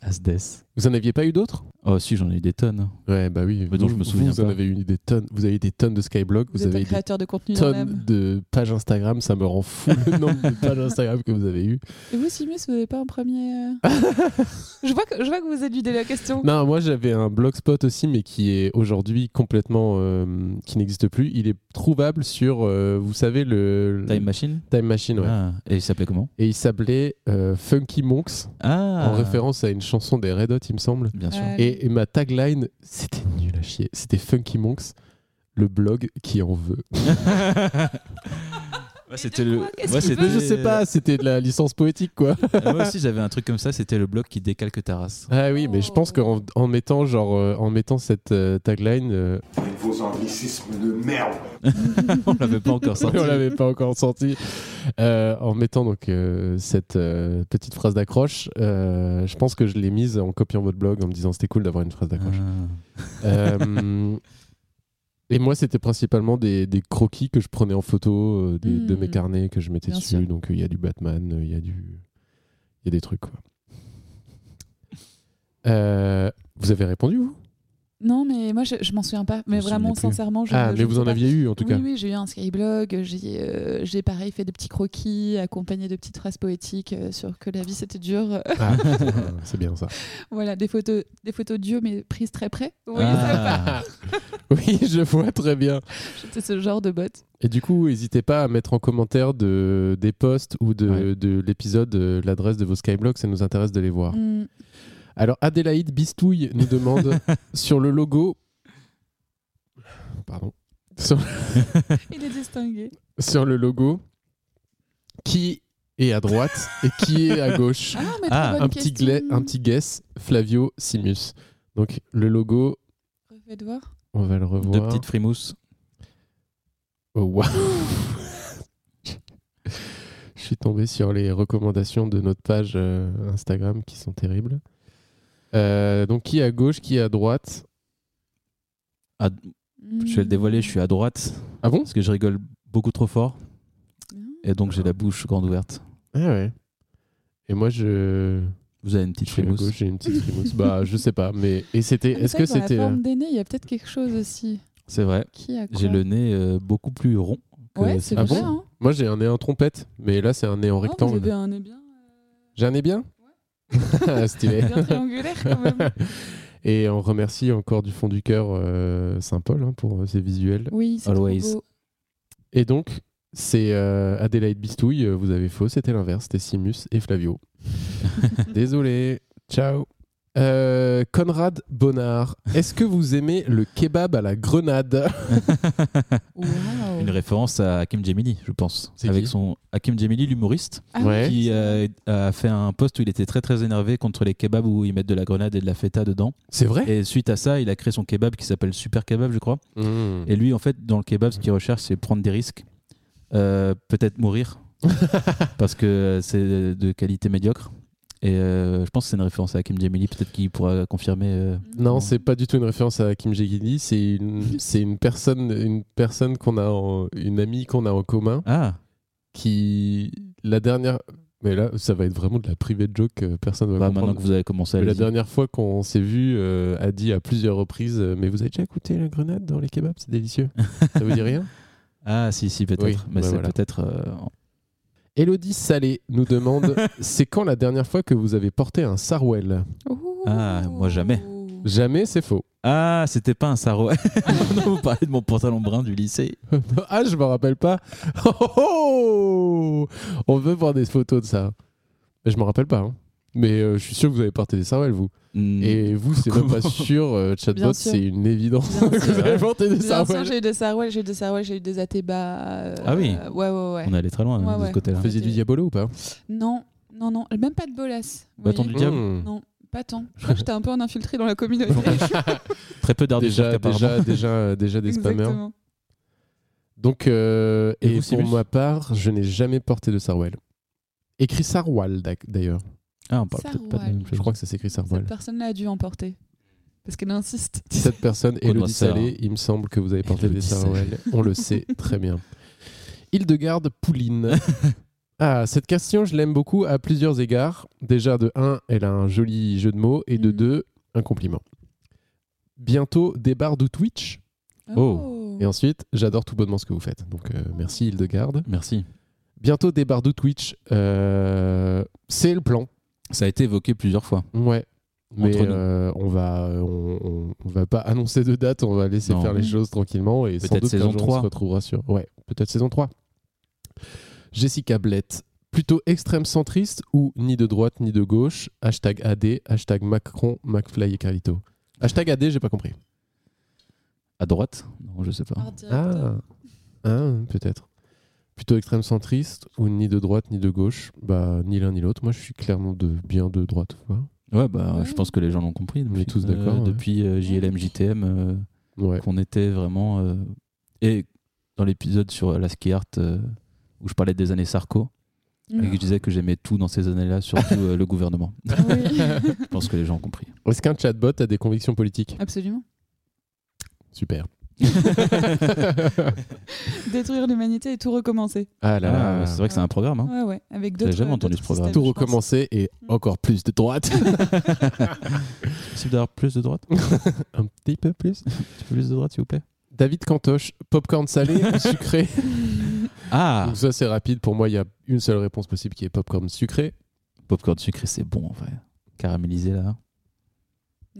[SPEAKER 4] Asdes.
[SPEAKER 7] Vous en aviez pas eu d'autres
[SPEAKER 4] Oh si, j'en ai eu des tonnes.
[SPEAKER 7] Ouais, bah oui.
[SPEAKER 4] Mais dont je me souviens
[SPEAKER 7] Vous en
[SPEAKER 4] pas.
[SPEAKER 7] avez eu des tonnes. Vous avez eu des tonnes de Skyblog, vous,
[SPEAKER 6] Vous êtes
[SPEAKER 7] avez
[SPEAKER 6] un
[SPEAKER 7] eu des
[SPEAKER 6] créateur de contenu dans
[SPEAKER 7] tonnes
[SPEAKER 6] l'âme.
[SPEAKER 7] de pages Instagram. Ça me rend fou le nombre de pages Instagram que vous avez eu.
[SPEAKER 6] Et vous, Simus, vous n'avez pas un premier. euh, je, vois que, je vois que vous éludez la question.
[SPEAKER 7] Non, moi j'avais un blogspot aussi, mais qui est aujourd'hui complètement. euh, qui n'existe plus. Il est trouvable sur, euh, vous savez, le.
[SPEAKER 4] Time Machine
[SPEAKER 7] Time Machine, ouais.
[SPEAKER 4] Ah, Et il s'appelait comment
[SPEAKER 7] Et il s'appelait euh, Funky Monks,
[SPEAKER 4] Ah
[SPEAKER 7] en référence à une chanson des Red Hot, il me semble.
[SPEAKER 4] Bien sûr.
[SPEAKER 6] Ouais.
[SPEAKER 7] Et, et ma tagline, c'était nul à chier. C'était Funky Monks, le blog qui en veut.
[SPEAKER 4] Ouais,
[SPEAKER 6] de quoi Qu'est-ce qu'il
[SPEAKER 4] c'était-
[SPEAKER 7] Mais je sais pas, c'était de la licence poétique, quoi.
[SPEAKER 4] Ah, moi aussi, j'avais un truc comme ça, c'était le blog qui décalque ta race.
[SPEAKER 7] Ah oui, mais je pense qu'en en mettant, genre, euh, en mettant cette euh, tagline, euh,
[SPEAKER 5] Vos anglicismes de merde.
[SPEAKER 4] On l'avait pas encore sorti.
[SPEAKER 7] on l'avait pas encore sorti, euh, en mettant donc euh, cette euh, petite phrase d'accroche, euh, je pense que je l'ai mise en copiant votre blog, en me disant c'était cool d'avoir une phrase
[SPEAKER 4] Ah.
[SPEAKER 7] d'accroche. Euh, et moi, c'était principalement des, des croquis que je prenais en photo euh, des- de
[SPEAKER 6] Mm.
[SPEAKER 7] mes carnets que je mettais
[SPEAKER 6] Bien
[SPEAKER 7] dessus.
[SPEAKER 6] sûr.
[SPEAKER 7] Donc, euh, il y a du Batman, euh, il y a du, il y a des trucs. quoi. Euh, vous avez répondu vous
[SPEAKER 6] Non, mais moi, je, je m'en souviens pas.
[SPEAKER 4] Je
[SPEAKER 6] Mais
[SPEAKER 4] me souviens
[SPEAKER 6] vraiment,
[SPEAKER 4] plus.
[SPEAKER 6] sincèrement, je.
[SPEAKER 7] Ah,
[SPEAKER 6] je
[SPEAKER 7] mais
[SPEAKER 6] ne
[SPEAKER 7] vous
[SPEAKER 6] sais
[SPEAKER 7] en
[SPEAKER 6] pas.
[SPEAKER 7] aviez eu en tout
[SPEAKER 6] Oui,
[SPEAKER 7] cas.
[SPEAKER 6] oui, j'ai eu un skyblog. J'ai, euh, j'ai pareil fait des petits croquis accompagnés de petites phrases poétiques euh, sur que la vie c'était dur.
[SPEAKER 7] Ah, putain, c'est bien ça.
[SPEAKER 6] voilà, des photos, des photos d'yeux mais prises très près. Vous voyez ça
[SPEAKER 4] Ah.
[SPEAKER 7] Oui, je vois très bien.
[SPEAKER 6] J'étais ce genre de botte.
[SPEAKER 7] Et du coup, n'hésitez pas à mettre en commentaire de, des posts ou de,
[SPEAKER 4] Ouais.
[SPEAKER 7] de l'épisode euh, l'adresse de vos skyblogs, ça nous intéresse de les voir.
[SPEAKER 6] Mm.
[SPEAKER 7] Alors Adélaïde Bistouille nous demande sur le logo. Pardon. Sur,
[SPEAKER 6] Il est distingué.
[SPEAKER 7] sur le logo, qui est à droite et qui est à gauche
[SPEAKER 6] Ah, mais
[SPEAKER 4] Ah,
[SPEAKER 6] trop bonne
[SPEAKER 7] un petit,
[SPEAKER 6] question.
[SPEAKER 7] gla- un petit guess, Flavio Simus. Donc le logo,
[SPEAKER 6] Refaites voir.
[SPEAKER 7] on va le revoir.
[SPEAKER 4] Deux petites frimousses.
[SPEAKER 7] Oh, waouh. Je suis tombé sur les recommandations de notre page euh, Instagram qui sont terribles. Euh, donc qui est à gauche, qui est à droite.
[SPEAKER 4] Ah, Je vais le dévoiler, je suis à droite
[SPEAKER 7] Ah bon
[SPEAKER 4] parce que je rigole beaucoup trop fort et donc j'ai la bouche grande ouverte.
[SPEAKER 7] Ah ouais. Et moi, je.
[SPEAKER 4] Vous avez une petite
[SPEAKER 7] Je suis à
[SPEAKER 4] frimousse.
[SPEAKER 7] gauche, j'ai une petite frimousse. bah, je sais pas, mais. Et
[SPEAKER 6] Mm. Ah,
[SPEAKER 7] c'était. Est-ce que c'était. euh,
[SPEAKER 6] La forme des nez, il y a peut-être quelque chose aussi.
[SPEAKER 4] C'est vrai.
[SPEAKER 6] Qui a quoi
[SPEAKER 4] J'ai le nez euh, beaucoup plus rond. que-
[SPEAKER 6] Ouais, c'est
[SPEAKER 7] Ah
[SPEAKER 6] vrai.
[SPEAKER 7] bon
[SPEAKER 6] hein.
[SPEAKER 7] Moi, j'ai un nez en trompette, mais là, c'est un nez en
[SPEAKER 6] Ah, vous avez
[SPEAKER 7] rectangle.
[SPEAKER 6] un nez bien,
[SPEAKER 7] J'ai un nez bien Ah, Stylé.
[SPEAKER 6] bien triangulaire quand même.
[SPEAKER 7] Et on remercie encore du fond du cœur euh, Saint-Paul hein, pour euh, ses visuels.
[SPEAKER 6] Oui, c'est trop
[SPEAKER 4] Always.
[SPEAKER 6] beau.
[SPEAKER 7] Et donc, c'est euh, Adélaïde Bistouille, euh, vous avez faux, c'était l'inverse, c'était Simus et Flavio. Désolé, ciao. Euh, Conrad Bonnard, est-ce que vous aimez le kebab à la grenade
[SPEAKER 6] hein. Waouh.
[SPEAKER 4] Une référence à Hakim Gemini, je pense.
[SPEAKER 7] C'est
[SPEAKER 4] Avec
[SPEAKER 7] qui
[SPEAKER 4] son Hakim Gemini, l'humoriste,
[SPEAKER 6] Ah oui,
[SPEAKER 7] Ouais.
[SPEAKER 4] qui euh, a fait un post où il était très très énervé contre les kebabs où ils mettent de la grenade et de la feta dedans.
[SPEAKER 7] C'est vrai
[SPEAKER 4] Et suite à ça, il a créé son kebab qui s'appelle Super Kebab, je crois.
[SPEAKER 7] Mm.
[SPEAKER 4] Et lui, en fait, dans le kebab, ce qu'il recherche, c'est prendre des risques, Euh, peut-être mourir, parce que c'est de qualité médiocre. Et euh, je pense que c'est une référence à Hakim Djemili, peut-être qu'il pourra confirmer. euh.
[SPEAKER 6] Mm.
[SPEAKER 7] Non, c'est pas du tout une référence à Kim Jegili, c'est une, c'est une personne, une personne qu'on a, en- une amie qu'on a en commun,
[SPEAKER 4] Ah,
[SPEAKER 7] qui la dernière, mais là ça va être vraiment de la private joke, euh, personne va
[SPEAKER 4] bah,
[SPEAKER 7] comprendre.
[SPEAKER 4] maintenant que vous avez commencé à
[SPEAKER 7] Mais
[SPEAKER 4] le
[SPEAKER 7] la dernière fois qu'on s'est vu, euh, a dit à plusieurs reprises, euh, mais vous avez déjà goûté la grenade dans les kebabs, c'est délicieux. ça vous dit rien
[SPEAKER 4] Ah, si, si, peut-être.
[SPEAKER 7] Oui,
[SPEAKER 4] Mais
[SPEAKER 7] bah
[SPEAKER 4] c'est
[SPEAKER 7] voilà.
[SPEAKER 4] peut-être. euh, en-
[SPEAKER 7] Elodie Salé nous demande, c'est quand la dernière fois que vous avez porté un sarwell
[SPEAKER 6] Ouh.
[SPEAKER 4] Ah, moi, jamais.
[SPEAKER 6] Oh.
[SPEAKER 7] Jamais, c'est faux.
[SPEAKER 4] Ah, c'était pas un sarro. non, vous parlez de mon pantalon brun du lycée.
[SPEAKER 7] ah, je me rappelle pas. Oh, oh, oh On veut voir des photos de ça. Mais je me rappelle pas. hein. Mais euh, je suis sûr que vous avez porté des sarouels, vous.
[SPEAKER 4] Hmm.
[SPEAKER 7] Et vous, c'est même pas
[SPEAKER 4] Comment
[SPEAKER 7] sûr, euh, chatbot,
[SPEAKER 6] Mm. Bien sûr.
[SPEAKER 7] c'est une évidence
[SPEAKER 6] Bien
[SPEAKER 7] que
[SPEAKER 6] sûr.
[SPEAKER 7] vous avez porté des
[SPEAKER 6] Bien sûr,
[SPEAKER 7] sarouels.
[SPEAKER 6] j'ai eu des sarouels, j'ai eu des sarouels, j'ai eu des atébas. euh,
[SPEAKER 4] Ah oui.
[SPEAKER 6] euh, Ouais, ouais, ouais.
[SPEAKER 4] On est allé très loin hein,
[SPEAKER 6] Ouais,
[SPEAKER 4] de
[SPEAKER 6] ouais.
[SPEAKER 4] ce côté-là.
[SPEAKER 7] Vous faisiez du diabolo ou pas
[SPEAKER 6] Non, non, non, même pas de bolas. vous
[SPEAKER 4] Bâton
[SPEAKER 6] voyez.
[SPEAKER 4] Bah, du euh, diable
[SPEAKER 7] Hmm.
[SPEAKER 6] Non, pas tant. Je crois que j'étais un peu en infiltré dans la communauté.
[SPEAKER 4] Très peu d'art du
[SPEAKER 7] Déjà,
[SPEAKER 4] choc, apparemment.
[SPEAKER 7] déjà, déjà, euh, déjà des spammers.
[SPEAKER 6] Exactement.
[SPEAKER 7] Donc, euh,
[SPEAKER 4] Et
[SPEAKER 7] et,
[SPEAKER 4] vous,
[SPEAKER 7] pour
[SPEAKER 4] Sylvus
[SPEAKER 7] ma part, je n'ai jamais porté de sarouel. Écrit sarouel, d'ac- d'ailleurs.
[SPEAKER 4] Ah, on parle peut-être pas de la même
[SPEAKER 6] Sarwal.
[SPEAKER 4] chose.
[SPEAKER 7] Je crois que ça s'écrit
[SPEAKER 6] Cette
[SPEAKER 7] sarouel.
[SPEAKER 6] personne-là a dû en porter. Parce qu'elle insiste.
[SPEAKER 7] Cette personne,
[SPEAKER 4] Oh,
[SPEAKER 7] Elodie
[SPEAKER 4] ça.
[SPEAKER 7] Salé, il me semble que vous avez porté
[SPEAKER 4] Élodie
[SPEAKER 7] des
[SPEAKER 4] Salé.
[SPEAKER 7] sarouels. On le sait très bien. Hildegarde Pouline. Ah, cette question, je l'aime beaucoup à plusieurs égards. Déjà, de 1, elle a un joli jeu de mots. Et de
[SPEAKER 6] Mhm.
[SPEAKER 7] 2, un compliment. Bientôt, des barres de Twitch.
[SPEAKER 6] Oh.
[SPEAKER 7] Et ensuite, j'adore tout bonnement ce que vous faites. Donc, euh, merci Hildegarde.
[SPEAKER 4] Merci.
[SPEAKER 7] Bientôt, des barres de Twitch. Euh, C'est le plan.
[SPEAKER 4] Ça a été évoqué plusieurs fois.
[SPEAKER 7] Ouais. Mais
[SPEAKER 4] Entre nous.
[SPEAKER 7] euh, on va on, on- on va pas annoncer de date, on va laisser
[SPEAKER 4] Non.
[SPEAKER 7] faire les choses tranquillement et sans
[SPEAKER 4] Peut-être
[SPEAKER 7] doute
[SPEAKER 4] saison
[SPEAKER 7] qu'un jour, on
[SPEAKER 4] 3.
[SPEAKER 7] se retrouvera sur ouais, peut-être saison 3. Jessica Blett, plutôt extrême centriste ou ni de droite ni de gauche, hashtag AD, hashtag Macron, McFly et Carlito. Hashtag AD, j'ai pas compris.
[SPEAKER 4] À droite Non, je sais pas.
[SPEAKER 6] Art director.
[SPEAKER 7] Ah, peut-être. Plutôt extrême centriste ou ni de droite ni de gauche, bah ni l'un ni l'autre. Moi je suis clairement de bien de droite, quoi.
[SPEAKER 4] Ouais, bah,
[SPEAKER 6] Ouais.
[SPEAKER 4] je pense que les gens l'ont compris.
[SPEAKER 7] On
[SPEAKER 4] Depuis,
[SPEAKER 7] est tous d'accord,
[SPEAKER 4] euh,
[SPEAKER 7] ouais.
[SPEAKER 4] Depuis euh, JLM, JTM, euh,
[SPEAKER 7] Ouais.
[SPEAKER 4] qu'on était vraiment. euh, et dans l'épisode sur la ski art, euh, où je parlais des années Sarko,
[SPEAKER 6] Mm.
[SPEAKER 4] et que je disais que j'aimais tout dans ces années-là, surtout euh, le gouvernement.
[SPEAKER 6] Ah Oui.
[SPEAKER 4] Je pense que les gens ont compris.
[SPEAKER 7] Est-ce qu'un chatbot a des convictions politiques
[SPEAKER 6] Absolument.
[SPEAKER 7] Super.
[SPEAKER 6] Détruire l'humanité et tout recommencer.
[SPEAKER 7] ah là là,
[SPEAKER 4] Ah, c'est vrai que c'est un programme. hein.
[SPEAKER 6] Ouais, ouais. Avec
[SPEAKER 4] J'avais
[SPEAKER 6] d'autres. euh,
[SPEAKER 4] jamais entendu
[SPEAKER 6] d'autres
[SPEAKER 4] ce programme.
[SPEAKER 6] systèmes,
[SPEAKER 7] tout
[SPEAKER 6] je pense.
[SPEAKER 7] recommencer et
[SPEAKER 6] Mm.
[SPEAKER 7] encore plus de droite.
[SPEAKER 4] Possible d'avoir plus de droite
[SPEAKER 7] Un petit peu plus.
[SPEAKER 4] Tu peux plus de droite, s'il vous plaît
[SPEAKER 7] David Cantoche, popcorn salé ou sucré
[SPEAKER 4] Ah
[SPEAKER 7] Donc ça c'est rapide, pour moi il y a une seule réponse possible qui est popcorn sucré.
[SPEAKER 4] Popcorn sucré, c'est bon en vrai. Caramélisé là.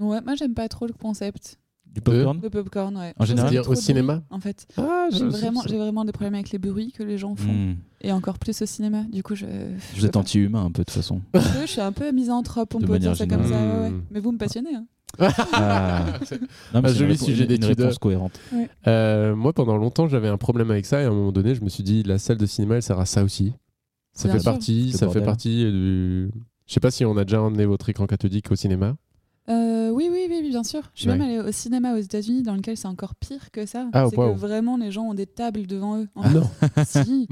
[SPEAKER 6] Ouais, moi j'aime pas trop le concept
[SPEAKER 4] Du popcorn
[SPEAKER 6] de popcorn, ouais.
[SPEAKER 4] En général,
[SPEAKER 6] Je trouve ça trop
[SPEAKER 7] C'est-à-dire au
[SPEAKER 6] de
[SPEAKER 7] cinéma
[SPEAKER 6] bruit, En fait,
[SPEAKER 7] Ah, Mm.
[SPEAKER 6] j'ai vraiment, j'ai vraiment des problèmes avec les bruits que les gens font.
[SPEAKER 4] Hmm.
[SPEAKER 6] Et encore plus au cinéma. Du coup, je.
[SPEAKER 4] Vous êtes anti-humain un peu de toute façon.
[SPEAKER 6] Un peu, je suis un peu misanthrope, on
[SPEAKER 4] De
[SPEAKER 6] peut
[SPEAKER 4] manière
[SPEAKER 6] dire ça comme ça.
[SPEAKER 7] générale.
[SPEAKER 6] ouais, ouais.
[SPEAKER 7] Mm.
[SPEAKER 6] Mais vous me passionnez. hein.
[SPEAKER 4] Ah. Non, mais
[SPEAKER 7] Un
[SPEAKER 4] c'est
[SPEAKER 7] joli
[SPEAKER 4] une répo-
[SPEAKER 7] sujet
[SPEAKER 4] une- Une
[SPEAKER 7] d'étude.
[SPEAKER 4] réponse cohérente.
[SPEAKER 7] Euh, moi pendant longtemps j'avais un problème avec ça et à un moment donné je me suis dit la salle de cinéma elle sert à ça aussi. Ça
[SPEAKER 6] Bien
[SPEAKER 7] fait
[SPEAKER 6] sûr.
[SPEAKER 7] partie,
[SPEAKER 4] Le
[SPEAKER 7] ça
[SPEAKER 4] bordel.
[SPEAKER 7] fait partie du... Je sais pas si on a déjà emmené votre écran cathodique au cinéma.
[SPEAKER 6] Euh, oui, oui, oui, oui, bien sûr. Je suis
[SPEAKER 7] Mm. Ouais.
[SPEAKER 6] même allée au cinéma aux États-Unis, dans lequel c'est encore pire que ça.
[SPEAKER 7] Ah,
[SPEAKER 6] c'est
[SPEAKER 7] wow.
[SPEAKER 6] que vraiment, les gens ont des tables devant eux. en
[SPEAKER 7] non
[SPEAKER 6] fait. Si.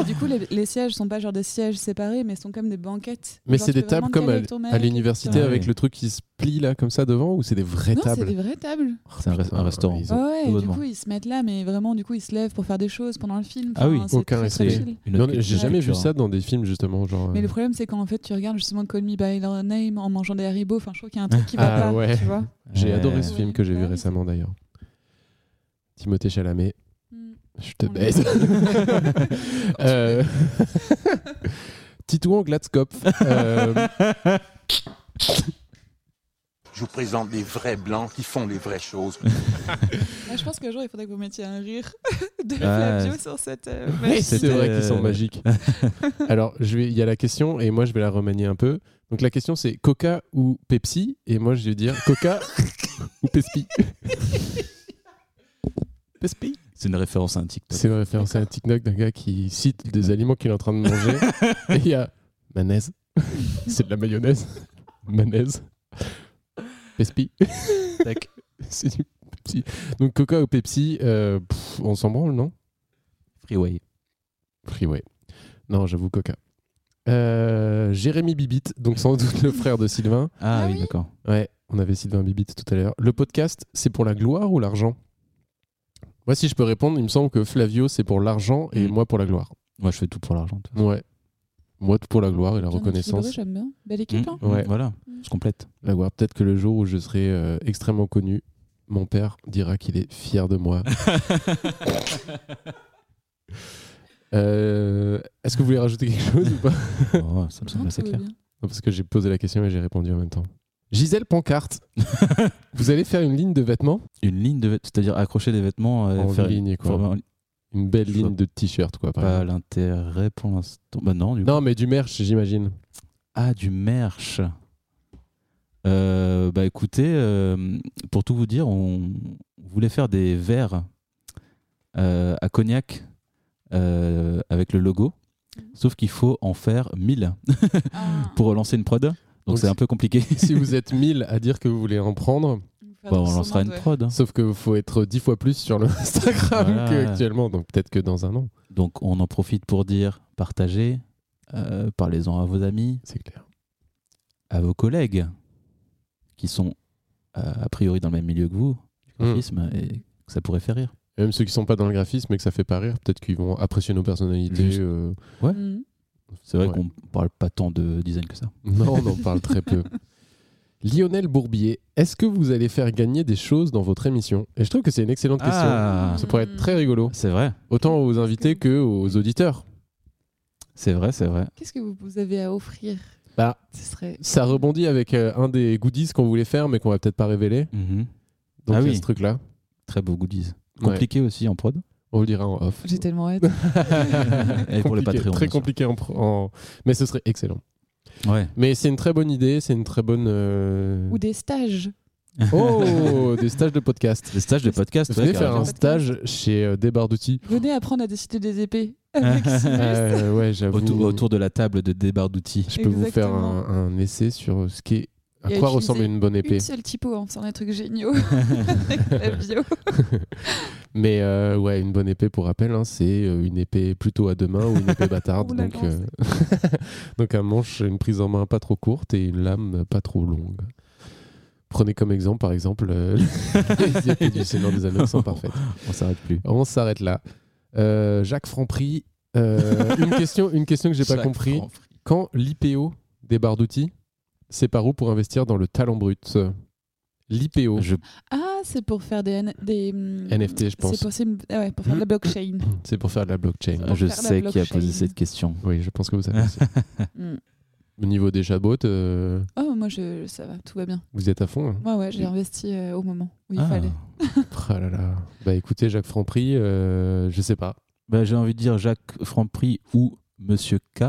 [SPEAKER 6] Et du coup, les, les sièges sont pas genre des sièges séparés, mais sont comme des banquettes.
[SPEAKER 7] Mais
[SPEAKER 6] Genre,
[SPEAKER 7] c'est
[SPEAKER 6] tu
[SPEAKER 7] des
[SPEAKER 6] peux vraiment
[SPEAKER 7] tables
[SPEAKER 6] te
[SPEAKER 7] comme
[SPEAKER 6] caler
[SPEAKER 7] à,
[SPEAKER 6] avec ton mec,
[SPEAKER 7] à l'université
[SPEAKER 4] Ah
[SPEAKER 7] avec
[SPEAKER 4] oui.
[SPEAKER 7] le truc qui se plie là comme ça devant ou c'est des vraies
[SPEAKER 6] Non, c'est
[SPEAKER 7] tables Oh,
[SPEAKER 6] des vraies tables.
[SPEAKER 4] C'est un, res- un restaurant.
[SPEAKER 7] Ils ont-
[SPEAKER 6] Ouais, et du
[SPEAKER 4] Heureusement.
[SPEAKER 6] coup, ils se mettent là, mais vraiment, du coup, ils se lèvent pour faire des choses pendant le film.
[SPEAKER 4] Ah oui,
[SPEAKER 6] c'est
[SPEAKER 7] aucun
[SPEAKER 6] très, très
[SPEAKER 7] respect.
[SPEAKER 6] chill.
[SPEAKER 4] Une
[SPEAKER 7] Non,
[SPEAKER 4] autre
[SPEAKER 7] mais J'ai
[SPEAKER 4] culture. hein.
[SPEAKER 7] jamais vu ça dans des films justement genre.
[SPEAKER 6] Mais
[SPEAKER 7] euh,
[SPEAKER 6] le problème, c'est qu'en fait, tu regardes justement Call Me By Your Name en mangeant des haribots. Enfin, je trouve qu'il y a un truc qui va
[SPEAKER 7] Ah
[SPEAKER 6] pas,
[SPEAKER 7] ouais.
[SPEAKER 6] tu vois.
[SPEAKER 7] J'ai
[SPEAKER 4] Euh,
[SPEAKER 7] adoré ce film que j'ai vu
[SPEAKER 6] Ouais.
[SPEAKER 7] récemment d'ailleurs. Timothée Chalamet,
[SPEAKER 6] Mm.
[SPEAKER 7] je te
[SPEAKER 6] On l'a
[SPEAKER 7] baise. Euh, Titouan Glatskopf. euh,
[SPEAKER 5] Je vous présente des vrais blancs qui font les vraies choses.
[SPEAKER 6] Là, je pense qu'un jour, il faudrait que vous mettiez un rire de
[SPEAKER 4] Ah,
[SPEAKER 6] Flavio sur cette. euh,
[SPEAKER 7] Oui,
[SPEAKER 6] machine.
[SPEAKER 7] c'est
[SPEAKER 4] C'était,
[SPEAKER 7] vrai qu'ils sont
[SPEAKER 4] euh,
[SPEAKER 7] magiques. Alors, je vais- il y a la question et moi je vais la remanier un peu. Donc la question c'est Coca ou Pepsi et moi je vais dire Coca ou Pespi. Pespi.
[SPEAKER 4] C'est une référence à un TikTok.
[SPEAKER 7] C'est une référence à un TikTok d'un gars qui cite des aliments qu'il est en train de manger et il y a mayonnaise. C'est de la mayonnaise. Mayonnaise. Pespi.
[SPEAKER 4] Tac.
[SPEAKER 7] C'est du Pepsi. Donc Coca ou Pepsi, euh, pff, on s'en branle, non
[SPEAKER 4] Freeway.
[SPEAKER 7] Freeway. Non, j'avoue Coca. Euh, Jérémy Bibit, donc sans doute le frère de Sylvain.
[SPEAKER 4] Ah,
[SPEAKER 6] Ah
[SPEAKER 4] oui,
[SPEAKER 6] oui.
[SPEAKER 4] d'accord.
[SPEAKER 7] Ouais, on avait Sylvain Bibit tout à l'heure. Le podcast, c'est pour la gloire ou l'argent Moi, si je peux répondre, il me semble que Flavio, c'est pour l'argent et
[SPEAKER 4] Mm.
[SPEAKER 7] moi pour la gloire.
[SPEAKER 4] Moi, je fais tout pour l'argent. toi.
[SPEAKER 7] Ouais. Moi, tout pour la gloire et la
[SPEAKER 6] Bien équilibré,
[SPEAKER 7] reconnaissance.
[SPEAKER 6] J'aime bien. Belle équipe, hein.
[SPEAKER 4] Mm, mm,
[SPEAKER 7] Ouais.
[SPEAKER 4] Voilà,
[SPEAKER 6] Mm.
[SPEAKER 4] je complète.
[SPEAKER 7] La gloire. Peut-être que le jour où je serai euh, extrêmement connu, mon père dira qu'il est fier de moi. Euh, Est-ce que vous voulez rajouter quelque chose ou pas
[SPEAKER 4] Oh, ça me semble
[SPEAKER 6] Non,
[SPEAKER 4] assez
[SPEAKER 7] bah,
[SPEAKER 6] tout va
[SPEAKER 4] clair.
[SPEAKER 6] bien.
[SPEAKER 7] Non, parce que j'ai posé la question et j'ai répondu en même temps. Gisèle Pancarte, vous allez faire une ligne de vêtements,
[SPEAKER 4] Une ligne de vêtements, c'est-à-dire accrocher des vêtements. euh,
[SPEAKER 7] En
[SPEAKER 4] faire-
[SPEAKER 7] ligne, quoi.
[SPEAKER 4] faire vraiment-
[SPEAKER 7] une belle
[SPEAKER 4] Je
[SPEAKER 7] ligne
[SPEAKER 4] vois
[SPEAKER 7] de t-shirt, quoi. par
[SPEAKER 4] Pas
[SPEAKER 7] exemple.
[SPEAKER 4] l'intérêt pour l'instant. Bah non, du coup.
[SPEAKER 7] Non, mais du merch, j'imagine.
[SPEAKER 4] Ah, du merch. Euh, bah écoutez, euh, pour tout vous dire, on voulait faire des verres euh, à cognac euh, avec le logo, sauf qu'il faut en faire 1000
[SPEAKER 6] Ah.
[SPEAKER 4] pour lancer une prod, donc,
[SPEAKER 7] Donc
[SPEAKER 4] c'est un peu compliqué.
[SPEAKER 7] si vous êtes 1000 à dire que vous voulez en prendre,
[SPEAKER 6] Vous faire
[SPEAKER 4] Bah,
[SPEAKER 6] du
[SPEAKER 4] on
[SPEAKER 6] son
[SPEAKER 4] lancera une
[SPEAKER 6] monde, ouais.
[SPEAKER 4] prod. hein.
[SPEAKER 7] sauf que faut être 10 fois plus sur le Instagram
[SPEAKER 4] Voilà.
[SPEAKER 7] qu'actuellement, donc peut-être que dans un an,
[SPEAKER 4] Donc on en profite pour dire partagez, euh, parlez-en à vos amis,
[SPEAKER 7] c'est clair.
[SPEAKER 4] à vos collègues qui sont euh, a priori dans le même milieu que vous, du
[SPEAKER 7] Mm.
[SPEAKER 4] graphisme, et que ça pourrait faire rire.
[SPEAKER 7] Et même ceux qui sont pas dans le graphisme et que ça fait pas rire, peut-être qu'ils vont apprécier nos personnalités.
[SPEAKER 4] Juste.
[SPEAKER 7] euh,
[SPEAKER 6] Mhm.
[SPEAKER 4] C'est vrai
[SPEAKER 7] Ouais.
[SPEAKER 4] qu'on parle pas tant de design que ça.
[SPEAKER 7] Non, on en parle très peu. Lionel Bourbier, est-ce que vous allez faire gagner des choses dans votre émission Et je trouve que c'est une excellente
[SPEAKER 4] Ah.
[SPEAKER 7] question. Ça pourrait être très rigolo,
[SPEAKER 4] C'est vrai,
[SPEAKER 7] autant aux invités que aux auditeurs.
[SPEAKER 4] c'est vrai, c'est vrai.
[SPEAKER 6] Qu'est-ce que vous, vous avez à offrir
[SPEAKER 7] Bah,
[SPEAKER 6] Ce serait.
[SPEAKER 7] ça rebondit avec euh, un des goodies qu'on voulait faire, mais qu'on va peut-être pas révéler. Donc
[SPEAKER 4] Ah
[SPEAKER 7] il y a
[SPEAKER 4] oui.
[SPEAKER 7] ce truc-là.
[SPEAKER 4] Très beau goodies.
[SPEAKER 7] Ouais.
[SPEAKER 4] Compliqué aussi en prod.
[SPEAKER 7] On le dira en off.
[SPEAKER 6] J'ai tellement hâte.
[SPEAKER 4] Et pour les
[SPEAKER 7] Compliqué,
[SPEAKER 4] Patreons,
[SPEAKER 7] Très
[SPEAKER 4] bien sûr.
[SPEAKER 7] compliqué en, pro- en- Mais ce serait excellent.
[SPEAKER 4] Ouais.
[SPEAKER 7] Mais c'est une très bonne idée, c'est une très bonne. euh,
[SPEAKER 6] Ou des stages.
[SPEAKER 7] Oh, des stages de podcast.
[SPEAKER 4] Les stages de podcast, ouais,
[SPEAKER 7] Venez faire
[SPEAKER 4] carrément.
[SPEAKER 7] un
[SPEAKER 6] Podcast.
[SPEAKER 7] stage chez euh, Des Barres d'Outils.
[SPEAKER 6] Venez apprendre à décider des épées. Avec
[SPEAKER 7] Euh, ouais, j'avoue.
[SPEAKER 4] autour, autour de la table de débarre d'outils.
[SPEAKER 7] Je peux vous faire
[SPEAKER 6] Exactement.
[SPEAKER 7] un, un essai sur euh, ce qu'est à
[SPEAKER 6] Et à
[SPEAKER 7] quoi
[SPEAKER 6] utiliser
[SPEAKER 7] ressemble une bonne épée.
[SPEAKER 6] Une seule typo, on sort des trucs géniaux. Avec la bio.
[SPEAKER 7] Mais euh, ouais, une bonne épée, pour rappel, hein, c'est euh, une épée plutôt à deux mains ou une épée bâtarde.
[SPEAKER 6] Ou la
[SPEAKER 7] donc, euh, donc un manche, une prise en main pas trop courte et une lame pas trop longue. Prenez comme exemple, par exemple, euh, les épées du Seigneur des Anneaux qui sont parfaites.
[SPEAKER 4] On s'arrête plus.
[SPEAKER 7] On s'arrête là. Euh, Jacques Franprix, euh, une, question, une question que j'ai pas
[SPEAKER 4] Chaque
[SPEAKER 7] compris.
[SPEAKER 4] franc.
[SPEAKER 7] Quand l'IPO des barres d'outils, c'est par où pour investir dans le talent brut L'IPO,
[SPEAKER 4] Je-
[SPEAKER 6] Ah, c'est pour faire des, N- des hum,
[SPEAKER 7] NFT, je pense.
[SPEAKER 6] C'est possible. Ah ouais, pour faire de la blockchain.
[SPEAKER 7] c'est pour faire de la blockchain.
[SPEAKER 6] Pour
[SPEAKER 4] je
[SPEAKER 6] faire la
[SPEAKER 4] sais qui a posé
[SPEAKER 6] blockchain.
[SPEAKER 4] cette question.
[SPEAKER 7] Oui, je pense que vous savez. aussi.
[SPEAKER 6] Mm.
[SPEAKER 7] Au niveau des chatbots, euh,
[SPEAKER 6] Oh, moi, je, ça va, tout va bien.
[SPEAKER 7] vous êtes à fond. hein
[SPEAKER 6] Moi, ouais, j'ai investi euh, au moment où il
[SPEAKER 4] Ah.
[SPEAKER 6] fallait.
[SPEAKER 7] Ah là là. Bah écoutez, Jacques Franprix, euh, je sais pas.
[SPEAKER 4] Bah, J'ai envie de dire Jacques Franprix ou Monsieur K,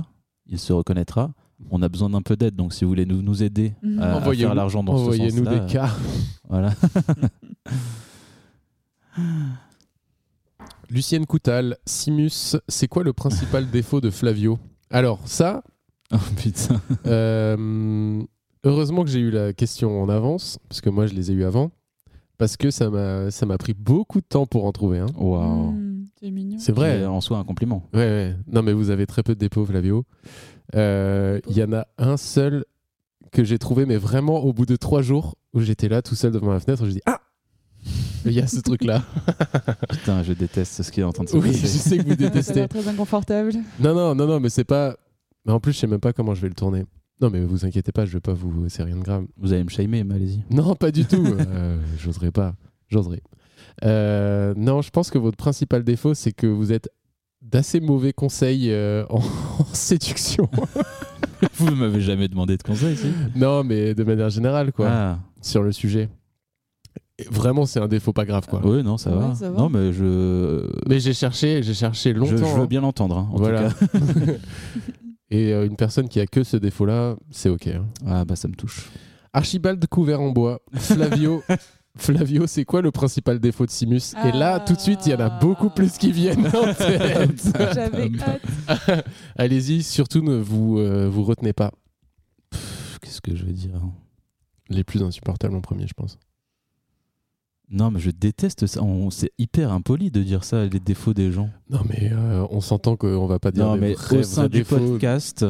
[SPEAKER 4] il se reconnaîtra. On a besoin d'un peu d'aide, donc si vous voulez nous, nous aider
[SPEAKER 6] Mhm.
[SPEAKER 4] à, à
[SPEAKER 7] Envoyez-nous-
[SPEAKER 4] faire l'argent dans ce sens-là,
[SPEAKER 7] Envoyez-nous des
[SPEAKER 4] euh,
[SPEAKER 7] cas.
[SPEAKER 4] Voilà.
[SPEAKER 7] Lucienne Coutal, Simus, c'est quoi le principal défaut de Flavio Alors, ça,
[SPEAKER 4] Oh putain.
[SPEAKER 7] Euh, heureusement que j'ai eu la question en avance, parce que moi je les ai eu avant, parce que ça m'a ça m'a pris beaucoup de temps pour en trouver un.
[SPEAKER 4] Waouh.
[SPEAKER 7] Hmm.
[SPEAKER 6] Mm, c'est mignon.
[SPEAKER 7] C'est vrai.
[SPEAKER 4] Qui est En soi, un compliment.
[SPEAKER 7] Ouais, ouais. Non, mais vous avez très peu de dépôts, Flavio. Euh, Il y en a un seul que j'ai trouvé, mais vraiment au bout de trois jours où j'étais là tout seul devant ma fenêtre, je dis ah. Il y a ce truc-là.
[SPEAKER 4] Putain, je déteste ce qui est en train de se
[SPEAKER 7] Oui, je
[SPEAKER 4] passer.
[SPEAKER 7] sais que vous
[SPEAKER 6] Ah, Ça a
[SPEAKER 7] détestez.
[SPEAKER 6] l'air très inconfortable.
[SPEAKER 7] Non, non, non, non, mais c'est pas. Mais en plus, je sais même pas comment je vais le tourner. Non, mais vous inquiétez pas, je vais pas vous. C'est rien de grave.
[SPEAKER 4] Vous allez me shamer, mais allez-y.
[SPEAKER 7] Non, pas du tout. Euh, j'oserais pas. J'oserais. Euh, non, je pense que votre principal défaut, c'est que vous êtes d'assez mauvais conseils euh, en, en séduction.
[SPEAKER 4] Vous m'avez jamais demandé de conseil, si
[SPEAKER 7] non, mais de manière générale, quoi,
[SPEAKER 4] Ah.
[SPEAKER 7] sur le sujet. Et vraiment, c'est un défaut pas grave, quoi.
[SPEAKER 4] Oui, non, ça,
[SPEAKER 6] Ouais,
[SPEAKER 4] va.
[SPEAKER 6] ça va.
[SPEAKER 4] Non, mais je.
[SPEAKER 7] Mais j'ai cherché, j'ai cherché
[SPEAKER 4] Je,
[SPEAKER 7] longtemps.
[SPEAKER 4] je veux
[SPEAKER 7] hein.
[SPEAKER 4] bien l'entendre, hein, en
[SPEAKER 7] voilà.
[SPEAKER 4] tout cas.
[SPEAKER 7] Et euh, une personne qui a que ce défaut-là, c'est ok. hein.
[SPEAKER 4] Ah, bah, ça me touche.
[SPEAKER 7] Archibald couvert en bois. Flavio. Flavio, c'est quoi le principal défaut de Simus Et là, tout de suite, il y en a beaucoup plus qui viennent en tête.
[SPEAKER 6] J'avais hâte.
[SPEAKER 7] Allez-y, surtout ne vous, euh, vous retenez pas.
[SPEAKER 4] Pff, Qu'est-ce que je veux dire hein.
[SPEAKER 7] Les plus insupportables en premier, je pense.
[SPEAKER 4] Non, mais je déteste ça. On... C'est hyper impoli de dire ça, les défauts des gens.
[SPEAKER 7] Non, mais euh, on s'entend qu'on va pas dire
[SPEAKER 4] non,
[SPEAKER 7] des
[SPEAKER 4] Ah, mais
[SPEAKER 7] vrais,
[SPEAKER 4] au sein
[SPEAKER 7] vrais
[SPEAKER 4] du
[SPEAKER 7] défauts.
[SPEAKER 4] podcast,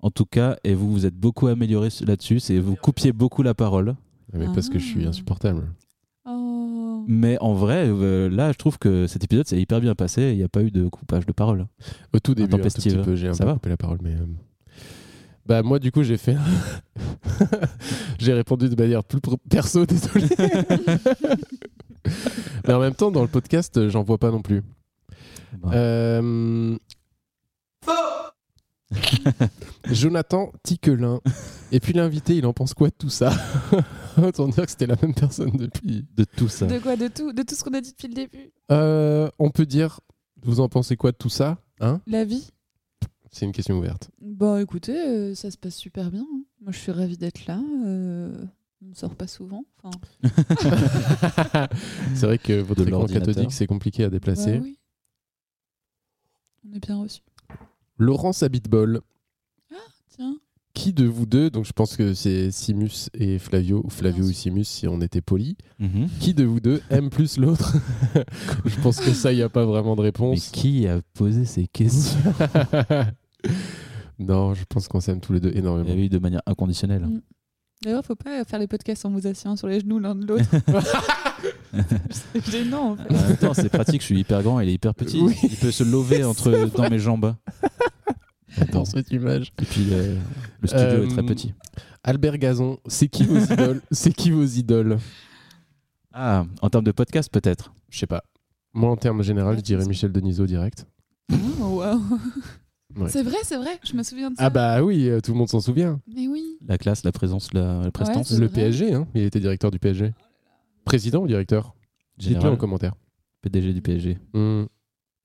[SPEAKER 4] en tout cas, et vous vous êtes beaucoup amélioré là-dessus, c'est vous coupiez beaucoup la parole.
[SPEAKER 7] Mais parce que je suis
[SPEAKER 6] Ah.
[SPEAKER 7] insupportable.
[SPEAKER 6] Oh.
[SPEAKER 4] Mais en vrai, euh, là, je trouve que cet épisode s'est hyper bien passé. et Il n'y a pas eu de coupage de parole.
[SPEAKER 7] Au tout début, un tout
[SPEAKER 4] Intempestive.
[SPEAKER 7] petit peu, j'ai un
[SPEAKER 4] Ça
[SPEAKER 7] peu
[SPEAKER 4] va
[SPEAKER 7] coupé la parole, mais... euh, Bah moi du coup j'ai fait j'ai répondu de manière plus pro- perso désolé mais en même temps dans le podcast euh, j'en
[SPEAKER 4] Euh,
[SPEAKER 7] Euh, vois pas non plus
[SPEAKER 4] Bah,
[SPEAKER 7] Euh, Jonathan Tiquelin. Et puis l'invité, il en pense quoi de tout ça Autant dire que c'était la même personne depuis.
[SPEAKER 4] de tout ça.
[SPEAKER 6] De quoi De tout De tout ce qu'on a dit depuis le début
[SPEAKER 7] Euh, on peut dire, vous en pensez quoi de tout ça hein
[SPEAKER 6] La vie
[SPEAKER 7] C'est une question ouverte.
[SPEAKER 6] Bon, écoutez, euh, ça se passe super bien. hein. Moi, je suis ravie d'être là. euh, on ne sort pas souvent. Enfin,
[SPEAKER 7] c'est vrai que votre
[SPEAKER 4] De
[SPEAKER 7] écran
[SPEAKER 4] l'ordinateur.
[SPEAKER 7] cathodique, c'est compliqué à
[SPEAKER 6] bah
[SPEAKER 7] déplacer.
[SPEAKER 6] oui. On est bien reçus.
[SPEAKER 7] Laurence Habitbol.
[SPEAKER 6] Tiens,
[SPEAKER 7] Qui de vous deux, donc je pense que c'est Simus et Flavio, ou Flavio
[SPEAKER 6] Bien
[SPEAKER 7] ou
[SPEAKER 6] sûr.
[SPEAKER 7] Simus si on était poli,
[SPEAKER 4] Mhm.
[SPEAKER 7] qui de vous deux aime plus l'autre Je pense que ça, il n'y a pas vraiment de
[SPEAKER 4] Mais
[SPEAKER 7] réponse.
[SPEAKER 4] qui a posé ces questions
[SPEAKER 7] non, je pense qu'on s'aime tous les deux énormément.
[SPEAKER 4] Eh oui, de manière inconditionnelle.
[SPEAKER 6] d'ailleurs, faut pas faire les podcasts en vous asseyant sur les genoux l'un de l'autre. C'est gênant, en fait.
[SPEAKER 4] En même temps, c'est pratique, je suis hyper grand, il est hyper petit.
[SPEAKER 7] Oui.
[SPEAKER 4] Il peut se lever entre, dans mes jambes.
[SPEAKER 7] J'adore cette image.
[SPEAKER 4] Et puis, euh, le studio
[SPEAKER 7] Euh,
[SPEAKER 4] est très petit.
[SPEAKER 7] Albert Gazon, c'est qui vos idoles C'est qui vos idoles
[SPEAKER 4] Ah, en termes de podcast, peut-être.
[SPEAKER 7] Je sais pas. Moi, en termes général, je dirais Michel Denisot direct.
[SPEAKER 6] Oh, wow.
[SPEAKER 7] Ouais.
[SPEAKER 6] C'est vrai, c'est vrai. Je me souviens de ça.
[SPEAKER 7] Ah bah oui, euh, tout le monde s'en souvient.
[SPEAKER 6] Mais oui.
[SPEAKER 4] La classe, la présence, la, la prestance.
[SPEAKER 6] Ah, C'est
[SPEAKER 7] Le
[SPEAKER 6] vrai.
[SPEAKER 7] PSG, hein il était directeur du PSG. Président ou directeur Dites-le
[SPEAKER 4] Général.
[SPEAKER 7] en commentaire.
[SPEAKER 4] PDG du PSG.
[SPEAKER 7] Hmm.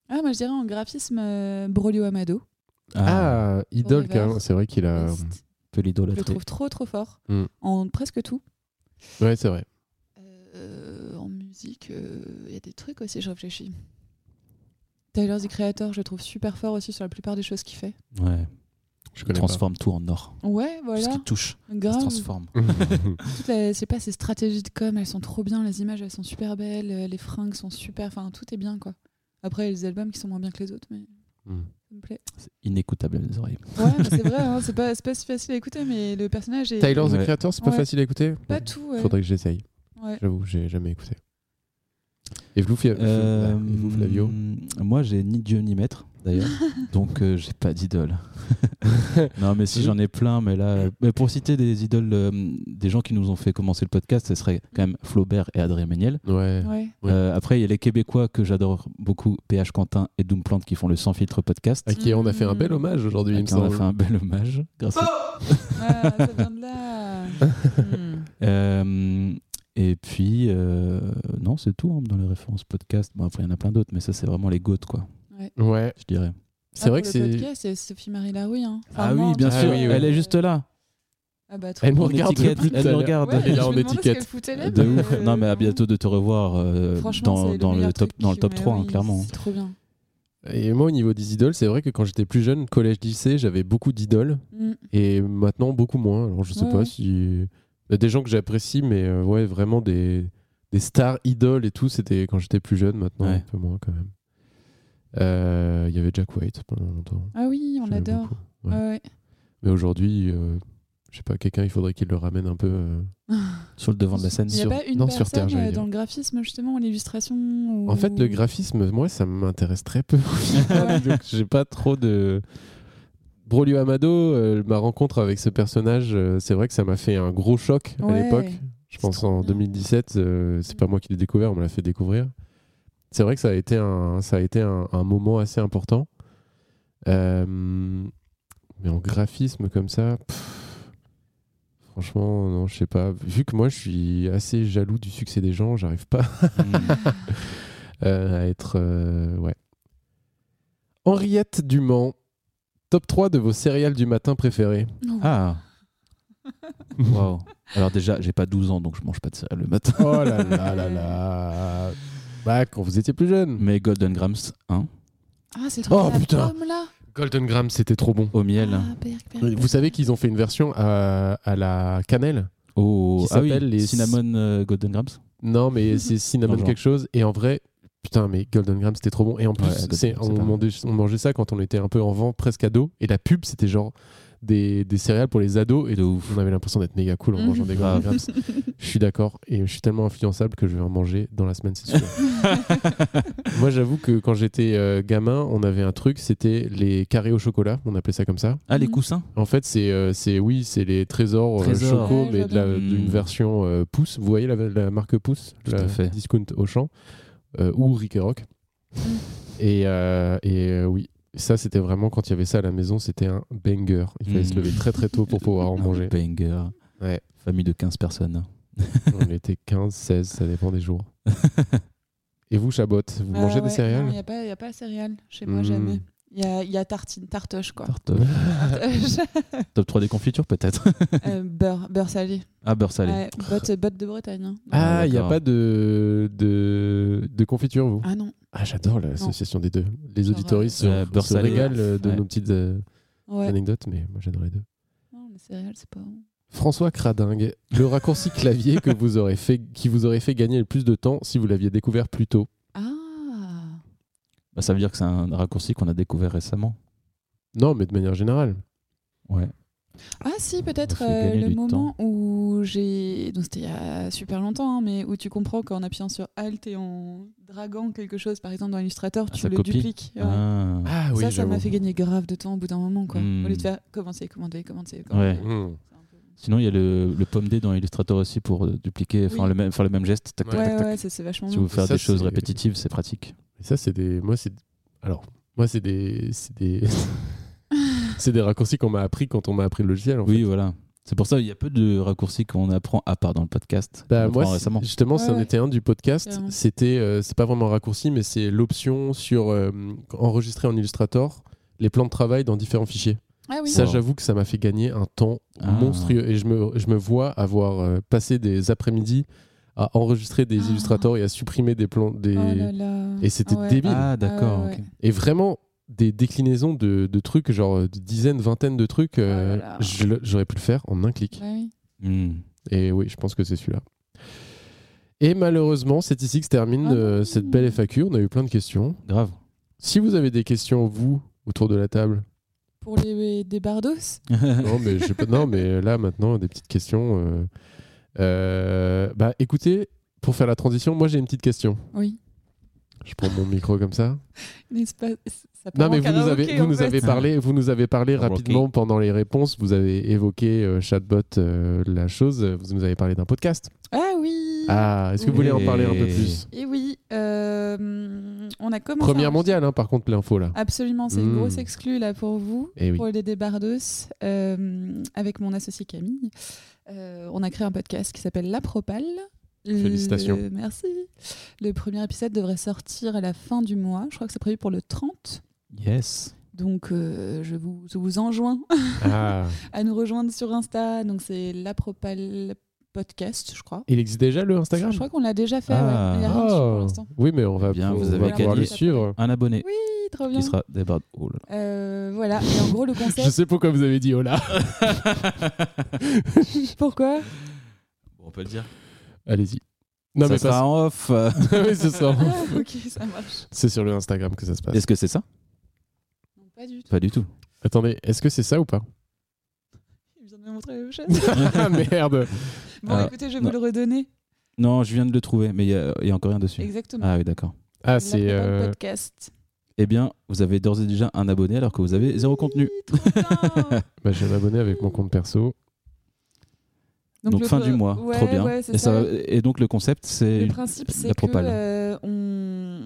[SPEAKER 6] Ah, moi, je dirais en graphisme euh, Brolio Amado.
[SPEAKER 7] Ah, idole,
[SPEAKER 6] Rivers.
[SPEAKER 7] carrément. C'est vrai qu'il a.
[SPEAKER 6] Artiste.
[SPEAKER 4] on peut
[SPEAKER 6] Je le
[SPEAKER 4] l'idolâtrer.
[SPEAKER 6] trouve trop, trop fort.
[SPEAKER 7] Euh, Mm.
[SPEAKER 6] En presque tout.
[SPEAKER 7] Ouais, c'est vrai.
[SPEAKER 6] Euh, en musique, il y a des trucs aussi, je réfléchis. Tyler, the Creator, je le trouve super fort aussi sur la plupart des choses qu'il fait.
[SPEAKER 4] Ouais.
[SPEAKER 7] Je
[SPEAKER 4] Il
[SPEAKER 7] connais
[SPEAKER 4] transforme tout en or.
[SPEAKER 6] Ouais,
[SPEAKER 4] Tout ce
[SPEAKER 6] voilà.
[SPEAKER 4] qui touche, ça se
[SPEAKER 6] Grave.
[SPEAKER 4] transforme.
[SPEAKER 7] pas.
[SPEAKER 6] Toutes les- je sais pas, ces stratégies de com, elles sont trop bien. Les images, elles sont super belles. euh, Les fringues sont super. Enfin, tout est bien, quoi. Après, les albums qui sont moins bien que les autres, mais
[SPEAKER 7] Mm.
[SPEAKER 6] ça me plaît.
[SPEAKER 4] C'est inécoutable à mes oreilles.
[SPEAKER 6] Ouais, mais c'est vrai, hein, c'est pas, c'est pas si facile à écouter, mais le personnage est.
[SPEAKER 7] Tyler the
[SPEAKER 4] Ouais.
[SPEAKER 7] Creator, c'est pas
[SPEAKER 6] Ouais.
[SPEAKER 7] facile à écouter
[SPEAKER 6] Pas tout, ouais.
[SPEAKER 7] Faudrait que j'essaye.
[SPEAKER 6] Ouais.
[SPEAKER 7] J'avoue, j'ai jamais écouté. Et vous, Fia-
[SPEAKER 4] Euh,
[SPEAKER 7] et vous, Flavio
[SPEAKER 4] Moi, j'ai ni Dieu ni maître, d'ailleurs. donc, euh, j'ai pas d'idole. non, mais si j'en ai plein, mais là, mais pour citer des idoles, euh, des gens qui nous ont fait commencer le podcast, ce serait quand même Flaubert et Adrien Méniel.
[SPEAKER 7] Ouais.
[SPEAKER 6] Ouais.
[SPEAKER 7] Ouais.
[SPEAKER 4] Euh, après, il y a les Québécois que j'adore beaucoup, PH Quentin et Doomplante, qui font le Sans Filtre podcast.
[SPEAKER 7] À qui on a fait un
[SPEAKER 6] Hmm.
[SPEAKER 7] bel hommage aujourd'hui,
[SPEAKER 4] à
[SPEAKER 7] il
[SPEAKER 4] Ah,
[SPEAKER 7] me
[SPEAKER 4] qui Oh on a
[SPEAKER 7] semble.
[SPEAKER 4] fait un bel hommage. Grâce à...
[SPEAKER 6] Ah, ça vient de là. Hmm.
[SPEAKER 4] Euh, et puis, euh, non, c'est tout hein, dans les références podcast. Bon, après, il y en a plein d'autres, mais ça, c'est vraiment les goats, quoi,
[SPEAKER 7] Ouais.
[SPEAKER 4] je dirais.
[SPEAKER 7] C'est
[SPEAKER 6] Ah,
[SPEAKER 7] vrai que
[SPEAKER 6] pour
[SPEAKER 7] c'est.
[SPEAKER 6] le podcast, c'est Sophie-Marie Larouille. Hein. Enfin,
[SPEAKER 4] ah
[SPEAKER 6] moi, en
[SPEAKER 4] oui, bien
[SPEAKER 6] tout
[SPEAKER 4] sûr,
[SPEAKER 6] cas,
[SPEAKER 7] oui, oui.
[SPEAKER 4] elle est juste là.
[SPEAKER 6] Ah bah, trop
[SPEAKER 7] Elle nous
[SPEAKER 4] En
[SPEAKER 7] regarde
[SPEAKER 4] étiquette,
[SPEAKER 7] depuis tout
[SPEAKER 4] elle
[SPEAKER 7] à
[SPEAKER 4] nous
[SPEAKER 7] l'heure.
[SPEAKER 4] regarde.
[SPEAKER 6] Ouais,
[SPEAKER 7] Elle est
[SPEAKER 6] je
[SPEAKER 7] en
[SPEAKER 6] me demandais ce
[SPEAKER 7] étiquette.
[SPEAKER 6] qu'elle foutait là,
[SPEAKER 4] De
[SPEAKER 6] mais,
[SPEAKER 4] ouf.
[SPEAKER 6] euh,
[SPEAKER 4] Non, mais à bientôt de te revoir euh,
[SPEAKER 6] franchement,
[SPEAKER 4] dans,
[SPEAKER 6] c'est
[SPEAKER 4] dans le
[SPEAKER 6] meilleur
[SPEAKER 4] top,
[SPEAKER 6] truc
[SPEAKER 4] dans le top
[SPEAKER 6] qui- mais
[SPEAKER 4] 3, hein,
[SPEAKER 6] oui,
[SPEAKER 4] clairement.
[SPEAKER 6] C'est trop bien.
[SPEAKER 7] Et moi, au niveau des idoles, c'est vrai que quand j'étais plus jeune, collège-lycée, j'avais beaucoup d'idoles.
[SPEAKER 6] Mm.
[SPEAKER 7] Et maintenant, beaucoup moins. Alors, je sais
[SPEAKER 6] Ouais,
[SPEAKER 7] pas
[SPEAKER 6] ouais.
[SPEAKER 7] si. Il y a des gens que j'apprécie, mais euh, ouais, vraiment des, des stars idoles et tout, c'était quand j'étais plus jeune, maintenant,
[SPEAKER 4] Ouais.
[SPEAKER 7] un peu moins quand même. Euh, Il y avait Jack White pendant longtemps.
[SPEAKER 6] Ah oui, on
[SPEAKER 7] J'aimais
[SPEAKER 6] l'adore.
[SPEAKER 7] beaucoup.
[SPEAKER 6] Ouais, ouais.
[SPEAKER 7] Mais aujourd'hui, euh, je sais pas, quelqu'un, il faudrait qu'il le ramène un peu. euh,
[SPEAKER 4] Sur le devant de la scène.
[SPEAKER 6] Il n'y a
[SPEAKER 7] Sur-
[SPEAKER 6] pas une
[SPEAKER 7] non, sur
[SPEAKER 6] personne
[SPEAKER 7] Terre, j'allais
[SPEAKER 6] euh,
[SPEAKER 7] dire.
[SPEAKER 6] dans le graphisme, justement, en illustration ou-
[SPEAKER 7] En fait, le graphisme, moi, ça m'intéresse très peu. Donc, j'ai pas trop de. Brolio Amado, euh, ma rencontre avec ce personnage, euh, c'est vrai que ça m'a fait un gros choc à
[SPEAKER 6] Ouais.
[SPEAKER 7] l'époque. Je
[SPEAKER 6] C'est
[SPEAKER 7] pense
[SPEAKER 6] trop
[SPEAKER 7] en
[SPEAKER 6] bien.
[SPEAKER 7] 2017, euh, c'est pas moi qui l'ai découvert, on me l'a fait découvrir. C'est vrai que ça a été un, ça a été un, un moment assez important. Euh, mais en graphisme comme ça, pff, franchement, non, je sais pas. Vu que moi, je suis assez jaloux du succès des gens, j'arrive pas
[SPEAKER 4] Mm.
[SPEAKER 7] euh, à être. euh, ouais. Henriette Dumont, top 3 de vos céréales du matin préférées.
[SPEAKER 6] Oh.
[SPEAKER 4] Ah, waouh. Alors, déjà, j'ai pas 12 ans, donc je mange pas de céréales le matin.
[SPEAKER 7] Oh là là là là. Bah, quand vous étiez plus jeune.
[SPEAKER 4] Mais Golden Grams, hein,
[SPEAKER 6] Ah, c'est
[SPEAKER 7] Oh,
[SPEAKER 6] trop bien.
[SPEAKER 7] putain.
[SPEAKER 6] La pomme, là.
[SPEAKER 7] Golden Graham, c'était trop bon.
[SPEAKER 4] au miel.
[SPEAKER 6] Ah, berk, berk, berk.
[SPEAKER 7] Vous savez qu'ils ont fait une version à, à la cannelle
[SPEAKER 4] Oh,
[SPEAKER 7] Qui
[SPEAKER 4] ah oui,
[SPEAKER 7] s'appelle les-
[SPEAKER 4] cinnamon euh, Golden Grams.
[SPEAKER 7] Non, mais c'est cinnamon
[SPEAKER 4] Dans le
[SPEAKER 7] quelque chose. Et en vrai, putain, mais Golden Graham, c'était trop bon. Et en plus,
[SPEAKER 4] Ouais, Golden
[SPEAKER 7] c'est-
[SPEAKER 4] Graham,
[SPEAKER 7] on,
[SPEAKER 4] c'est pas mal.
[SPEAKER 7] mangeait, on mangeait ça quand on était un peu en vent, presque ado. Et la pub, c'était genre des, des céréales pour les ados. Et
[SPEAKER 4] De ouf.
[SPEAKER 7] on avait l'impression d'être méga cool en
[SPEAKER 6] Mhm.
[SPEAKER 7] mangeant des Golden
[SPEAKER 4] Grave.
[SPEAKER 7] Grahams. Je suis d'accord. Et je suis tellement influençable que je vais en manger dans la semaine, c'est sûr. Moi, j'avoue que quand j'étais euh, gamin, on avait un truc, c'était les carrés au chocolat. On appelait ça comme ça.
[SPEAKER 4] Ah, les
[SPEAKER 6] Mhm.
[SPEAKER 4] coussins
[SPEAKER 7] En fait, c'est euh, c'est- oui, c'est les trésors, euh,
[SPEAKER 4] Trésors.
[SPEAKER 7] choco,
[SPEAKER 6] Ouais,
[SPEAKER 7] mais de la-
[SPEAKER 4] j'adore.
[SPEAKER 7] d'une
[SPEAKER 4] Mm.
[SPEAKER 7] version euh, pouce. Vous voyez la, la marque pouce,
[SPEAKER 4] Tout
[SPEAKER 7] la
[SPEAKER 4] à fait.
[SPEAKER 6] Mm.
[SPEAKER 7] discount Auchan euh, ou Rick et Rock. Et, euh, et, euh, oui, Et ça, c'était vraiment quand il y avait ça à la maison, c'était un banger. Il fallait
[SPEAKER 4] Mm.
[SPEAKER 7] se lever très très tôt pour pouvoir en
[SPEAKER 4] Un
[SPEAKER 7] manger.
[SPEAKER 4] Ah, Banger.
[SPEAKER 7] Ouais.
[SPEAKER 4] Famille de 15 personnes.
[SPEAKER 7] On était 15, 16, ça dépend des jours. Et vous, Chabot, vous mangez des céréales
[SPEAKER 6] Ah Il n'y a, pas- y a pas céréales chez moi,
[SPEAKER 7] Mm.
[SPEAKER 6] jamais. Il y a, y a tartine, tartoche, quoi.
[SPEAKER 4] Tarte. Top 3 des confitures, peut-être.
[SPEAKER 6] Euh, beurre, beurre salé.
[SPEAKER 4] Ah, beurre salé.
[SPEAKER 6] Ouais, botte, botte de Bretagne. hein.
[SPEAKER 7] Ah,
[SPEAKER 4] Ah,
[SPEAKER 7] il n'y a
[SPEAKER 4] d'accord.
[SPEAKER 7] pas de, de, de confiture, vous
[SPEAKER 6] Ah non.
[SPEAKER 7] Ah, j'adore l'association des deux. Les
[SPEAKER 6] Genre,
[SPEAKER 7] auditoristes se,
[SPEAKER 4] euh, beurre
[SPEAKER 7] se
[SPEAKER 4] salé.
[SPEAKER 7] régalent euh, de
[SPEAKER 4] Ouais.
[SPEAKER 7] nos petites euh,
[SPEAKER 6] Ouais.
[SPEAKER 7] anecdotes, mais moi j'adore les deux.
[SPEAKER 6] Non, les céréales, c'est pas bon.
[SPEAKER 7] François Cradingue, le raccourci clavier que vous aurez fait, qui vous aurait fait gagner le plus de temps si vous l'aviez découvert plus tôt.
[SPEAKER 6] Ah
[SPEAKER 4] Bah, ça veut dire que c'est un raccourci qu'on a découvert récemment.
[SPEAKER 7] Non, mais de manière générale.
[SPEAKER 4] Ouais.
[SPEAKER 6] Ah si, peut-être
[SPEAKER 4] fait
[SPEAKER 6] euh,
[SPEAKER 4] gagner
[SPEAKER 6] le
[SPEAKER 4] du
[SPEAKER 6] moment où j'ai... Donc c'était il y a super longtemps, hein, mais où tu comprends qu'en appuyant sur Alt et en draguant quelque chose, par exemple dans Illustrator,
[SPEAKER 4] Ah,
[SPEAKER 6] tu
[SPEAKER 4] ça
[SPEAKER 6] le
[SPEAKER 4] copie.
[SPEAKER 6] dupliques. ouais.
[SPEAKER 4] Ah.
[SPEAKER 7] Ah Hmm.
[SPEAKER 6] ça, ça m'a fait gagner grave de temps au bout d'un moment, quoi.
[SPEAKER 4] Mm.
[SPEAKER 6] Au lieu de faire commencer, commander, commencer, commander.
[SPEAKER 7] Mmh.
[SPEAKER 6] C'est un peu-
[SPEAKER 4] Sinon, il y a le, le pomme D dans Illustrator aussi pour euh, dupliquer, enfin,
[SPEAKER 6] Oui.
[SPEAKER 4] le même, faire le même geste. Tac, tac,
[SPEAKER 7] Ouais,
[SPEAKER 4] tac,
[SPEAKER 6] Ouais,
[SPEAKER 4] tac.
[SPEAKER 6] ouais, ça, c'est vachement
[SPEAKER 4] Si
[SPEAKER 6] bien.
[SPEAKER 4] vous faire
[SPEAKER 7] Ça,
[SPEAKER 4] des choses
[SPEAKER 7] c'est-
[SPEAKER 4] répétitives, c'est pratique.
[SPEAKER 7] Et ça, c'est des. Moi, c'est. Alors, moi, c'est des. C'est des. c'est des raccourcis qu'on m'a appris quand on m'a appris le logiciel. En
[SPEAKER 4] oui,
[SPEAKER 7] fait.
[SPEAKER 4] voilà. C'est pour ça qu'il y a peu de raccourcis qu'on apprend à part dans le podcast. qu'on
[SPEAKER 7] Bah, moi,
[SPEAKER 4] apprend
[SPEAKER 7] c'est-
[SPEAKER 4] récemment.
[SPEAKER 7] justement,
[SPEAKER 6] Ouais,
[SPEAKER 7] c'en
[SPEAKER 6] ouais.
[SPEAKER 7] était un du podcast.
[SPEAKER 6] Carrément.
[SPEAKER 7] C'était, euh, c'est pas vraiment un raccourci, mais c'est l'option sur euh, enregistrer en Illustrator les plans de travail dans différents fichiers.
[SPEAKER 6] Ah oui,
[SPEAKER 7] Ça,
[SPEAKER 4] Wow.
[SPEAKER 7] j'avoue que ça m'a fait gagner un temps
[SPEAKER 4] Ah.
[SPEAKER 7] monstrueux. Et je me, je me vois avoir euh, passé des après-midi à enregistrer des
[SPEAKER 6] Ah.
[SPEAKER 7] Illustrator et à supprimer des plans. Des...
[SPEAKER 6] Oh là là.
[SPEAKER 7] Et c'était
[SPEAKER 6] Ouais.
[SPEAKER 7] débile.
[SPEAKER 4] Ah, d'accord.
[SPEAKER 6] Ah ouais,
[SPEAKER 4] ok.
[SPEAKER 6] ouais.
[SPEAKER 7] Et vraiment, des déclinaisons de, de trucs, genre euh, de dizaines, vingtaines de trucs, euh,
[SPEAKER 6] Oh là là.
[SPEAKER 7] je le- j'aurais pu le faire en un clic.
[SPEAKER 6] Ouais, Bah oui.
[SPEAKER 4] Hmm.
[SPEAKER 7] Et oui, je pense que c'est celui-là. Et malheureusement, c'est ici que se termine
[SPEAKER 6] Ah
[SPEAKER 7] euh,
[SPEAKER 6] non.
[SPEAKER 7] cette belle FAQ. On a eu plein de questions.
[SPEAKER 4] Grave.
[SPEAKER 7] Si vous avez des questions, vous, autour de la table,
[SPEAKER 6] Pour les débardos
[SPEAKER 7] non, mais je sais pas- non, mais là maintenant, des petites questions. euh, euh, bah écoutez, pour faire la transition, moi j'ai une petite question.
[SPEAKER 6] Oui.
[SPEAKER 7] Je prends mon micro comme ça.
[SPEAKER 6] N'est-ce pas ça part
[SPEAKER 7] Non,
[SPEAKER 6] en
[SPEAKER 7] mais vous nous
[SPEAKER 6] karaoké,
[SPEAKER 7] avez, vous
[SPEAKER 6] en
[SPEAKER 7] nous
[SPEAKER 6] fait.
[SPEAKER 7] avez parlé, vous nous avez parlé
[SPEAKER 4] Karaoké.
[SPEAKER 7] rapidement pendant les réponses. Vous avez évoqué euh, chatbot, euh, la chose. Vous nous avez parlé d'un podcast.
[SPEAKER 6] Ah oui
[SPEAKER 7] Ah, est-ce que vous voulez en parler un peu
[SPEAKER 4] Oui.
[SPEAKER 7] plus
[SPEAKER 6] Et oui, euh, on a commencé. à
[SPEAKER 7] Première
[SPEAKER 6] enregistrer-
[SPEAKER 7] mondiale, hein, par contre, l'info là.
[SPEAKER 6] Absolument, c'est une
[SPEAKER 7] Mm.
[SPEAKER 6] grosse exclue là pour vous,
[SPEAKER 7] Eh oui.
[SPEAKER 6] pour les débardos, euh, avec mon associé Camille. Euh, on a créé un podcast qui s'appelle La Propale. Le-
[SPEAKER 7] Félicitations.
[SPEAKER 6] merci. Le premier épisode devrait sortir à la fin du mois. Je crois que c'est prévu pour le 30.
[SPEAKER 4] Yes.
[SPEAKER 6] Donc, euh, je, vous, je vous enjoins
[SPEAKER 7] Ah.
[SPEAKER 6] à nous rejoindre sur Insta. Donc, c'est La Propale Podcast, je crois.
[SPEAKER 7] Il existe déjà le Instagram
[SPEAKER 6] Je crois qu'on l'a déjà fait.
[SPEAKER 4] Ah.
[SPEAKER 6] ouais. Il y a rien dessus pour
[SPEAKER 7] Oh.
[SPEAKER 6] l'instant.
[SPEAKER 7] Oui, mais on va,
[SPEAKER 4] Eh bien,
[SPEAKER 7] on
[SPEAKER 4] vous
[SPEAKER 7] va
[SPEAKER 4] avez
[SPEAKER 7] pouvoir
[SPEAKER 4] gagné.
[SPEAKER 7] le suivre.
[SPEAKER 4] Un abonné
[SPEAKER 6] Oui, trop bien.
[SPEAKER 4] qui sera débardé. Oh là
[SPEAKER 6] Euh, voilà. Et en gros, le
[SPEAKER 7] Je
[SPEAKER 6] concept.
[SPEAKER 7] sais pourquoi vous avez dit
[SPEAKER 4] là.
[SPEAKER 7] hola.
[SPEAKER 6] Pourquoi
[SPEAKER 4] Bon, on peut le dire.
[SPEAKER 7] Allez-y. Non,
[SPEAKER 4] ça
[SPEAKER 7] mais
[SPEAKER 4] sera
[SPEAKER 7] pas-
[SPEAKER 4] en off. euh.
[SPEAKER 7] Oui, ce sera-
[SPEAKER 6] Ah, ok, ça marche.
[SPEAKER 7] C'est sur le Instagram que ça se passe.
[SPEAKER 4] Est-ce que c'est ça
[SPEAKER 6] Non, pas du tout.
[SPEAKER 4] Pas du tout.
[SPEAKER 7] Attendez, est-ce que c'est ça ou pas
[SPEAKER 6] Il vient de me montrer la même chose.
[SPEAKER 7] Ah, Merde
[SPEAKER 6] Bon,
[SPEAKER 4] Ah,
[SPEAKER 6] écoutez, je vais
[SPEAKER 4] non.
[SPEAKER 6] vous le redonner.
[SPEAKER 4] Non, je viens de le trouver, mais il y a- il y, a encore rien dessus.
[SPEAKER 6] Exactement.
[SPEAKER 4] Ah oui, d'accord.
[SPEAKER 7] Ah,
[SPEAKER 6] La
[SPEAKER 7] c'est.
[SPEAKER 6] propale
[SPEAKER 7] euh,
[SPEAKER 6] podcast.
[SPEAKER 4] Eh bien, vous avez d'ores et déjà un abonné alors que vous avez zéro contenu.
[SPEAKER 6] Oui, trop bien.
[SPEAKER 7] bah, je vais m'abonner avec mon compte perso.
[SPEAKER 4] Donc,
[SPEAKER 6] le
[SPEAKER 4] fin
[SPEAKER 6] pro-
[SPEAKER 4] du mois,
[SPEAKER 6] ouais,
[SPEAKER 4] trop bien.
[SPEAKER 6] ouais, c'est
[SPEAKER 4] et, ça
[SPEAKER 6] ça.
[SPEAKER 4] va- et donc le concept, c'est
[SPEAKER 6] Le principe, c'est
[SPEAKER 4] la
[SPEAKER 6] que
[SPEAKER 4] propale.
[SPEAKER 6] euh, on...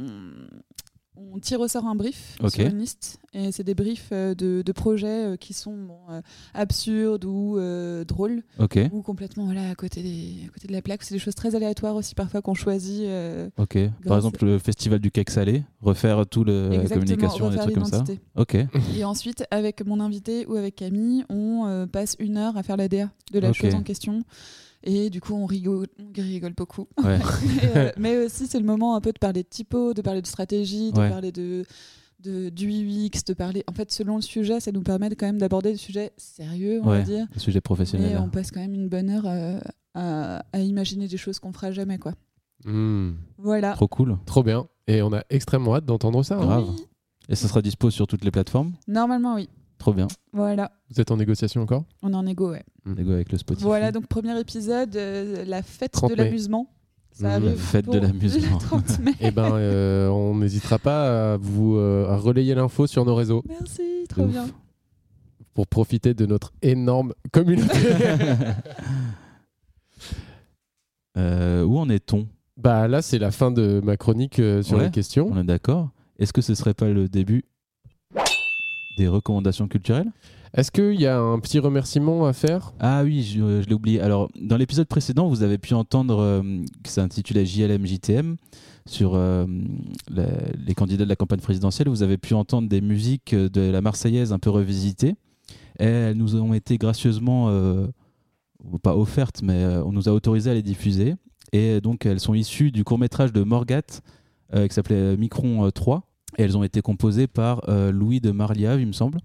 [SPEAKER 6] on tire au sort un brief
[SPEAKER 4] Ok.
[SPEAKER 6] sur une liste. Et c'est des briefs euh, de, de projets euh, qui sont bon, euh, absurdes ou euh, drôles
[SPEAKER 4] ok,
[SPEAKER 6] ou complètement voilà, à, côté des... à côté de la plaque. C'est des choses très aléatoires aussi parfois qu'on choisit. euh,
[SPEAKER 4] ok. Par
[SPEAKER 6] Grâce-
[SPEAKER 4] exemple, le festival du cake salé, refaire tout le Euh, la
[SPEAKER 6] exactement,
[SPEAKER 4] communication et des
[SPEAKER 6] refaire
[SPEAKER 4] trucs comme ça.
[SPEAKER 6] l'identité.
[SPEAKER 4] Ok,
[SPEAKER 6] Et ensuite, avec mon invité ou avec Camille, on euh, passe une heure à faire la DA de la
[SPEAKER 4] Ok.
[SPEAKER 6] chose en question. Et du coup, on rigole, on rigole beaucoup.
[SPEAKER 4] ouais.
[SPEAKER 6] Et, euh, mais aussi, c'est le moment un peu de parler de typo, de parler de stratégie, de
[SPEAKER 4] Ouais.
[SPEAKER 6] parler de, de, du UX, de parler. En fait, selon le sujet, ça nous permet de- quand même d'aborder des sujets sérieux, on
[SPEAKER 4] Ouais, hein.
[SPEAKER 6] va dire.
[SPEAKER 4] le sujet professionnel.
[SPEAKER 6] Mais
[SPEAKER 4] là.
[SPEAKER 6] on passe quand même une bonne heure euh, à, à imaginer des choses qu'on fera jamais, quoi.
[SPEAKER 7] Hmm.
[SPEAKER 6] Voilà.
[SPEAKER 4] Trop cool.
[SPEAKER 7] Trop bien. Et on a extrêmement hâte d'entendre ça. hein.
[SPEAKER 4] Grave.
[SPEAKER 6] Oui.
[SPEAKER 4] Et ça sera dispo sur toutes les plateformes.
[SPEAKER 6] Normalement, oui.
[SPEAKER 4] Trop bien.
[SPEAKER 6] Voilà.
[SPEAKER 7] Vous êtes en négociation encore
[SPEAKER 6] On est en égo, ouais.
[SPEAKER 4] Les gars, avec le Spotify.
[SPEAKER 6] Voilà, donc premier épisode, euh, la fête
[SPEAKER 7] 30
[SPEAKER 6] de
[SPEAKER 7] mai.
[SPEAKER 6] l'amusement. Ça
[SPEAKER 7] Mmh.
[SPEAKER 6] arrive
[SPEAKER 4] La fête de
[SPEAKER 6] pour
[SPEAKER 4] l'amusement.
[SPEAKER 6] le 30 mai.
[SPEAKER 7] Eh ben, euh, on n'hésitera pas à vous euh, à relayer l'info sur nos réseaux
[SPEAKER 6] Merci,
[SPEAKER 4] De
[SPEAKER 6] trop
[SPEAKER 4] ouf.
[SPEAKER 6] bien.
[SPEAKER 7] pour profiter de notre énorme communauté.
[SPEAKER 4] Euh, où en est-on
[SPEAKER 7] bah là, c'est la fin de ma chronique euh, sur
[SPEAKER 4] Ouais.
[SPEAKER 6] Oh.
[SPEAKER 7] les questions.
[SPEAKER 4] On est d'accord Est-ce que ce serait pas le début Des recommandations culturelles
[SPEAKER 7] Est-ce qu'il y a un petit remerciement à faire
[SPEAKER 4] Ah oui, je, euh, je l'ai oublié. Alors, dans l'épisode précédent, vous avez pu entendre euh, que ça intitulait JLM-JTM sur euh, la- les candidats de la campagne présidentielle. Vous avez pu entendre des musiques euh, de la Marseillaise un peu revisitées. Et elles nous ont été gracieusement, euh, pas offertes, mais euh, on nous a autorisé à les diffuser. Et donc, elles sont issues du court-métrage de Morgat euh, qui s'appelait Micron euh, 3. Et elles ont été composées par euh, Louis de Marliave, il me semble.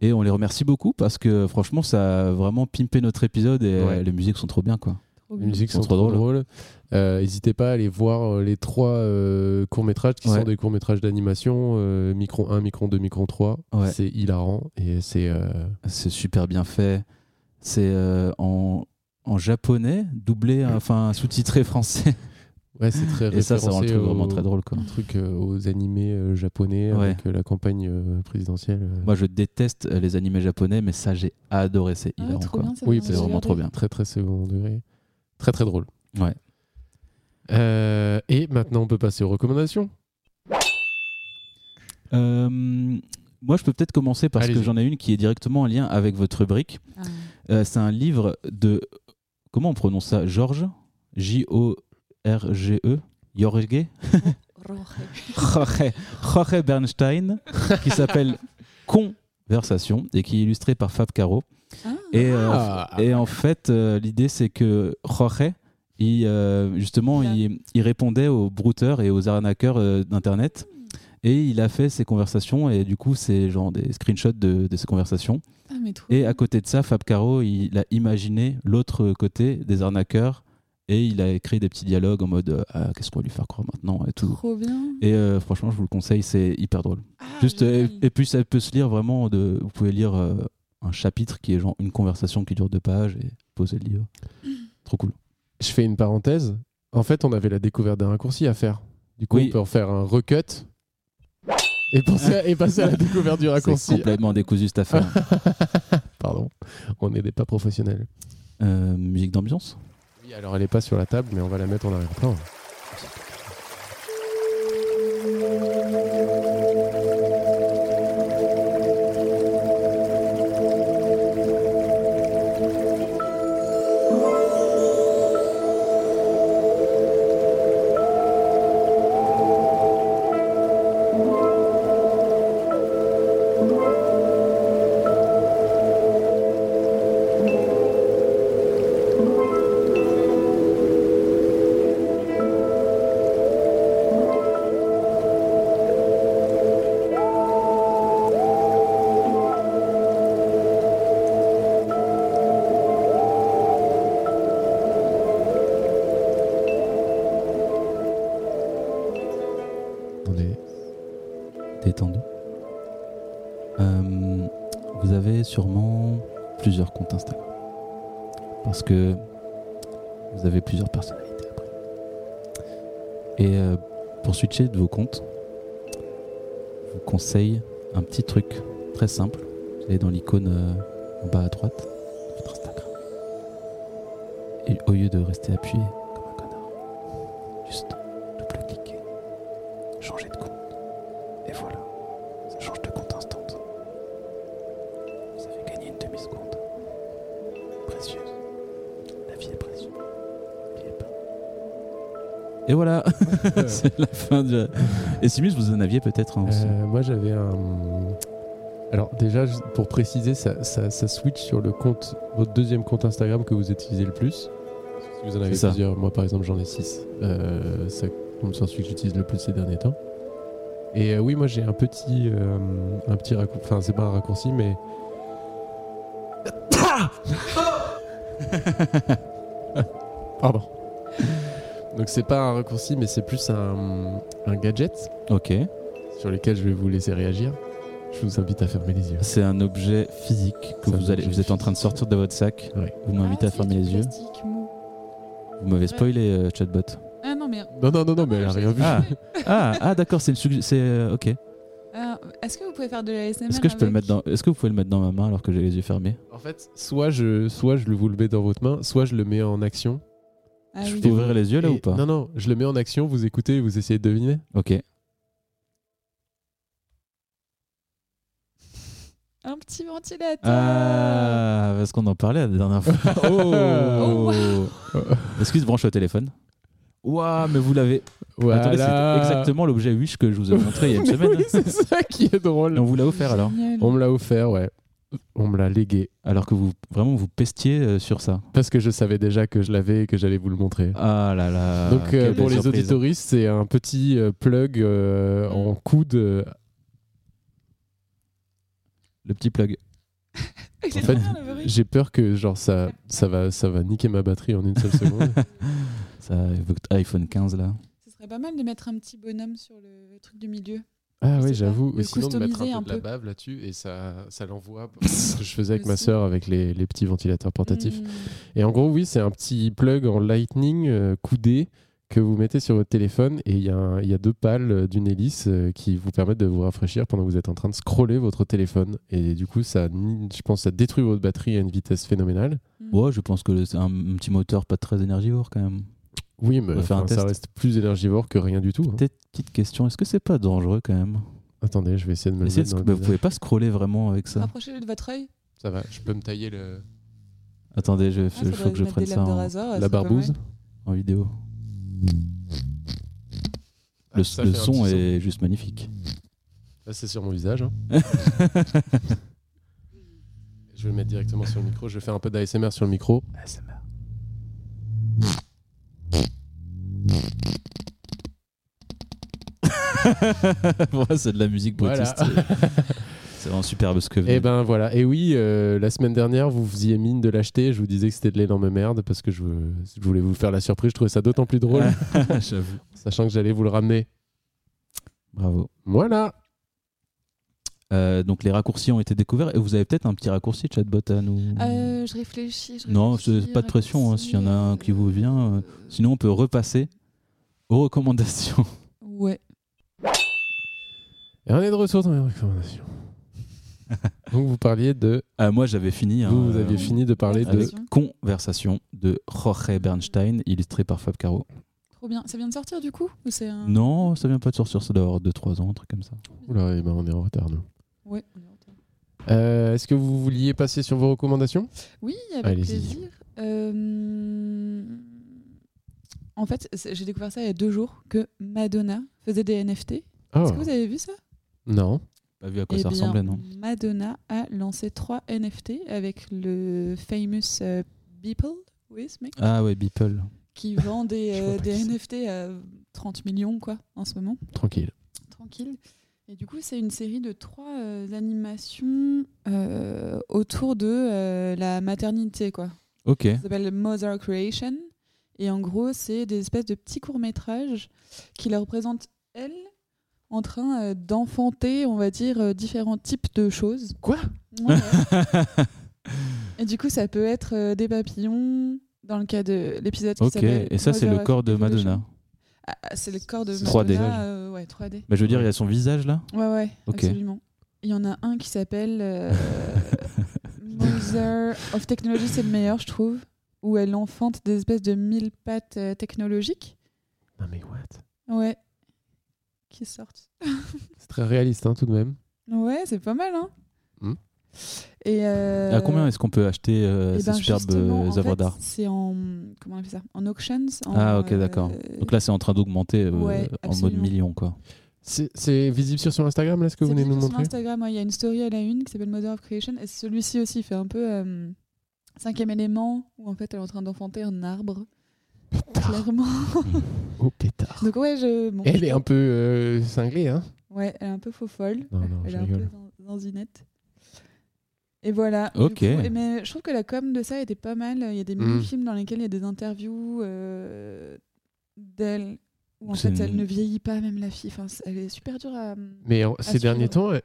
[SPEAKER 4] Et on les remercie beaucoup parce que franchement, ça a vraiment pimpé notre épisode et
[SPEAKER 7] Ouais.
[SPEAKER 4] euh, les musiques sont trop bien. quoi.
[SPEAKER 6] Trop
[SPEAKER 7] Les
[SPEAKER 6] bien.
[SPEAKER 7] musiques
[SPEAKER 4] Ils sont
[SPEAKER 7] sont
[SPEAKER 4] trop
[SPEAKER 7] trop,
[SPEAKER 4] drôles.
[SPEAKER 7] drôles. Euh, N'hésitez pas à aller voir euh, les trois euh, courts-métrages qui
[SPEAKER 4] Ouais.
[SPEAKER 7] sont des courts-métrages d'animation euh, Micron 1, Micron 2, Micron 3.
[SPEAKER 4] Ouais.
[SPEAKER 7] C'est hilarant et c'est. euh,
[SPEAKER 4] C'est super bien fait. C'est euh, en, en japonais, doublé, enfin sous-titré français.
[SPEAKER 7] Ouais, c'est très
[SPEAKER 4] Et ça, ça rend le
[SPEAKER 7] référencé
[SPEAKER 4] truc
[SPEAKER 7] au-
[SPEAKER 4] vraiment très drôle. Quoi.
[SPEAKER 7] au truc, euh, aux animés euh, japonais
[SPEAKER 4] Ouais.
[SPEAKER 7] avec euh, la campagne euh, présidentielle. euh,
[SPEAKER 4] Moi, je déteste euh, les animés japonais, mais ça, j'ai adoré. C'est
[SPEAKER 6] Ah,
[SPEAKER 4] hilarant.
[SPEAKER 6] trop
[SPEAKER 4] quoi.
[SPEAKER 6] bien, ça
[SPEAKER 7] Oui,
[SPEAKER 6] donne
[SPEAKER 4] C'est
[SPEAKER 6] envie de
[SPEAKER 4] vraiment
[SPEAKER 6] regarder.
[SPEAKER 4] trop bien.
[SPEAKER 7] Très très second degré. Très très drôle.
[SPEAKER 4] Ouais.
[SPEAKER 7] Euh, et maintenant on peut passer aux recommandations.
[SPEAKER 4] Euh, moi, je peux peut-être commencer parce que
[SPEAKER 7] Allez-y.
[SPEAKER 4] j'en ai une qui est directement en lien avec votre rubrique.
[SPEAKER 6] Ah.
[SPEAKER 4] Euh, c'est un livre de. Comment on prononce ça Georges J-O-R-G-E E Jorge
[SPEAKER 6] Rocher.
[SPEAKER 4] Jorge, Jorge Bernstein, qui s'appelle Conversation et qui est illustré par Fab Caro.
[SPEAKER 6] Ah.
[SPEAKER 4] Et, euh,
[SPEAKER 7] Ah.
[SPEAKER 4] et en fait, euh, l'idée, c'est que Jorge, il, euh, justement,
[SPEAKER 6] Il a-
[SPEAKER 4] il, il répondait aux brouteurs et aux arnaqueurs euh, d'Internet. Et il a fait ses conversations, et du coup, c'est genre des screenshots de, de ses conversations.
[SPEAKER 6] Ah, mais trop
[SPEAKER 4] Et
[SPEAKER 6] bien.
[SPEAKER 4] à côté de ça, Fab Caro, il a imaginé l'autre côté des arnaqueurs, et il a écrit des petits dialogues en mode euh, Ah, Qu'est-ce qu'on va lui faire croire maintenant et tout.
[SPEAKER 6] Trop bien.
[SPEAKER 4] Et euh, franchement, je vous le conseille, c'est hyper drôle.
[SPEAKER 6] Ah,
[SPEAKER 4] Juste, euh,
[SPEAKER 6] génial.
[SPEAKER 4] et, et puis ça peut se lire vraiment. De, vous pouvez lire euh, un chapitre qui est genre une conversation qui dure deux pages et poser le livre. Trop cool.
[SPEAKER 7] Je fais une parenthèse. En fait, on avait la découverte d'un raccourci à faire. Du coup,
[SPEAKER 4] Oui.
[SPEAKER 7] on peut en faire un recut et penser à- et passer à la découverte du
[SPEAKER 4] C'est
[SPEAKER 7] raccourci.
[SPEAKER 4] complètement décousu cette affaire.
[SPEAKER 7] Pardon, on n'est des pas professionnels.
[SPEAKER 4] Euh, musique d'ambiance
[SPEAKER 7] Oui, alors elle est pas sur la table, mais on va la mettre en arrière-plan. On est
[SPEAKER 4] détendue. Euh, vous avez sûrement plusieurs comptes Instagram. Parce que vous avez plusieurs personnalités après. Et euh, pour switcher de vos comptes, je vous conseille un petit truc très simple. Vous allez dans l'icône euh, en bas à droite de votre Instagram. Et au lieu de rester appuyé comme un connard, juste double-cliquer, changer de compte. Et voilà, ça change de compte instant. Vous avez gagné une demi-seconde. Précieuse. La vie est précieuse. N'oubliez pas. Et voilà, c'est la fin de. Et Simus, vous en aviez peut-être un aussi.
[SPEAKER 7] Euh, moi, j'avais un. Alors, déjà, je- pour préciser, ça, ça, ça switch sur le compte, votre deuxième compte Instagram que vous utilisez le plus. Parce que Si vous en avez
[SPEAKER 4] ça.
[SPEAKER 7] plusieurs, moi par exemple, j'en ai six. Euh, ça tombe sur celui que j'utilise le plus ces derniers temps. Et euh, oui, moi j'ai un petit, euh, un petit raccourci. Enfin, c'est pas un raccourci, mais. Pardon. Donc, c'est pas un raccourci, mais c'est plus un, un gadget
[SPEAKER 4] Ok.
[SPEAKER 7] sur lesquels je vais vous laisser réagir. Je vous invite à fermer les yeux.
[SPEAKER 4] C'est un objet physique que
[SPEAKER 7] C'est un
[SPEAKER 4] vous, allez,
[SPEAKER 7] objet
[SPEAKER 4] vous êtes en train de
[SPEAKER 7] physique.
[SPEAKER 4] sortir de votre sac.
[SPEAKER 7] Ouais.
[SPEAKER 4] Vous m'invitez
[SPEAKER 6] Ah,
[SPEAKER 4] à
[SPEAKER 6] c'est
[SPEAKER 4] fermer
[SPEAKER 6] du
[SPEAKER 4] les yeux.
[SPEAKER 6] plastique mou.
[SPEAKER 4] Vous m'avez spoilé, euh, chatbot.
[SPEAKER 6] Ah non, mais.
[SPEAKER 7] Non, non, non, non, mais elle a
[SPEAKER 6] j'ai-
[SPEAKER 7] rien vu.
[SPEAKER 4] Ah, ah, ah, d'accord, c'est une suggestion. C'est euh, ok.
[SPEAKER 6] Ah, Est-ce que vous pouvez faire de la SMR
[SPEAKER 4] Est-ce que je peux le mettre dans Est-ce que vous pouvez le mettre dans ma main alors que j'ai les yeux fermés
[SPEAKER 7] En fait, soit je, soit je le vous le mets dans votre main, soit je le mets en action.
[SPEAKER 6] Ah
[SPEAKER 4] Je
[SPEAKER 6] oui.
[SPEAKER 4] peux ouvrir les yeux là
[SPEAKER 7] Et-
[SPEAKER 4] ou pas
[SPEAKER 7] Non, non, je le mets en action, vous écoutez et vous essayez de deviner.
[SPEAKER 4] Ok.
[SPEAKER 8] Un petit ventilateur.
[SPEAKER 4] Ah, parce qu'on en parlait la dernière fois. Oh, Excuse, branche le téléphone. Ouah, mais vous l'avez. Attendez,
[SPEAKER 7] Voilà.
[SPEAKER 4] c'était exactement l'objet Wish que je vous ai montré il y a une
[SPEAKER 7] Mais
[SPEAKER 4] semaine.
[SPEAKER 7] oui, c'est ça qui est drôle.
[SPEAKER 4] Et on vous l'a offert alors.
[SPEAKER 6] Génial.
[SPEAKER 7] On me l'a offert, ouais. On me l'a légué.
[SPEAKER 4] Alors que vous vraiment vous pestiez euh, sur ça.
[SPEAKER 7] Parce que je savais déjà que je l'avais et que j'allais vous le montrer.
[SPEAKER 4] Ah là là.
[SPEAKER 7] Donc euh,
[SPEAKER 4] quelle
[SPEAKER 7] pour les
[SPEAKER 4] surprise.
[SPEAKER 7] auditoristes, c'est un petit euh, plug euh, en coude. euh,
[SPEAKER 4] Le petit plug.
[SPEAKER 6] Il est
[SPEAKER 7] En fait,
[SPEAKER 6] trop bien, le bruit.
[SPEAKER 7] J'ai peur que genre ça, ça va, ça va niquer ma batterie en une seule seconde.
[SPEAKER 4] Ça évoque iPhone 15 là.
[SPEAKER 6] Ce serait pas mal de mettre un petit bonhomme sur le truc du milieu.
[SPEAKER 7] Ah
[SPEAKER 6] Je
[SPEAKER 7] oui,
[SPEAKER 6] sais
[SPEAKER 7] j'avoue.
[SPEAKER 6] pas,
[SPEAKER 7] Ou
[SPEAKER 6] le
[SPEAKER 7] sinon de mettre un peu,
[SPEAKER 6] customiser un
[SPEAKER 7] de la
[SPEAKER 6] peu.
[SPEAKER 7] bave là-dessus et ça, ça l'envoie. Ce que je faisais avec ma
[SPEAKER 6] Aussi.
[SPEAKER 7] sœur avec les, les petits ventilateurs portatifs.
[SPEAKER 6] Mm.
[SPEAKER 7] Et en gros, oui, c'est un petit plug en Lightning euh, coudé que vous mettez sur votre téléphone et il y, a un- il y a deux pales euh, d'une hélice euh, qui vous permettent de vous rafraîchir pendant que vous êtes en train de scroller votre téléphone. Et du coup, ça, ni- je pense, ça détruit votre batterie à une vitesse phénoménale.
[SPEAKER 6] mm.
[SPEAKER 4] Ouais, je pense que c'est un, un petit moteur pas très énergivore quand même.
[SPEAKER 7] Oui, mais
[SPEAKER 4] va faire un
[SPEAKER 7] enfin, ça
[SPEAKER 4] test.
[SPEAKER 7] reste plus énergivore que rien du tout. hein.
[SPEAKER 4] Peut-être petite question, est-ce que c'est pas dangereux quand même
[SPEAKER 7] Attendez, je vais essayer de me le
[SPEAKER 4] Essayez
[SPEAKER 7] mettre
[SPEAKER 4] de sc-
[SPEAKER 7] dans le
[SPEAKER 4] bah, Vous
[SPEAKER 7] visage.
[SPEAKER 4] pouvez pas scroller vraiment avec ça.
[SPEAKER 6] Rapprochez-le de votre œil.
[SPEAKER 7] Ça va, je peux me tailler le-
[SPEAKER 4] Attendez, je,
[SPEAKER 6] Ah,
[SPEAKER 4] je-
[SPEAKER 6] ça
[SPEAKER 4] faut
[SPEAKER 6] doit
[SPEAKER 4] que je
[SPEAKER 6] mettre
[SPEAKER 4] prenne
[SPEAKER 6] des
[SPEAKER 4] ça
[SPEAKER 6] lames de
[SPEAKER 4] en,
[SPEAKER 6] rasoir, c'est
[SPEAKER 7] la
[SPEAKER 6] pas
[SPEAKER 7] barbouze.
[SPEAKER 6] mal.
[SPEAKER 4] en vidéo.
[SPEAKER 7] Ah,
[SPEAKER 4] Le,
[SPEAKER 7] ça
[SPEAKER 4] le
[SPEAKER 7] fait un
[SPEAKER 4] son
[SPEAKER 7] petit
[SPEAKER 4] est juste magnifique.
[SPEAKER 7] Là, c'est sur mon visage. hein. je vais le mettre directement sur le micro. Je vais faire un peu d'ASMR sur le micro.
[SPEAKER 4] Pour moi, c'est de la musique
[SPEAKER 7] Voilà.
[SPEAKER 4] brutiste. c'est vraiment superbe ce que vous
[SPEAKER 7] Et ben voilà. Et oui, euh, la semaine dernière, vous faisiez mine de l'acheter. Je vous disais que c'était de l'énorme merde parce que je, veux- je voulais vous faire la surprise. Je trouvais ça d'autant plus drôle,
[SPEAKER 4] J'avoue.
[SPEAKER 7] sachant que j'allais vous le ramener.
[SPEAKER 4] Bravo.
[SPEAKER 7] Voilà.
[SPEAKER 4] Euh, donc les raccourcis ont été découverts et vous avez peut-être un petit raccourci chatbot à nous.
[SPEAKER 8] Euh, je réfléchis. je
[SPEAKER 4] Non,
[SPEAKER 8] réfléchis,
[SPEAKER 4] c'est pas de pression, hein,
[SPEAKER 8] raccourci,
[SPEAKER 4] s'il y en a un qui vous vient, euh, Sinon, on peut repasser aux recommandations.
[SPEAKER 6] Ouais.
[SPEAKER 7] Et on est de retour dans les recommandations. Donc vous parliez de.
[SPEAKER 4] Ah, moi, j'avais fini. hein,
[SPEAKER 7] Vous, vous
[SPEAKER 4] euh,
[SPEAKER 7] aviez fini de parler de.
[SPEAKER 4] avec Conversation de Jorge Bernstein, illustré par Fab Caro.
[SPEAKER 6] Trop bien. Ça vient de sortir du coup ou c'est un...
[SPEAKER 4] Non, ça vient pas de sortir, ça doit avoir 2-3 ans, un truc comme ça.
[SPEAKER 7] Oula, eh ben, on est en retard nous.
[SPEAKER 6] Ouais.
[SPEAKER 7] Euh, Est-ce que vous vouliez passer sur vos recommandations
[SPEAKER 6] Oui, avec
[SPEAKER 7] Allez-y.
[SPEAKER 6] plaisir. Euh, En fait, c'est- j'ai découvert ça il y a deux jours que Madonna faisait des NFT.
[SPEAKER 7] Ah.
[SPEAKER 6] Est-ce que vous avez vu ça
[SPEAKER 7] Non.
[SPEAKER 4] Pas vu à Oh. quoi
[SPEAKER 6] Eh
[SPEAKER 4] ça
[SPEAKER 6] bien,
[SPEAKER 4] ressemblait, non
[SPEAKER 6] Madonna a lancé trois NFT avec le famous euh, Beeple, oui, ce mec,
[SPEAKER 4] Ah ouais, Beeple.
[SPEAKER 6] qui vend des,
[SPEAKER 7] Je vois
[SPEAKER 6] euh,
[SPEAKER 7] pas
[SPEAKER 6] des
[SPEAKER 7] qui c'est.
[SPEAKER 6] NFT à 30 millions quoi en ce moment.
[SPEAKER 7] Tranquille.
[SPEAKER 6] tranquille. Et du coup, c'est une série de trois euh, animations euh, autour de euh, la maternité, quoi.
[SPEAKER 4] Ok.
[SPEAKER 6] Ça s'appelle Mother Creation. Et en gros, c'est des espèces de petits courts-métrages qui la représentent, elle, en train euh, d'enfanter, on va dire, euh, différents types de choses.
[SPEAKER 7] Quoi
[SPEAKER 6] Ouais, ouais. Et du coup, ça peut être euh, des papillons, dans le cas de l'épisode qui
[SPEAKER 4] ok,
[SPEAKER 6] s'appelle
[SPEAKER 4] et ça, c'est le
[SPEAKER 6] Mother
[SPEAKER 4] corps de
[SPEAKER 6] Evolution.
[SPEAKER 4] Madonna.
[SPEAKER 6] Ah, ah, c'est le corps de
[SPEAKER 4] C'est 3D.
[SPEAKER 6] Madonna. euh, ouais, 3D.
[SPEAKER 4] Bah, je veux dire, il y a son visage là
[SPEAKER 6] Ouais, ouais,
[SPEAKER 4] Ok.
[SPEAKER 6] absolument. Il y en a un qui s'appelle euh, Mother of Technology, c'est le meilleur, je trouve, où elle enfante des espèces de mille pattes euh, technologiques.
[SPEAKER 7] Non mais what
[SPEAKER 6] Ouais. Qui sortent.
[SPEAKER 7] C'est très réaliste hein, tout de même.
[SPEAKER 6] Ouais, c'est pas mal, hein.
[SPEAKER 7] Hmm.
[SPEAKER 6] Et euh,
[SPEAKER 4] À combien est-ce qu'on peut acheter euh,
[SPEAKER 6] eh
[SPEAKER 4] ces
[SPEAKER 6] ben,
[SPEAKER 4] superbes
[SPEAKER 6] justement, en
[SPEAKER 4] euh, œuvres
[SPEAKER 6] fait,
[SPEAKER 4] d'art
[SPEAKER 6] C'est en. Comment on appelle ça En auctions. en,
[SPEAKER 4] Ah, ok,
[SPEAKER 6] euh,
[SPEAKER 4] d'accord. Donc là, c'est en train d'augmenter euh,
[SPEAKER 6] Ouais,
[SPEAKER 4] en mode
[SPEAKER 6] absolument.
[SPEAKER 4] million, quoi.
[SPEAKER 7] C'est- C'est visible sur son Instagram là ce que vous
[SPEAKER 6] C'est
[SPEAKER 7] venez de nous
[SPEAKER 6] visible sur
[SPEAKER 7] montrer
[SPEAKER 6] Instagram, ouais, il y a une story à la une qui s'appelle Mother of Creation et celui-ci aussi fait un peu euh, cinquième élément où en fait elle est en train d'enfanter un arbre. Clairement.
[SPEAKER 7] Oh pétard.
[SPEAKER 6] Donc ouais, je. bon,
[SPEAKER 7] Elle est un peu euh, cinglée hein
[SPEAKER 6] Ouais, elle est un peu faux folle.
[SPEAKER 7] Non non
[SPEAKER 6] Elle
[SPEAKER 7] je
[SPEAKER 6] est un peu
[SPEAKER 7] rigole.
[SPEAKER 6] zan- zanzinette. Et voilà. Du
[SPEAKER 4] Ok.
[SPEAKER 6] coup, et mais je trouve que la com de ça était pas mal. Il y a des
[SPEAKER 7] Mm.
[SPEAKER 6] mini-films dans lesquels il y a des interviews euh, d'elle où en
[SPEAKER 4] C'est
[SPEAKER 6] fait
[SPEAKER 4] une-
[SPEAKER 6] elle ne vieillit pas, même la fille. Enfin, elle est super dure à.
[SPEAKER 7] Mais en- ces
[SPEAKER 6] suivre.
[SPEAKER 7] derniers temps euh,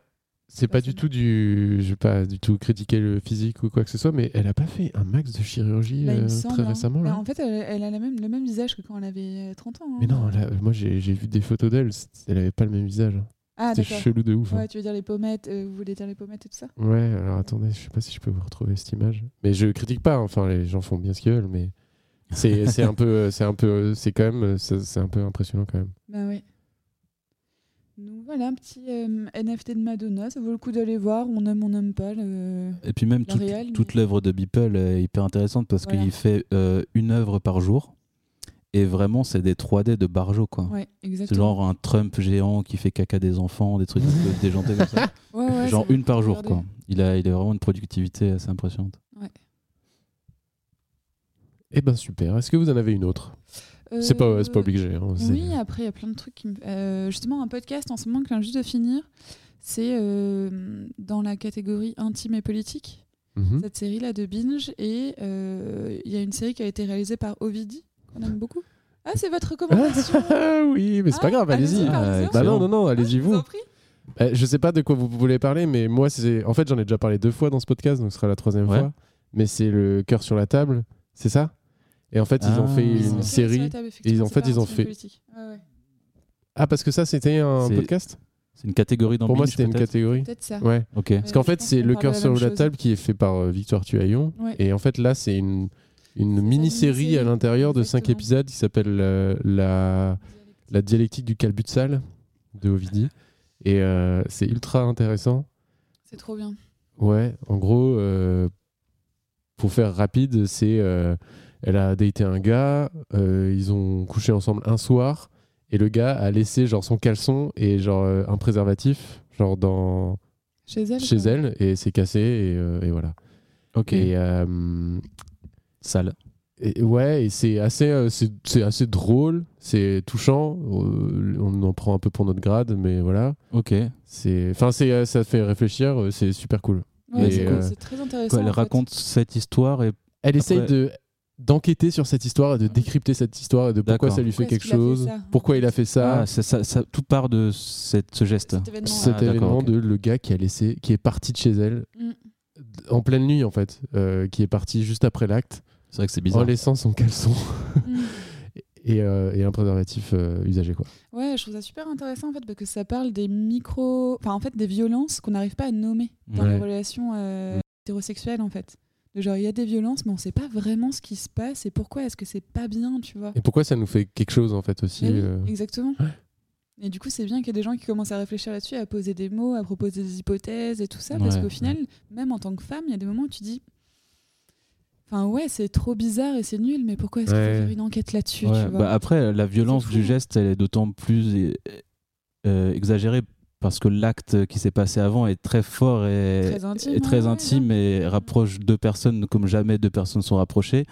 [SPEAKER 7] c'est pas du
[SPEAKER 6] Personne.
[SPEAKER 7] tout du je vais pas du tout critiquer le physique ou quoi que ce soit mais elle a pas fait un max de chirurgie
[SPEAKER 6] Bah, il me
[SPEAKER 7] euh,
[SPEAKER 6] semble,
[SPEAKER 7] très
[SPEAKER 6] hein.
[SPEAKER 7] récemment
[SPEAKER 6] Bah,
[SPEAKER 7] là.
[SPEAKER 6] en fait, elle, elle a la même, le même visage que quand elle avait euh, 30 ans. hein.
[SPEAKER 7] Mais non là, moi j'ai j'ai vu des photos d'elle c- elle avait pas le même visage. hein.
[SPEAKER 6] Ah,
[SPEAKER 7] C'était
[SPEAKER 6] d'accord.
[SPEAKER 7] chelou de ouf. hein.
[SPEAKER 6] Ouais, tu veux dire les pommettes, euh, vous voulez dire les pommettes et tout ça
[SPEAKER 7] Ouais, alors attendez, je sais pas si je peux vous retrouver cette image. Mais je critique pas, hein, enfin les gens font bien ce qu'ils veulent, mais c'est c'est un peu, euh, c'est un peu, euh, c'est quand même, euh, c'est c'est un peu impressionnant quand même.
[SPEAKER 6] Bah oui. Bah, Donc voilà, un petit euh, NFT de Madonna, ça vaut le coup d'aller voir. On aime, on n'aime pas. le-
[SPEAKER 4] Et puis même toute,
[SPEAKER 6] L'Oréal, mais-
[SPEAKER 4] toute l'œuvre de Beeple est hyper intéressante parce
[SPEAKER 6] Voilà.
[SPEAKER 4] qu'il fait euh, une œuvre par jour. Et vraiment, c'est des 3D de Barjo,
[SPEAKER 7] Ah.
[SPEAKER 4] quoi.
[SPEAKER 6] Ouais,
[SPEAKER 4] C'est
[SPEAKER 6] exactement.
[SPEAKER 4] genre un Trump géant qui fait caca des enfants, des trucs un peu déjantés comme ça.
[SPEAKER 6] Ouais, ouais,
[SPEAKER 4] genre
[SPEAKER 6] ça-
[SPEAKER 4] une par jour,
[SPEAKER 6] regarder.
[SPEAKER 4] quoi. Il a, il a vraiment une productivité assez impressionnante.
[SPEAKER 7] Eh ben super. Est-ce que vous en avez une autre C'est pas,
[SPEAKER 6] Euh,
[SPEAKER 7] c'est pas obligé. hein, c'est-
[SPEAKER 6] Oui, après, il y a plein de trucs. qui me- euh, justement, un podcast en ce moment que je viens juste de finir, c'est euh, dans la catégorie intime et politique,
[SPEAKER 7] Mhm.
[SPEAKER 6] cette série-là de Binge. Et euh, il y a une série qui a été réalisée par Ovidi, qu'on aime beaucoup. Ah, c'est votre recommandation
[SPEAKER 7] Ah oui, mais c'est pas
[SPEAKER 6] Ah,
[SPEAKER 7] grave, allez-y.
[SPEAKER 6] allez-y,
[SPEAKER 4] Ah,
[SPEAKER 6] par exemple.
[SPEAKER 7] Bah non,
[SPEAKER 4] Excellent.
[SPEAKER 7] non, non, allez-y
[SPEAKER 6] Je vous
[SPEAKER 7] vous.
[SPEAKER 6] en prie.
[SPEAKER 7] Euh, je sais pas de quoi vous voulez parler, mais moi, c'est en fait, j'en ai déjà parlé deux fois dans ce podcast, donc ce sera la troisième
[SPEAKER 4] Ouais.
[SPEAKER 7] fois. Mais c'est le cœur sur la table, c'est ça Et en fait, ils ont
[SPEAKER 4] Ah.
[SPEAKER 7] fait
[SPEAKER 4] Oui,
[SPEAKER 6] Ils sont
[SPEAKER 7] une
[SPEAKER 6] tous sur la
[SPEAKER 7] série.
[SPEAKER 6] table, effectivement,
[SPEAKER 7] en
[SPEAKER 6] c'est
[SPEAKER 7] fait,
[SPEAKER 6] pas
[SPEAKER 7] ils
[SPEAKER 6] intime
[SPEAKER 7] ont
[SPEAKER 6] et
[SPEAKER 7] fait-
[SPEAKER 6] politique. Ouais, ouais.
[SPEAKER 7] Ah, parce que ça, c'était un
[SPEAKER 4] C'est-
[SPEAKER 7] podcast
[SPEAKER 4] C'est une catégorie dans
[SPEAKER 7] Pour moi,
[SPEAKER 4] Binge,
[SPEAKER 7] c'était une
[SPEAKER 4] peut-être
[SPEAKER 7] catégorie.
[SPEAKER 6] Peut-être ça.
[SPEAKER 7] Ouais.
[SPEAKER 4] Ok.
[SPEAKER 7] Parce qu'en
[SPEAKER 6] je
[SPEAKER 7] fait,
[SPEAKER 6] pense
[SPEAKER 7] c'est
[SPEAKER 6] qu'on
[SPEAKER 7] Le
[SPEAKER 6] parle
[SPEAKER 7] cœur
[SPEAKER 6] de la
[SPEAKER 7] sur
[SPEAKER 6] même
[SPEAKER 7] la
[SPEAKER 6] chose.
[SPEAKER 7] table qui est fait par euh, Victoire Tuaillon.
[SPEAKER 6] Ouais.
[SPEAKER 7] Et en fait, là, c'est une, une mini-série
[SPEAKER 6] mini-série,
[SPEAKER 7] à l'intérieur de cinq
[SPEAKER 6] exactement.
[SPEAKER 7] épisodes qui s'appelle euh, la, la dialectique du calbut sale de Ovidie. Et euh, c'est ultra intéressant.
[SPEAKER 6] C'est trop bien.
[SPEAKER 7] Ouais, en gros, euh, pour faire rapide, c'est euh, elle a daté un gars, euh, ils ont couché ensemble un soir, et le gars a laissé genre son caleçon et genre euh, un préservatif genre dans
[SPEAKER 6] Chez elle
[SPEAKER 7] chez
[SPEAKER 6] quoi.
[SPEAKER 7] elle et c'est cassé et, euh, et voilà.
[SPEAKER 4] Ok.
[SPEAKER 7] Et, euh,
[SPEAKER 4] Sale.
[SPEAKER 7] et- ouais, et c'est assez, euh, c'est c'est assez drôle, c'est touchant. euh, on en prend un peu pour notre grade, mais voilà.
[SPEAKER 4] Ok.
[SPEAKER 7] C'est, enfin, c'est, euh, ça fait réfléchir, euh, c'est super cool.
[SPEAKER 6] Ouais,
[SPEAKER 4] Et,
[SPEAKER 6] c'est
[SPEAKER 4] euh,
[SPEAKER 6] cool, c'est très intéressant.
[SPEAKER 4] Quoi, elle
[SPEAKER 6] en fait.
[SPEAKER 4] raconte cette histoire et
[SPEAKER 7] Elle essaye
[SPEAKER 4] Après-
[SPEAKER 7] de d'enquêter sur cette histoire et de décrypter cette histoire et de pourquoi
[SPEAKER 4] D'accord.
[SPEAKER 7] ça lui fait
[SPEAKER 6] Pourquoi est-ce
[SPEAKER 7] quelque
[SPEAKER 6] qu'il a fait
[SPEAKER 7] chose,
[SPEAKER 6] ça
[SPEAKER 7] pourquoi il a fait ça.
[SPEAKER 4] Ah, ça, ça- ça- tout part de cette, ce geste.
[SPEAKER 6] Cet événement, euh,
[SPEAKER 7] cet
[SPEAKER 4] Ah, d'accord,
[SPEAKER 7] événement
[SPEAKER 4] ok.
[SPEAKER 7] de le gars qui a laissé, qui est parti de chez elle
[SPEAKER 6] Mm.
[SPEAKER 7] en pleine nuit en fait, euh, qui est parti juste après l'acte
[SPEAKER 4] C'est vrai que c'est
[SPEAKER 7] en
[SPEAKER 4] bizarre.
[SPEAKER 7] laissant son caleçon
[SPEAKER 6] Mm.
[SPEAKER 7] et, euh, et un préservatif euh, usagé quoi.
[SPEAKER 6] Ouais, je trouve ça super intéressant en fait parce que ça parle des micro, enfin en fait des violences qu'on n'arrive pas à nommer dans
[SPEAKER 4] Ouais.
[SPEAKER 6] les relations euh,
[SPEAKER 7] Mm.
[SPEAKER 6] hétérosexuelles en fait. De genre il y a des violences mais on sait pas vraiment ce qui se passe et pourquoi est-ce que c'est pas bien, tu vois.
[SPEAKER 7] Et pourquoi ça nous fait quelque chose en fait aussi
[SPEAKER 6] Mais oui,
[SPEAKER 7] euh,
[SPEAKER 6] Exactement. Et du coup, c'est bien qu'il y ait des gens qui commencent à réfléchir là-dessus, à poser des mots, à proposer des hypothèses et tout ça, parce
[SPEAKER 4] Ouais,
[SPEAKER 6] qu'au
[SPEAKER 4] ouais.
[SPEAKER 6] final, même en tant que femme, il y a des moments où tu dis, enfin ouais, c'est trop bizarre et c'est nul, mais pourquoi est-ce qu'il
[SPEAKER 7] Ouais.
[SPEAKER 6] faut faire une enquête là-dessus,
[SPEAKER 4] Ouais,
[SPEAKER 6] tu vois
[SPEAKER 4] bah après, la violence
[SPEAKER 6] fou.
[SPEAKER 4] du geste, elle est d'autant plus euh, exagérée parce que l'acte qui s'est passé avant est très fort et
[SPEAKER 6] Très intime,
[SPEAKER 4] et, très
[SPEAKER 6] ouais, ouais,
[SPEAKER 4] intime et rapproche deux personnes comme jamais deux personnes sont rapprochées.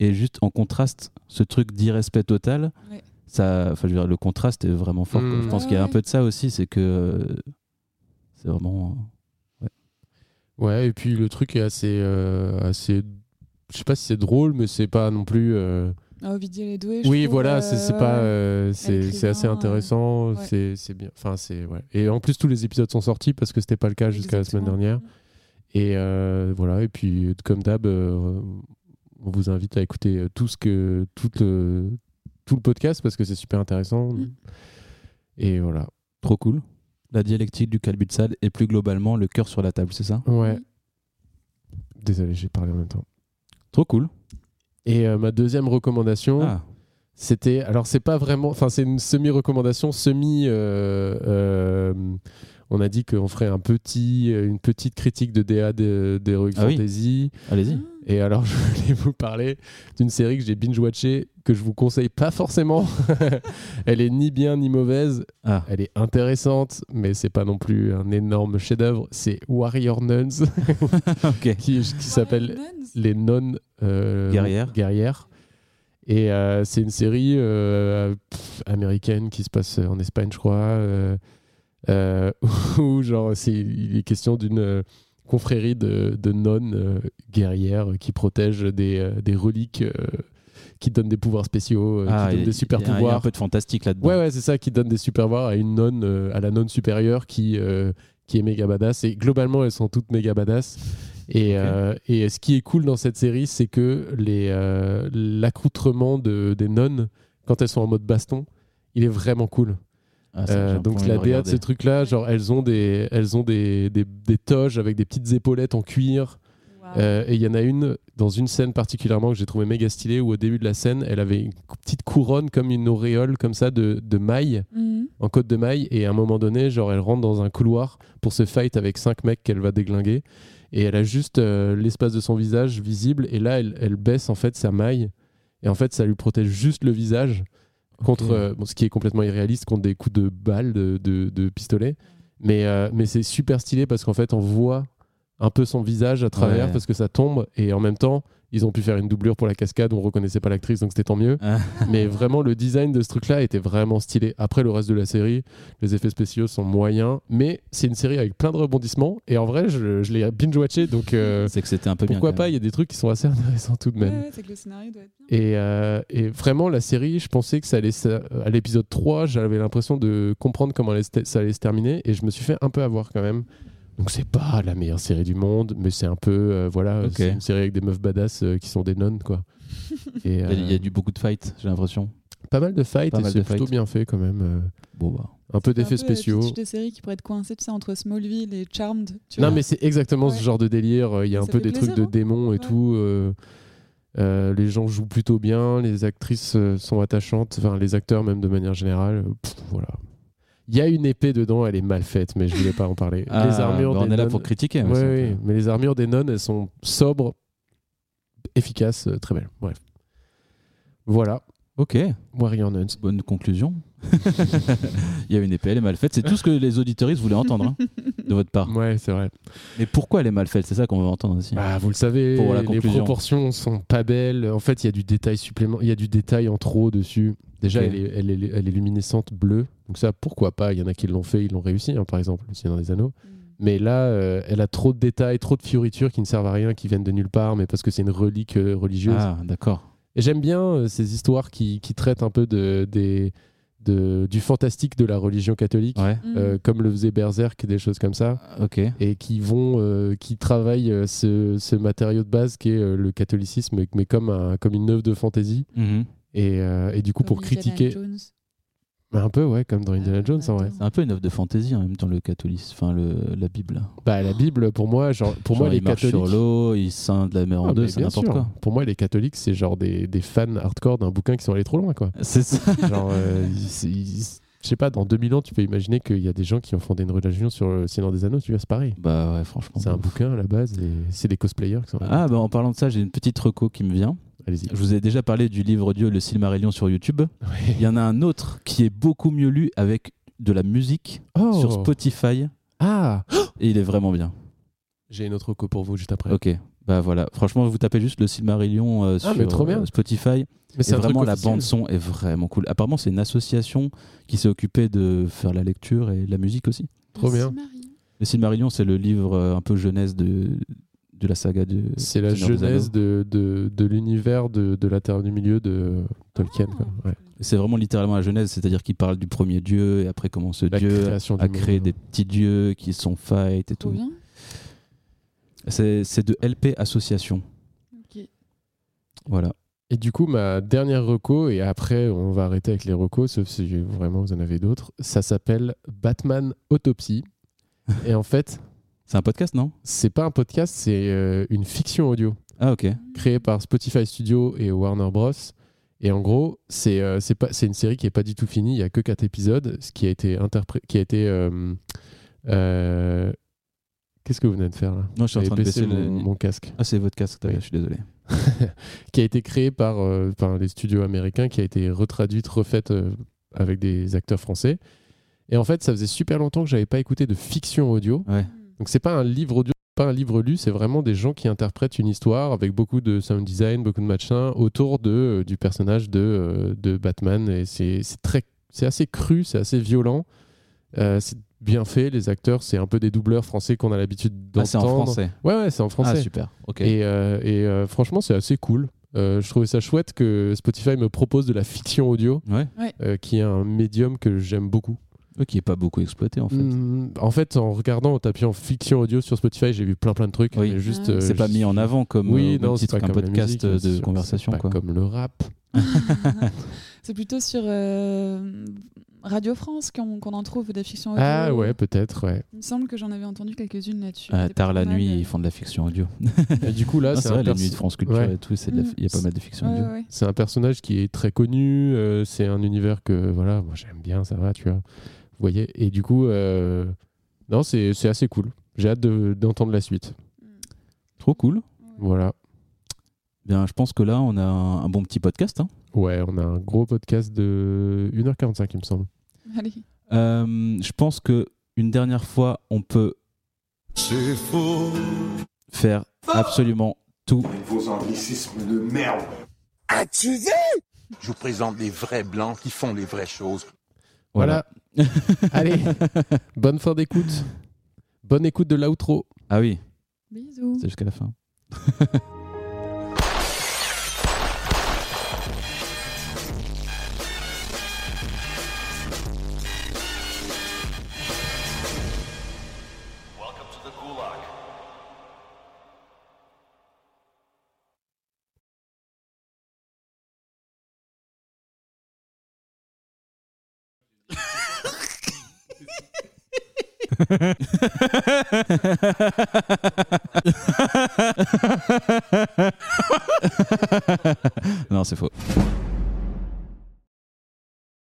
[SPEAKER 4] Et juste en contraste, ce truc d'irrespect total,
[SPEAKER 6] Ouais. Mmh.
[SPEAKER 4] ça, enfin, je veux dire, le contraste est vraiment fort. quoi.
[SPEAKER 7] Mm.
[SPEAKER 4] Je pense
[SPEAKER 6] Ouais,
[SPEAKER 4] qu'il y a un
[SPEAKER 6] ouais.
[SPEAKER 4] peu de ça aussi, c'est que euh, c'est vraiment. euh,
[SPEAKER 7] Ouais, et puis le truc est assez, euh, assez, je sais pas si c'est drôle, mais c'est pas non plus. euh,
[SPEAKER 6] Ah, Ovidie, elle est douée. je
[SPEAKER 7] Oui,
[SPEAKER 6] trouve,
[SPEAKER 7] voilà,
[SPEAKER 6] euh,
[SPEAKER 7] c'est c'est
[SPEAKER 6] ouais,
[SPEAKER 7] pas,
[SPEAKER 6] ouais.
[SPEAKER 7] euh, c'est c'est assez
[SPEAKER 6] écrivain, euh,
[SPEAKER 7] intéressant,
[SPEAKER 6] ouais.
[SPEAKER 7] c'est c'est bien, enfin c'est ouais. Et en plus tous les épisodes sont sortis parce que c'était pas le cas jusqu'à la semaine
[SPEAKER 6] Exactement.
[SPEAKER 7] dernière. Et euh, voilà, et puis comme d'hab, euh, on vous invite à écouter euh, tout ce que tout le tout le podcast parce que c'est super intéressant.
[SPEAKER 6] Mm.
[SPEAKER 7] Et voilà.
[SPEAKER 4] Trop cool. La dialectique du calbutsal et plus globalement le cœur sur la table, c'est ça
[SPEAKER 7] Ouais.
[SPEAKER 6] Oui.
[SPEAKER 7] Désolé, j'ai parlé en même temps.
[SPEAKER 4] Trop cool.
[SPEAKER 7] Et euh, ma deuxième recommandation.
[SPEAKER 4] Ah,
[SPEAKER 7] C'était alors c'est pas vraiment enfin c'est une semi recommandation semi euh, euh, on a dit qu'on ferait un petit euh, une petite critique de DA de- d'Heroic
[SPEAKER 4] Ah oui.
[SPEAKER 7] Fantasy
[SPEAKER 4] allez-y.
[SPEAKER 7] et alors je voulais vous parler d'une série que j'ai binge watchée que je vous conseille pas forcément elle est ni bien ni mauvaise
[SPEAKER 4] Ah.
[SPEAKER 7] elle est intéressante mais c'est pas non plus un énorme chef d'œuvre c'est Warrior Nuns
[SPEAKER 4] ok.
[SPEAKER 7] qui, qui s'appelle les nonnes euh,
[SPEAKER 4] Guerrières.
[SPEAKER 7] guerrières. Et euh, c'est une série euh, pff, américaine qui se passe en Espagne, je crois, euh, euh, où genre c'est il est question d'une euh, confrérie de, de nonnes euh, guerrières qui protègent des, euh, des reliques, euh, qui donnent des pouvoirs spéciaux, euh,
[SPEAKER 4] Ah, il y
[SPEAKER 7] qui donnent
[SPEAKER 4] a-
[SPEAKER 7] des super
[SPEAKER 4] il y a un- il y a un
[SPEAKER 7] pouvoirs.
[SPEAKER 4] peu de fantastique là-dedans.
[SPEAKER 7] Ouais, ouais, c'est ça qui donne des super pouvoirs à une nonne, euh, à la nonne supérieure qui, euh, qui est méga badass. Et globalement, elles sont toutes méga badass. Et, euh, et ce qui est cool dans cette série, c'est que les, euh, l'accoutrement de, des nonnes, quand elles sont en mode baston, il est vraiment cool.
[SPEAKER 4] Ah, ça,
[SPEAKER 7] Euh,
[SPEAKER 4] j'ai un peu
[SPEAKER 7] donc
[SPEAKER 4] envie
[SPEAKER 7] la
[SPEAKER 4] de
[SPEAKER 7] DA de
[SPEAKER 4] regarder.
[SPEAKER 7] ce truc-là, genre elles ont des, elles ont des, des, des toges avec des petites épaulettes en cuir.
[SPEAKER 6] Waouh.
[SPEAKER 7] Euh, et il y en a une, dans une scène particulièrement que j'ai trouvé méga stylée, où au début de la scène, elle avait une cou- petite couronne comme une auréole comme ça de, de mailles,
[SPEAKER 6] Mm.
[SPEAKER 8] Mhm.
[SPEAKER 7] en côte de maille, et à un moment donné, genre elle rentre dans un couloir pour se fight avec cinq mecs qu'elle va déglinguer, et elle a juste euh, l'espace de son visage visible, et là elle, elle baisse en fait sa maille, et en fait ça lui protège juste le visage contre,
[SPEAKER 4] Ok.
[SPEAKER 7] euh, bon, ce qui est complètement irréaliste, contre des coups de balle, de, de, de pistolet, mais, euh, mais c'est super stylé parce qu'en fait on voit un peu son visage à travers
[SPEAKER 4] Ouais.
[SPEAKER 7] parce que ça tombe, et en même temps ils ont pu faire une doublure pour la cascade, on reconnaissait pas l'actrice donc c'était tant mieux. Mais vraiment, le design de ce truc-là était vraiment stylé. Après, le reste de la série, les effets spéciaux sont moyens, mais c'est une série avec plein de rebondissements. Et en vrai, je, je l'ai binge-watché, donc euh,
[SPEAKER 4] C'est que c'était un peu
[SPEAKER 7] pourquoi
[SPEAKER 4] bien.
[SPEAKER 7] pas Il y a des trucs qui sont assez intéressants tout de
[SPEAKER 6] Ouais,
[SPEAKER 7] même.
[SPEAKER 6] ouais, c'est que le scénario doit être bien.
[SPEAKER 7] Et, euh, et vraiment, la série, je pensais que ça allait. se- à l'épisode 3, j'avais l'impression de comprendre comment allait se- ça allait se terminer, et je me suis fait un peu avoir quand même. Donc, c'est pas la meilleure série du monde, mais c'est un peu. euh, voilà,
[SPEAKER 4] Ok.
[SPEAKER 7] c'est une série avec des meufs badass euh, qui sont des nonnes, quoi. Et,
[SPEAKER 4] Bah, Il y a- il y
[SPEAKER 7] euh,
[SPEAKER 4] a du beaucoup de fights, j'ai l'impression.
[SPEAKER 7] pas mal de fights
[SPEAKER 4] Pas
[SPEAKER 7] et
[SPEAKER 4] mal
[SPEAKER 7] c'est
[SPEAKER 4] de
[SPEAKER 7] plutôt
[SPEAKER 4] fights.
[SPEAKER 7] bien fait quand même. euh,
[SPEAKER 4] Bon bah.
[SPEAKER 7] Un peu
[SPEAKER 6] C'est un
[SPEAKER 7] d'effets
[SPEAKER 6] peu, euh,
[SPEAKER 7] spéciaux.
[SPEAKER 6] tu- tu- des séries qui pourraient être coincées tu sais, entre Smallville et Charmed. Tu
[SPEAKER 7] Non
[SPEAKER 6] vois.
[SPEAKER 7] mais c'est exactement
[SPEAKER 6] Ouais.
[SPEAKER 7] ce genre de délire. euh, Il y a un
[SPEAKER 6] Ça
[SPEAKER 7] peu
[SPEAKER 6] fait
[SPEAKER 7] des
[SPEAKER 6] plaisir,
[SPEAKER 7] trucs de
[SPEAKER 6] hein.
[SPEAKER 7] démons et
[SPEAKER 6] Ouais.
[SPEAKER 7] tout. euh, euh, les gens jouent plutôt bien, les actrices euh, sont attachantes, enfin les acteurs même de manière générale. euh, pff, voilà. Il y a une épée dedans, elle est mal faite, mais je voulais pas en parler. les
[SPEAKER 4] Ah,
[SPEAKER 7] armures,
[SPEAKER 4] bah,
[SPEAKER 7] des
[SPEAKER 4] on est là
[SPEAKER 7] nonnes-
[SPEAKER 4] pour critiquer. mais
[SPEAKER 7] Ouais,
[SPEAKER 4] c'est un
[SPEAKER 7] ouais,
[SPEAKER 4] peu-
[SPEAKER 7] mais les armures des nonnes, elles sont sobres, efficaces, euh, très belles. Bref. Voilà,
[SPEAKER 4] Ok,
[SPEAKER 7] Warrior Nuns.
[SPEAKER 4] bonne conclusion. Il y a une épée, elle est mal faite. C'est tout ce que les auditeuristes voulaient entendre hein, de votre part.
[SPEAKER 7] Ouais, c'est vrai.
[SPEAKER 4] Mais pourquoi elle est mal faite C'est ça qu'on veut entendre aussi.
[SPEAKER 7] Mm. Bah, vous le savez,
[SPEAKER 4] Pour la
[SPEAKER 7] les
[SPEAKER 4] conclusion.
[SPEAKER 7] proportions sont pas belles. En fait, il y a du détail supplément, il y a du détail en trop dessus. Déjà,
[SPEAKER 4] Ok.
[SPEAKER 7] elle, est, elle, est, elle est luminescente bleue. Donc ça, pourquoi pas Il y en a qui l'ont fait, ils l'ont réussi, hein, par exemple, aussi dans les anneaux. Mais là, euh, elle a trop de détails, trop de fioritures qui ne servent à rien, qui viennent de nulle part, mais parce que c'est une relique euh, religieuse.
[SPEAKER 4] ah, d'accord.
[SPEAKER 7] Et j'aime bien euh, ces histoires qui, qui traitent un peu de, des, de- du fantastique de la religion catholique,
[SPEAKER 4] Ouais,
[SPEAKER 6] Mm.
[SPEAKER 7] euh, comme le faisait Berserk, des choses comme ça
[SPEAKER 4] ok.
[SPEAKER 7] et qui vont euh, qui travaillent euh, ce, ce matériau de base qui est euh, le catholicisme mais comme un, comme une œuvre de fantaisie
[SPEAKER 4] Mhm.
[SPEAKER 7] et, euh, et du coup
[SPEAKER 8] Comme
[SPEAKER 7] pour
[SPEAKER 8] Indiana
[SPEAKER 7] critiquer
[SPEAKER 8] Jones.
[SPEAKER 7] Bah, un peu ouais comme dans Indiana
[SPEAKER 8] Ah,
[SPEAKER 7] Jones en vrai
[SPEAKER 8] attends.
[SPEAKER 4] C'est un peu une œuvre de fantaisie hein, en même temps, le catholicisme, enfin le, la Bible. hein.
[SPEAKER 7] bah la Bible pour moi genre pour
[SPEAKER 4] Genre,
[SPEAKER 7] moi les
[SPEAKER 4] il marche
[SPEAKER 7] catholiques
[SPEAKER 4] sur l'eau, il scinde la mer
[SPEAKER 7] Ah,
[SPEAKER 4] en
[SPEAKER 7] mais
[SPEAKER 4] deux, c'est
[SPEAKER 7] bien
[SPEAKER 4] n'importe
[SPEAKER 7] sûr.
[SPEAKER 4] quoi.
[SPEAKER 7] pour moi les catholiques c'est genre des, des fans hardcore d'un bouquin qui sont allés trop loin quoi
[SPEAKER 4] C'est ça.
[SPEAKER 7] genre euh, ils- ils- je sais pas dans 2000 ans tu peux imaginer qu'il y a des gens qui ont fondé une religion sur le Seigneur des Anneaux tu vois c'est pareil
[SPEAKER 4] Bah ouais, franchement.
[SPEAKER 7] c'est un bouquin à la base et c'est des cosplayers qui sont
[SPEAKER 4] Ah bah en parlant de ça, j'ai une petite reco qui me vient.
[SPEAKER 7] allez-y
[SPEAKER 4] Je vous ai déjà parlé du livre audio Le Silmarillion sur YouTube. Il y en a un autre qui est beaucoup mieux lu avec de la musique
[SPEAKER 7] Oh.
[SPEAKER 4] sur Spotify
[SPEAKER 7] ah
[SPEAKER 4] et il est vraiment bien.
[SPEAKER 7] j'ai une autre co pour vous juste après
[SPEAKER 4] Ok, bah voilà. Franchement, vous tapez juste le Silmarillion euh,
[SPEAKER 7] Ah, mais
[SPEAKER 4] sur
[SPEAKER 7] trop bien.
[SPEAKER 4] euh, Spotify.
[SPEAKER 7] Mais
[SPEAKER 4] Et vraiment, la
[SPEAKER 7] officiel.
[SPEAKER 4] bande son est vraiment cool. Apparemment, c'est une association qui s'est occupée de faire la lecture et la musique aussi.
[SPEAKER 7] Trop bien.
[SPEAKER 4] Le Silmarillion, c'est le livre euh, un peu jeunesse de, de la saga de.
[SPEAKER 7] C'est la
[SPEAKER 4] Seigneur des
[SPEAKER 7] jeunesse
[SPEAKER 4] Anneaux.
[SPEAKER 7] de, de, de l'univers de, de la Terre du Milieu de Tolkien. quoi.
[SPEAKER 6] Ah,
[SPEAKER 7] Ouais.
[SPEAKER 4] C'est vraiment littéralement la jeunesse, c'est-à-dire qu'il parle du premier dieu et après comment ce
[SPEAKER 7] La
[SPEAKER 4] dieu
[SPEAKER 7] création du
[SPEAKER 4] a créé
[SPEAKER 7] monde.
[SPEAKER 4] des petits dieux qui sont fight et
[SPEAKER 6] Trop
[SPEAKER 4] tout.
[SPEAKER 6] bien.
[SPEAKER 4] C'est c'est de LP Association.
[SPEAKER 6] Ok.
[SPEAKER 4] Voilà.
[SPEAKER 7] Et du coup, ma dernière reco, et après on va arrêter avec les recos, sauf si vraiment vous en avez d'autres, ça s'appelle Batman Autopsie. et en fait,
[SPEAKER 4] C'est un podcast, non
[SPEAKER 7] c'est pas un podcast, c'est euh, une fiction audio.
[SPEAKER 4] Ah, ok.
[SPEAKER 7] créé par Spotify Studio et Warner Bros. Et en gros, c'est euh, c'est pas- c'est une série qui n'est pas du tout finie, il n'y a que 4 épisodes, ce qui a été interpré- qui a été... euh, euh, Qu'est-ce que vous venez de faire là
[SPEAKER 4] Non, je suis en
[SPEAKER 7] J'avais
[SPEAKER 4] train de
[SPEAKER 7] baissé
[SPEAKER 4] baisser le.
[SPEAKER 7] mon, mon casque.
[SPEAKER 4] Ah, c'est votre casque,
[SPEAKER 7] Oui.
[SPEAKER 4] je suis désolé.
[SPEAKER 7] Qui a été créé par, euh, par les studios américains, qui a été retraduite, refaite euh, avec des acteurs français. Et en fait, ça faisait super longtemps que j'avais pas écouté de fiction audio.
[SPEAKER 4] Ouais.
[SPEAKER 7] Donc c'est pas un livre audio, pas un livre lu, c'est vraiment des gens qui interprètent une histoire avec beaucoup de sound design, beaucoup de machin autour de euh, du personnage de, euh, de Batman et c'est c'est très c'est assez cru, c'est assez violent. Euh, c'est bien fait, les acteurs, c'est un peu des doubleurs français qu'on a l'habitude
[SPEAKER 4] Ah,
[SPEAKER 7] d'entendre.
[SPEAKER 4] c'est en français.
[SPEAKER 7] Ouais ouais, c'est en français.
[SPEAKER 4] Ah, super. Ok.
[SPEAKER 7] Et, euh, et, euh, franchement, c'est assez cool. Euh, je trouvais ça chouette que Spotify me propose de la fiction audio,
[SPEAKER 4] Ouais.
[SPEAKER 7] euh, qui est un médium que j'aime beaucoup.
[SPEAKER 4] Ouais, qui est pas beaucoup exploité en fait.
[SPEAKER 7] Mm, en fait, en regardant, en tapant fiction audio sur Spotify, j'ai vu plein plein de trucs.
[SPEAKER 4] Oui.
[SPEAKER 7] mais juste,
[SPEAKER 6] Ah oui.
[SPEAKER 7] euh,
[SPEAKER 4] C'est pas
[SPEAKER 7] je-
[SPEAKER 4] mis en avant comme euh,
[SPEAKER 7] Oui,
[SPEAKER 4] au même
[SPEAKER 7] non, c'est
[SPEAKER 4] titre
[SPEAKER 7] pas
[SPEAKER 4] qu'un
[SPEAKER 7] comme la
[SPEAKER 4] podcast
[SPEAKER 7] musique,
[SPEAKER 4] euh,
[SPEAKER 7] c'est
[SPEAKER 4] de
[SPEAKER 7] sûr,
[SPEAKER 4] conversation
[SPEAKER 7] c'est pas
[SPEAKER 4] quoi.
[SPEAKER 7] Comme le rap.
[SPEAKER 6] C'est plutôt sur euh, Radio France qu'on qu'on en trouve des fictions audio.
[SPEAKER 7] Ah ouais, peut-être, ouais.
[SPEAKER 6] Il me semble que j'en avais entendu quelques-unes là-dessus.
[SPEAKER 4] Ah,
[SPEAKER 6] C'était
[SPEAKER 4] tard
[SPEAKER 6] pas
[SPEAKER 4] la
[SPEAKER 6] mal,
[SPEAKER 4] nuit,
[SPEAKER 6] euh.
[SPEAKER 4] ils font de la fiction audio.
[SPEAKER 7] Et du coup, là,
[SPEAKER 4] Ah,
[SPEAKER 7] c'est
[SPEAKER 4] c'est
[SPEAKER 7] un
[SPEAKER 4] vrai, la
[SPEAKER 7] perso-
[SPEAKER 4] nuit de France Culture
[SPEAKER 7] Ouais.
[SPEAKER 4] et tout, c'est de la-
[SPEAKER 6] Mm.
[SPEAKER 4] il y a pas mal de fiction
[SPEAKER 6] Ouais,
[SPEAKER 4] audio.
[SPEAKER 6] ouais, ouais.
[SPEAKER 7] C'est un personnage qui est très connu, euh, c'est un univers que voilà, moi j'aime bien, ça va, tu vois. Vous voyez Et du coup, euh, non, c'est c'est assez cool. J'ai hâte de- d'entendre la suite.
[SPEAKER 4] Trop cool.
[SPEAKER 7] Voilà.
[SPEAKER 4] Bien, je pense que là, on a un, un bon petit podcast. hein.
[SPEAKER 7] Ouais, on a un gros podcast de 1h45, il me semble.
[SPEAKER 6] Mm. Allez.
[SPEAKER 4] Euh, je pense que une dernière fois, on peut
[SPEAKER 2] C'est faux.
[SPEAKER 4] faire absolument tout.
[SPEAKER 5] Vos anglicismes de merde.
[SPEAKER 6] euh,
[SPEAKER 5] Je vous présente des vrais blancs qui font les vraies choses.
[SPEAKER 4] Voilà.
[SPEAKER 7] Voilà. Allez, bonne fin d'écoute. Bonne écoute de l'outro.
[SPEAKER 4] Ah oui,
[SPEAKER 6] Bisous.
[SPEAKER 4] c'est jusqu'à la fin. non, c'est faux.